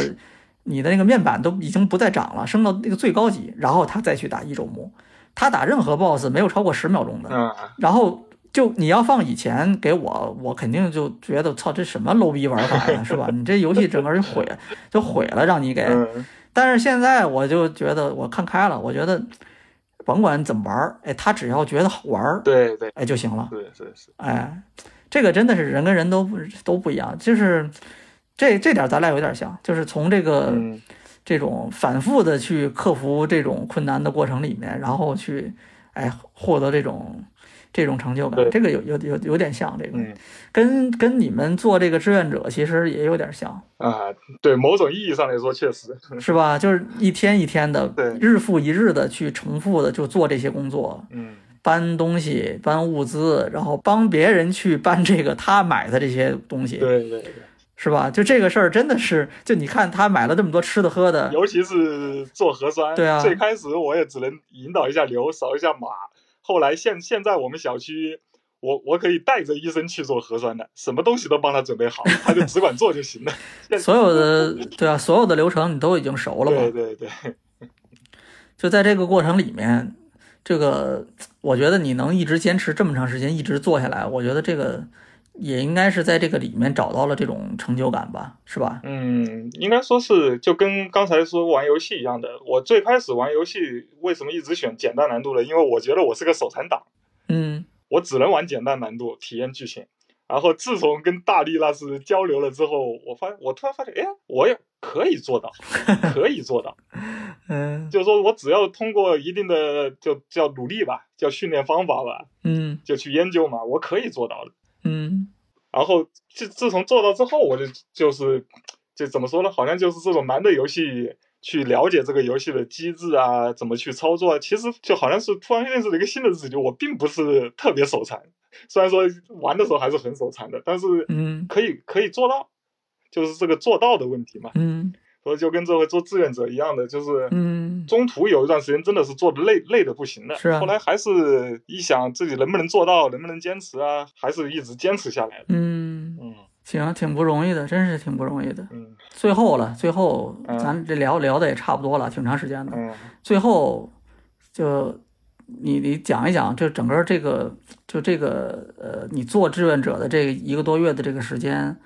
[SPEAKER 1] 你的那个面板都已经不再涨了，升到那个最高级，然后他再去打一周目，他打任何 BOSS 没有超过十秒钟的。
[SPEAKER 2] 啊，
[SPEAKER 1] 然后就你要放以前给我，我肯定就觉得操，这什么 low 逼玩法呀，是吧？你这游戏整个就毁，就毁了，让你给。
[SPEAKER 2] 嗯
[SPEAKER 1] 但是现在我就觉得我看开了，我觉得甭管怎么玩儿，哎，他只要觉得好玩儿，
[SPEAKER 2] 对对
[SPEAKER 1] 哎就行了。
[SPEAKER 2] 对是是，
[SPEAKER 1] 哎，这个真的是人跟人都不都不一样，就是这这点咱俩有点像，就是从这个、
[SPEAKER 2] 嗯
[SPEAKER 1] 这种反复的去克服这种困难的过程里面，然后去哎获得这种这种成就感，
[SPEAKER 2] 对
[SPEAKER 1] 这个有有有有点像这个，
[SPEAKER 2] 嗯
[SPEAKER 1] 跟跟你们做这个志愿者其实也有点像，
[SPEAKER 2] 啊，对某种意义上来说确实，
[SPEAKER 1] 是吧？就是一天一天的
[SPEAKER 2] 对，
[SPEAKER 1] 日复一日的去重复的就做这些工作，
[SPEAKER 2] 嗯
[SPEAKER 1] 搬东西、搬物资，然后帮别人去搬这个他买的这些东西，
[SPEAKER 2] 对对对，
[SPEAKER 1] 是吧？就这个事儿真的是，就你看他买了这么多吃的喝 [LAUGHS] 的，
[SPEAKER 2] 尤其是做核酸，
[SPEAKER 1] 对啊
[SPEAKER 2] 最开始我也只能引导一下牛，扫一下码。后来现现在我们小区，我我可以带着医生去做核酸的，什么东西都帮他准备好，他就只管做就
[SPEAKER 1] [LAUGHS]
[SPEAKER 2] 行了。现
[SPEAKER 1] 所有的对啊，所有的流程你都已经熟了嘛，
[SPEAKER 2] 对对对，
[SPEAKER 1] 就在这个过程里面，这个我觉得你能一直坚持这么长时间，一直做下来，我觉得这个也应该是在这个里面找到了这种成就感吧，是吧？
[SPEAKER 2] 嗯，应该说是就跟刚才说玩游戏一样的。我最开始玩游戏为什么一直选简单难度呢？因为我觉得我是个手残党，
[SPEAKER 1] 嗯，
[SPEAKER 2] 我只能玩简单难度体验剧情。然后自从跟大力那次交流了之后，我发我突然发现，哎，我也可以做到，可以做到。
[SPEAKER 1] 嗯
[SPEAKER 2] 就是说我只要通过一定的就叫努力吧，叫训练方法吧，
[SPEAKER 1] 嗯
[SPEAKER 2] 就去研究嘛，我可以做到的。
[SPEAKER 1] 嗯
[SPEAKER 2] 然后自自从做到之后，我就就是就怎么说呢，好像就是这种难的游戏，去了解这个游戏的机制啊，怎么去操作啊，其实就好像是突然认识了一个新的自己，我并不是特别手残，虽然说玩的时候还是很手残的，但是
[SPEAKER 1] 嗯
[SPEAKER 2] 可以可以做到，就是这个做到的问题嘛。
[SPEAKER 1] 嗯
[SPEAKER 2] 所以就跟这回做志愿者一样的，就是
[SPEAKER 1] 嗯，
[SPEAKER 2] 中途有一段时间真的是做的累累的不行的，
[SPEAKER 1] 是啊
[SPEAKER 2] 后来还是一想自己能不能做到，能不能坚持啊，还是一直坚持下来的。
[SPEAKER 1] 嗯，
[SPEAKER 2] 嗯
[SPEAKER 1] 行，挺不容易的，真是挺不容易的。
[SPEAKER 2] 嗯
[SPEAKER 1] 最后了，最后
[SPEAKER 2] 嗯
[SPEAKER 1] 咱这聊聊的也差不多了，挺长时间的。
[SPEAKER 2] 嗯
[SPEAKER 1] 最后就你你讲一讲，就整个这个就这个呃，你做志愿者的这一个多月的这个时间，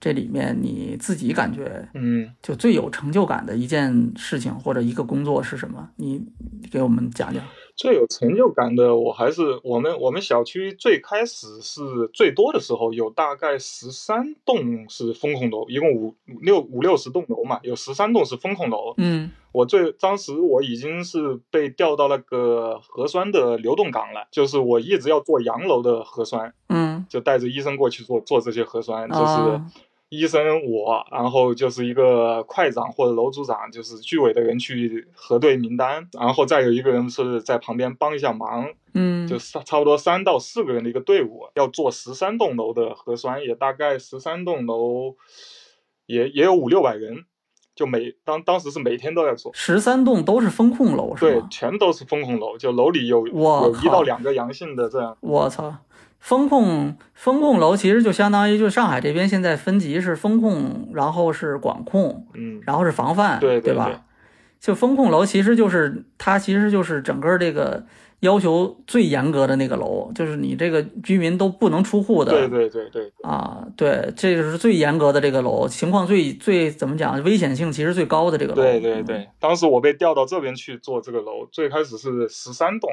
[SPEAKER 1] 这里面你自己感觉
[SPEAKER 2] 嗯
[SPEAKER 1] 就最有成就感的一件事情或者一个工作是什么？你你给我们讲讲。
[SPEAKER 2] 最有成就感的，我还是我们我们小区最开始是最多的时候，有大概十三栋是风控楼，一共五五六五六十栋楼嘛，有十三栋是风控楼。
[SPEAKER 1] 嗯
[SPEAKER 2] 我最当时我已经是被调到那个核酸的流动岗了，就是我一直要做洋楼的核酸。
[SPEAKER 1] 嗯
[SPEAKER 2] 就带着医生过去做做这些核酸，就是
[SPEAKER 1] 啊
[SPEAKER 2] 医生我，然后就是一个快长或者楼组长，就是居委的人去核对名单，然后再有一个人是在旁边帮一下忙，
[SPEAKER 1] 嗯
[SPEAKER 2] 就是差不多三到四个人的一个队伍，要做十三栋楼的核酸，也大概十三栋楼也也有五六百人，就每当当时是每天都在做。
[SPEAKER 1] 十三栋都是风控楼是
[SPEAKER 2] 对
[SPEAKER 1] 吗，？
[SPEAKER 2] 全都是风控楼，就楼里有
[SPEAKER 1] 哇
[SPEAKER 2] 有一
[SPEAKER 1] 靠
[SPEAKER 2] 到两个阳性的这样，
[SPEAKER 1] 我操！风控风控楼其实就相当于就上海这边现在分级是风控，然后是管控，
[SPEAKER 2] 嗯，
[SPEAKER 1] 然后是防范，
[SPEAKER 2] 对对对
[SPEAKER 1] 吧？就风控楼其实就是它，其实就是整个这个要求最严格的那个楼，就是你这个居民都不能出户的，
[SPEAKER 2] 对对对对，
[SPEAKER 1] 啊，对，这个是最严格的这个楼，情况最最怎么讲，危险性其实最高的这个楼，嗯
[SPEAKER 2] 对对对，当时我被调到这边去做这个楼，最开始是十三栋，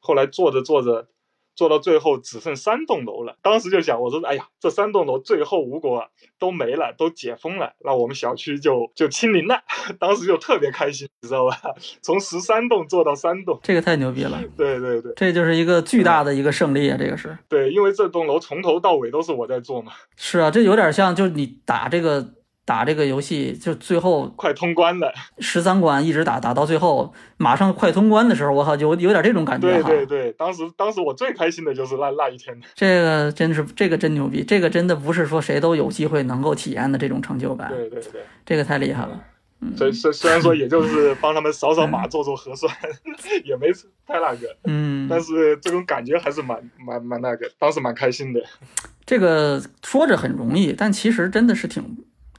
[SPEAKER 2] 后来做着做着，做到最后只剩三栋楼了。当时就想，我说，哎呀，这三栋楼最后如果都没了，都解封了，那我们小区就就清零了。当时就特别开心，你知道吧？ [LAUGHS] 从十三栋做到三栋，
[SPEAKER 1] 这个太牛逼了，
[SPEAKER 2] 对对对
[SPEAKER 1] 这就是一个巨大的一个胜利啊，这个是。
[SPEAKER 2] 对，因为这栋楼从头到尾都是我在做嘛，
[SPEAKER 1] 是啊，这有点像，就是你打这个打这个游戏，就最后
[SPEAKER 2] 快通关了。 [LAUGHS]
[SPEAKER 1] 十三关一直打打到最后，马上快通关的时候，我靠，有有点这种感觉
[SPEAKER 2] 对
[SPEAKER 1] 哈。
[SPEAKER 2] 对对，当时当时我最开心的就是那那一天。
[SPEAKER 1] 这个真是这个真牛逼，这个真的不是说谁都有机会能够体验的这种成就感，
[SPEAKER 2] 对对对。
[SPEAKER 1] 这个太厉害了。
[SPEAKER 2] 所以虽虽然说也就是帮他们扫扫码、做做核酸， [LAUGHS] 也没太那个，
[SPEAKER 1] 嗯，
[SPEAKER 2] 但是这种感觉还是蛮蛮蛮那个，当时蛮开心的。
[SPEAKER 1] 这个说着很容易，但其实真的是挺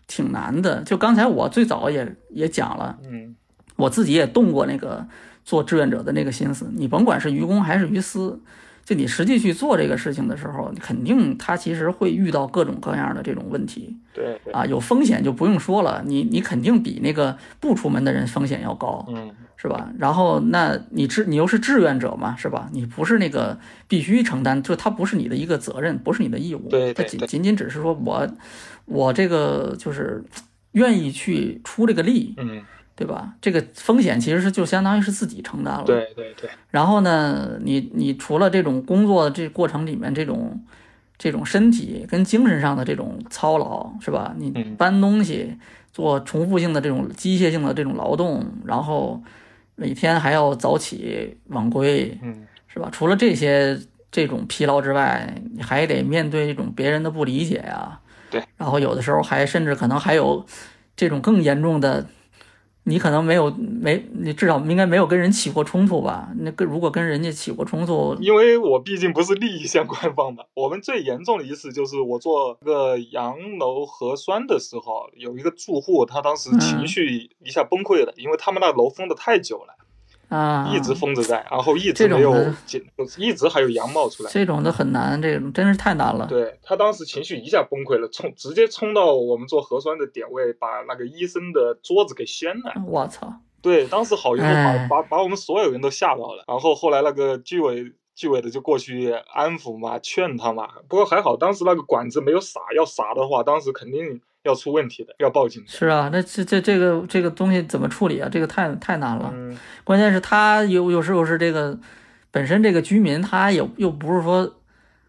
[SPEAKER 1] 挺难的。就刚才我最早也也讲了，
[SPEAKER 2] 嗯
[SPEAKER 1] 我自己也动过那个做志愿者的那个心思。你甭管是于公还是于私，就你实际去做这个事情的时候，肯定它其实会遇到各种各样的这种问题
[SPEAKER 2] 对，对
[SPEAKER 1] 啊，有风险就不用说了，你你肯定比那个不出门的人风险要高，
[SPEAKER 2] 嗯，
[SPEAKER 1] 是吧？然后那你志你又是志愿者嘛，是吧？你不是那个必须承担，就它不是你的一个责任，不是你的义务，
[SPEAKER 2] 对对
[SPEAKER 1] 它仅
[SPEAKER 2] 对
[SPEAKER 1] 仅仅只是说我我这个就是愿意去出这个力，
[SPEAKER 2] 嗯，
[SPEAKER 1] 对吧？这个风险其实是就相当于是自己承担了，
[SPEAKER 2] 对对对，
[SPEAKER 1] 然后呢，你你除了这种工作这过程里面这种这种身体跟精神上的这种操劳，是吧？你
[SPEAKER 2] 嗯
[SPEAKER 1] 搬东西、做重复性的这种机械性的这种劳动，然后每天还要早起晚归，
[SPEAKER 2] 嗯，
[SPEAKER 1] 是吧？除了这些这种疲劳之外，你还得面对这种别人的不理解呀、
[SPEAKER 2] 对。
[SPEAKER 1] 然后有的时候还甚至可能还有这种更严重的，你可能没有没你至少应该没有跟人起过冲突吧？那跟如果跟人家起过冲突，
[SPEAKER 2] 因为我毕竟不是利益相关方吧。我们最严重的一次就是我做那个羊楼核酸的时候，有一个住户他当时
[SPEAKER 1] 嗯
[SPEAKER 2] 情绪一下崩溃了，因为他们那楼封的太久了，
[SPEAKER 1] 啊，
[SPEAKER 2] 一直封着在，然后一
[SPEAKER 1] 这
[SPEAKER 2] 直
[SPEAKER 1] 种
[SPEAKER 2] 没有
[SPEAKER 1] 的
[SPEAKER 2] 解，一直还有羊冒出来。
[SPEAKER 1] 这种的很难，这种真是太难了。
[SPEAKER 2] 对他当时情绪一下崩溃了，冲直接冲到我们做核酸的点位，把那个医生的桌子给掀了。
[SPEAKER 1] 我操！
[SPEAKER 2] 对，当时好一把
[SPEAKER 1] 哎
[SPEAKER 2] 把把我们所有人都吓到了。然后后来那个居委居委的就过去安抚嘛，劝他嘛。不过还好，当时那个管子没有撒，要撒的话，当时肯定要出问题的，要报警的。
[SPEAKER 1] 是啊，那这这这个这个东西怎么处理啊？这个太太难了。
[SPEAKER 2] 嗯，
[SPEAKER 1] 关键是他有有时候是这个本身这个居民，他也又不是说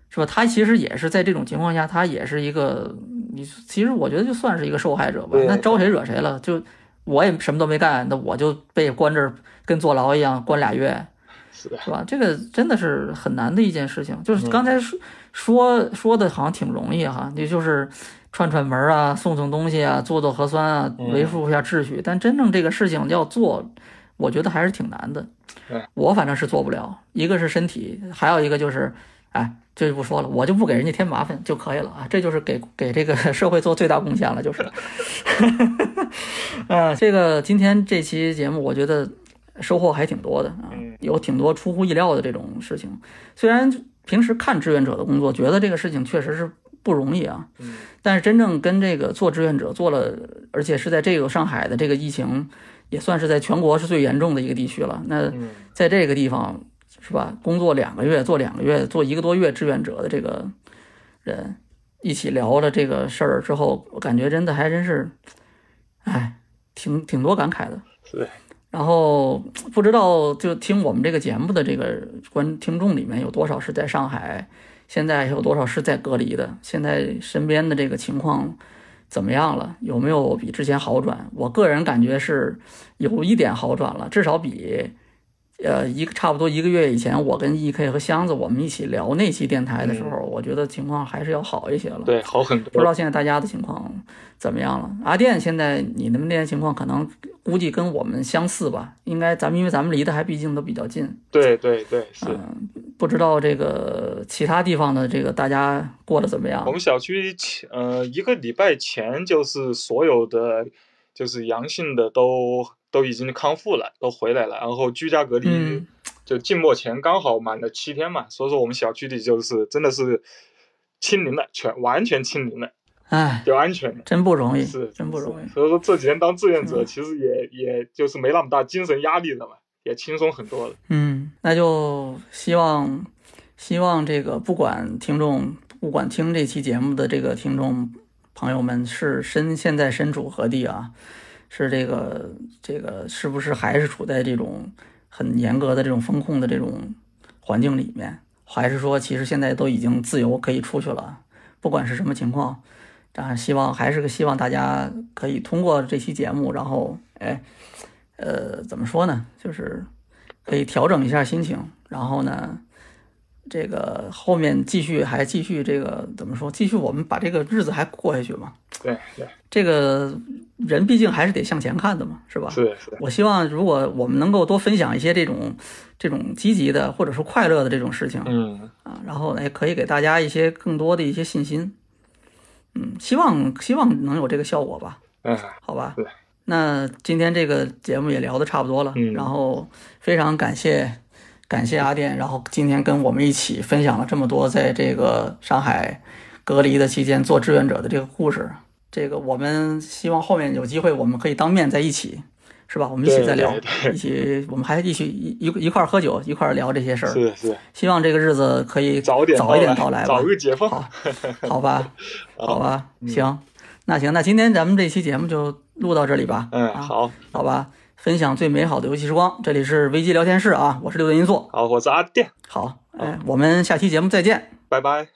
[SPEAKER 1] 是吧？他其实也是在这种情况下，他也是一个你其实我觉得就算是一个受害者吧
[SPEAKER 2] 对。
[SPEAKER 1] 那招谁惹谁了？就我也什么都没干，那我就被关这儿跟坐牢一样关俩月，
[SPEAKER 2] 是的，
[SPEAKER 1] 是吧？这个真的是很难的一件事情。就是
[SPEAKER 2] 嗯
[SPEAKER 1] 刚才说说说的好像挺容易哈，也就是串串门啊、送送东西啊、做做核酸啊，
[SPEAKER 2] 嗯
[SPEAKER 1] 维护一下秩序。但真正这个事情要做，我觉得还是挺难的
[SPEAKER 2] 对。
[SPEAKER 1] 我反正是做不了，一个是身体，还有一个就是，哎，这就不说了，我就不给人家添麻烦就可以了啊。这就是给给这个社会做最大贡献了， [LAUGHS] 就是。嗯，这个今天这期节目，我觉得收获还挺多的啊
[SPEAKER 2] 嗯，
[SPEAKER 1] 有挺多出乎意料的这种事情。虽然平时看志愿者的工作，觉得这个事情确实是不容易啊，
[SPEAKER 2] 嗯，
[SPEAKER 1] 但是真正跟这个做志愿者做了，而且是在这个上海的这个疫情，也算是在全国是最严重的一个地区了。那
[SPEAKER 2] 嗯，
[SPEAKER 1] 在这个地方是吧，工作两个月，做两个月，做一个多月志愿者的这个人，一起聊了这个事儿之后，我感觉真的还真是，哎，挺挺多感慨的。
[SPEAKER 2] 是的，
[SPEAKER 1] 然后不知道就听我们这个节目的这个观听众里面有多少是在上海，现在有多少是在隔离的？现在身边的这个情况怎么样了？有没有比之前好转？我个人感觉是有一点好转了，至少比呃一个差不多一个月以前，我跟 E.K 和箱子我们一起聊那期电台的时候，我觉得情况还是要好一些了。
[SPEAKER 2] 对，好很
[SPEAKER 1] 不知
[SPEAKER 2] 多。
[SPEAKER 1] 道现在大家的情况怎么样了？阿电，现在你们那边情况可能估计跟我们相似吧？应该咱们因为咱们离得还毕竟都比较近，
[SPEAKER 2] 对对对，是。
[SPEAKER 1] 嗯，不知道这个其他地方的这个大家过得怎么样
[SPEAKER 2] 我？们小区前呃一个礼拜前就是所有的就是阳性的都都已经康复了，都回来了，然后居家隔离、
[SPEAKER 1] 嗯
[SPEAKER 2] 就静默前刚好满了七天嘛，所以说我们小区里就是真的是清零了，全完全清零了，
[SPEAKER 1] 哎，
[SPEAKER 2] 有安全的。
[SPEAKER 1] 真不容易，
[SPEAKER 2] 是
[SPEAKER 1] 真不容易。
[SPEAKER 2] 所以说这几天当志愿者，
[SPEAKER 1] 嗯
[SPEAKER 2] 其实也也就是没那么大精神压力了嘛，也轻松很多了。
[SPEAKER 1] 嗯，那就希望希望这个不管听众，不管听这期节目的这个听众朋友们是身现在身处何地啊？是这个这个是不是还是处在这种很严格的这种风控的这种环境里面？还是说其实现在都已经自由可以出去了？不管是什么情况，当然希望还是个希望大家可以通过这期节目，然后哎，呃，怎么说呢？就是可以调整一下心情，然后呢，这个后面继续还继续这个怎么说？继续我们把这个日子还过下去嘛？
[SPEAKER 2] 对对，
[SPEAKER 1] 这个人毕竟还是得向前看的嘛，是吧？
[SPEAKER 2] 是的是的，
[SPEAKER 1] 我希望如果我们能够多分享一些这种这种积极的或者说快乐的这种事情
[SPEAKER 2] 嗯，
[SPEAKER 1] 啊，然后哎可以给大家一些更多的一些信心，嗯，希望希望能有这个效果吧。
[SPEAKER 2] 嗯，
[SPEAKER 1] 好吧
[SPEAKER 2] 对。
[SPEAKER 1] 那今天这个节目也聊得差不多了，
[SPEAKER 2] 嗯
[SPEAKER 1] 然后非常感谢感谢阿电，然后今天跟我们一起分享了这么多在这个上海隔离的期间做志愿者的这个故事。这个我们希望后面有机会我们可以当面在一起，是吧？我们一起再聊，
[SPEAKER 2] 对对对
[SPEAKER 1] 一起我们还一起一一一块儿喝酒，一块儿聊这些事儿。
[SPEAKER 2] 是是，
[SPEAKER 1] 希望这个日子可以
[SPEAKER 2] 早点
[SPEAKER 1] 早一点
[SPEAKER 2] 到
[SPEAKER 1] 到来吧，
[SPEAKER 2] 早日解放。
[SPEAKER 1] 好， [LAUGHS] 好吧，嗯好吧，行，那行，那今天咱们这期节目就录到这里吧。
[SPEAKER 2] 嗯，
[SPEAKER 1] 啊，
[SPEAKER 2] 好
[SPEAKER 1] 好吧，分享最美好的游戏时光，这里是危机聊天室啊，我是六顿音座。
[SPEAKER 2] 好，我是阿电，
[SPEAKER 1] 好，哎，我们下期节目再见。
[SPEAKER 2] 拜拜。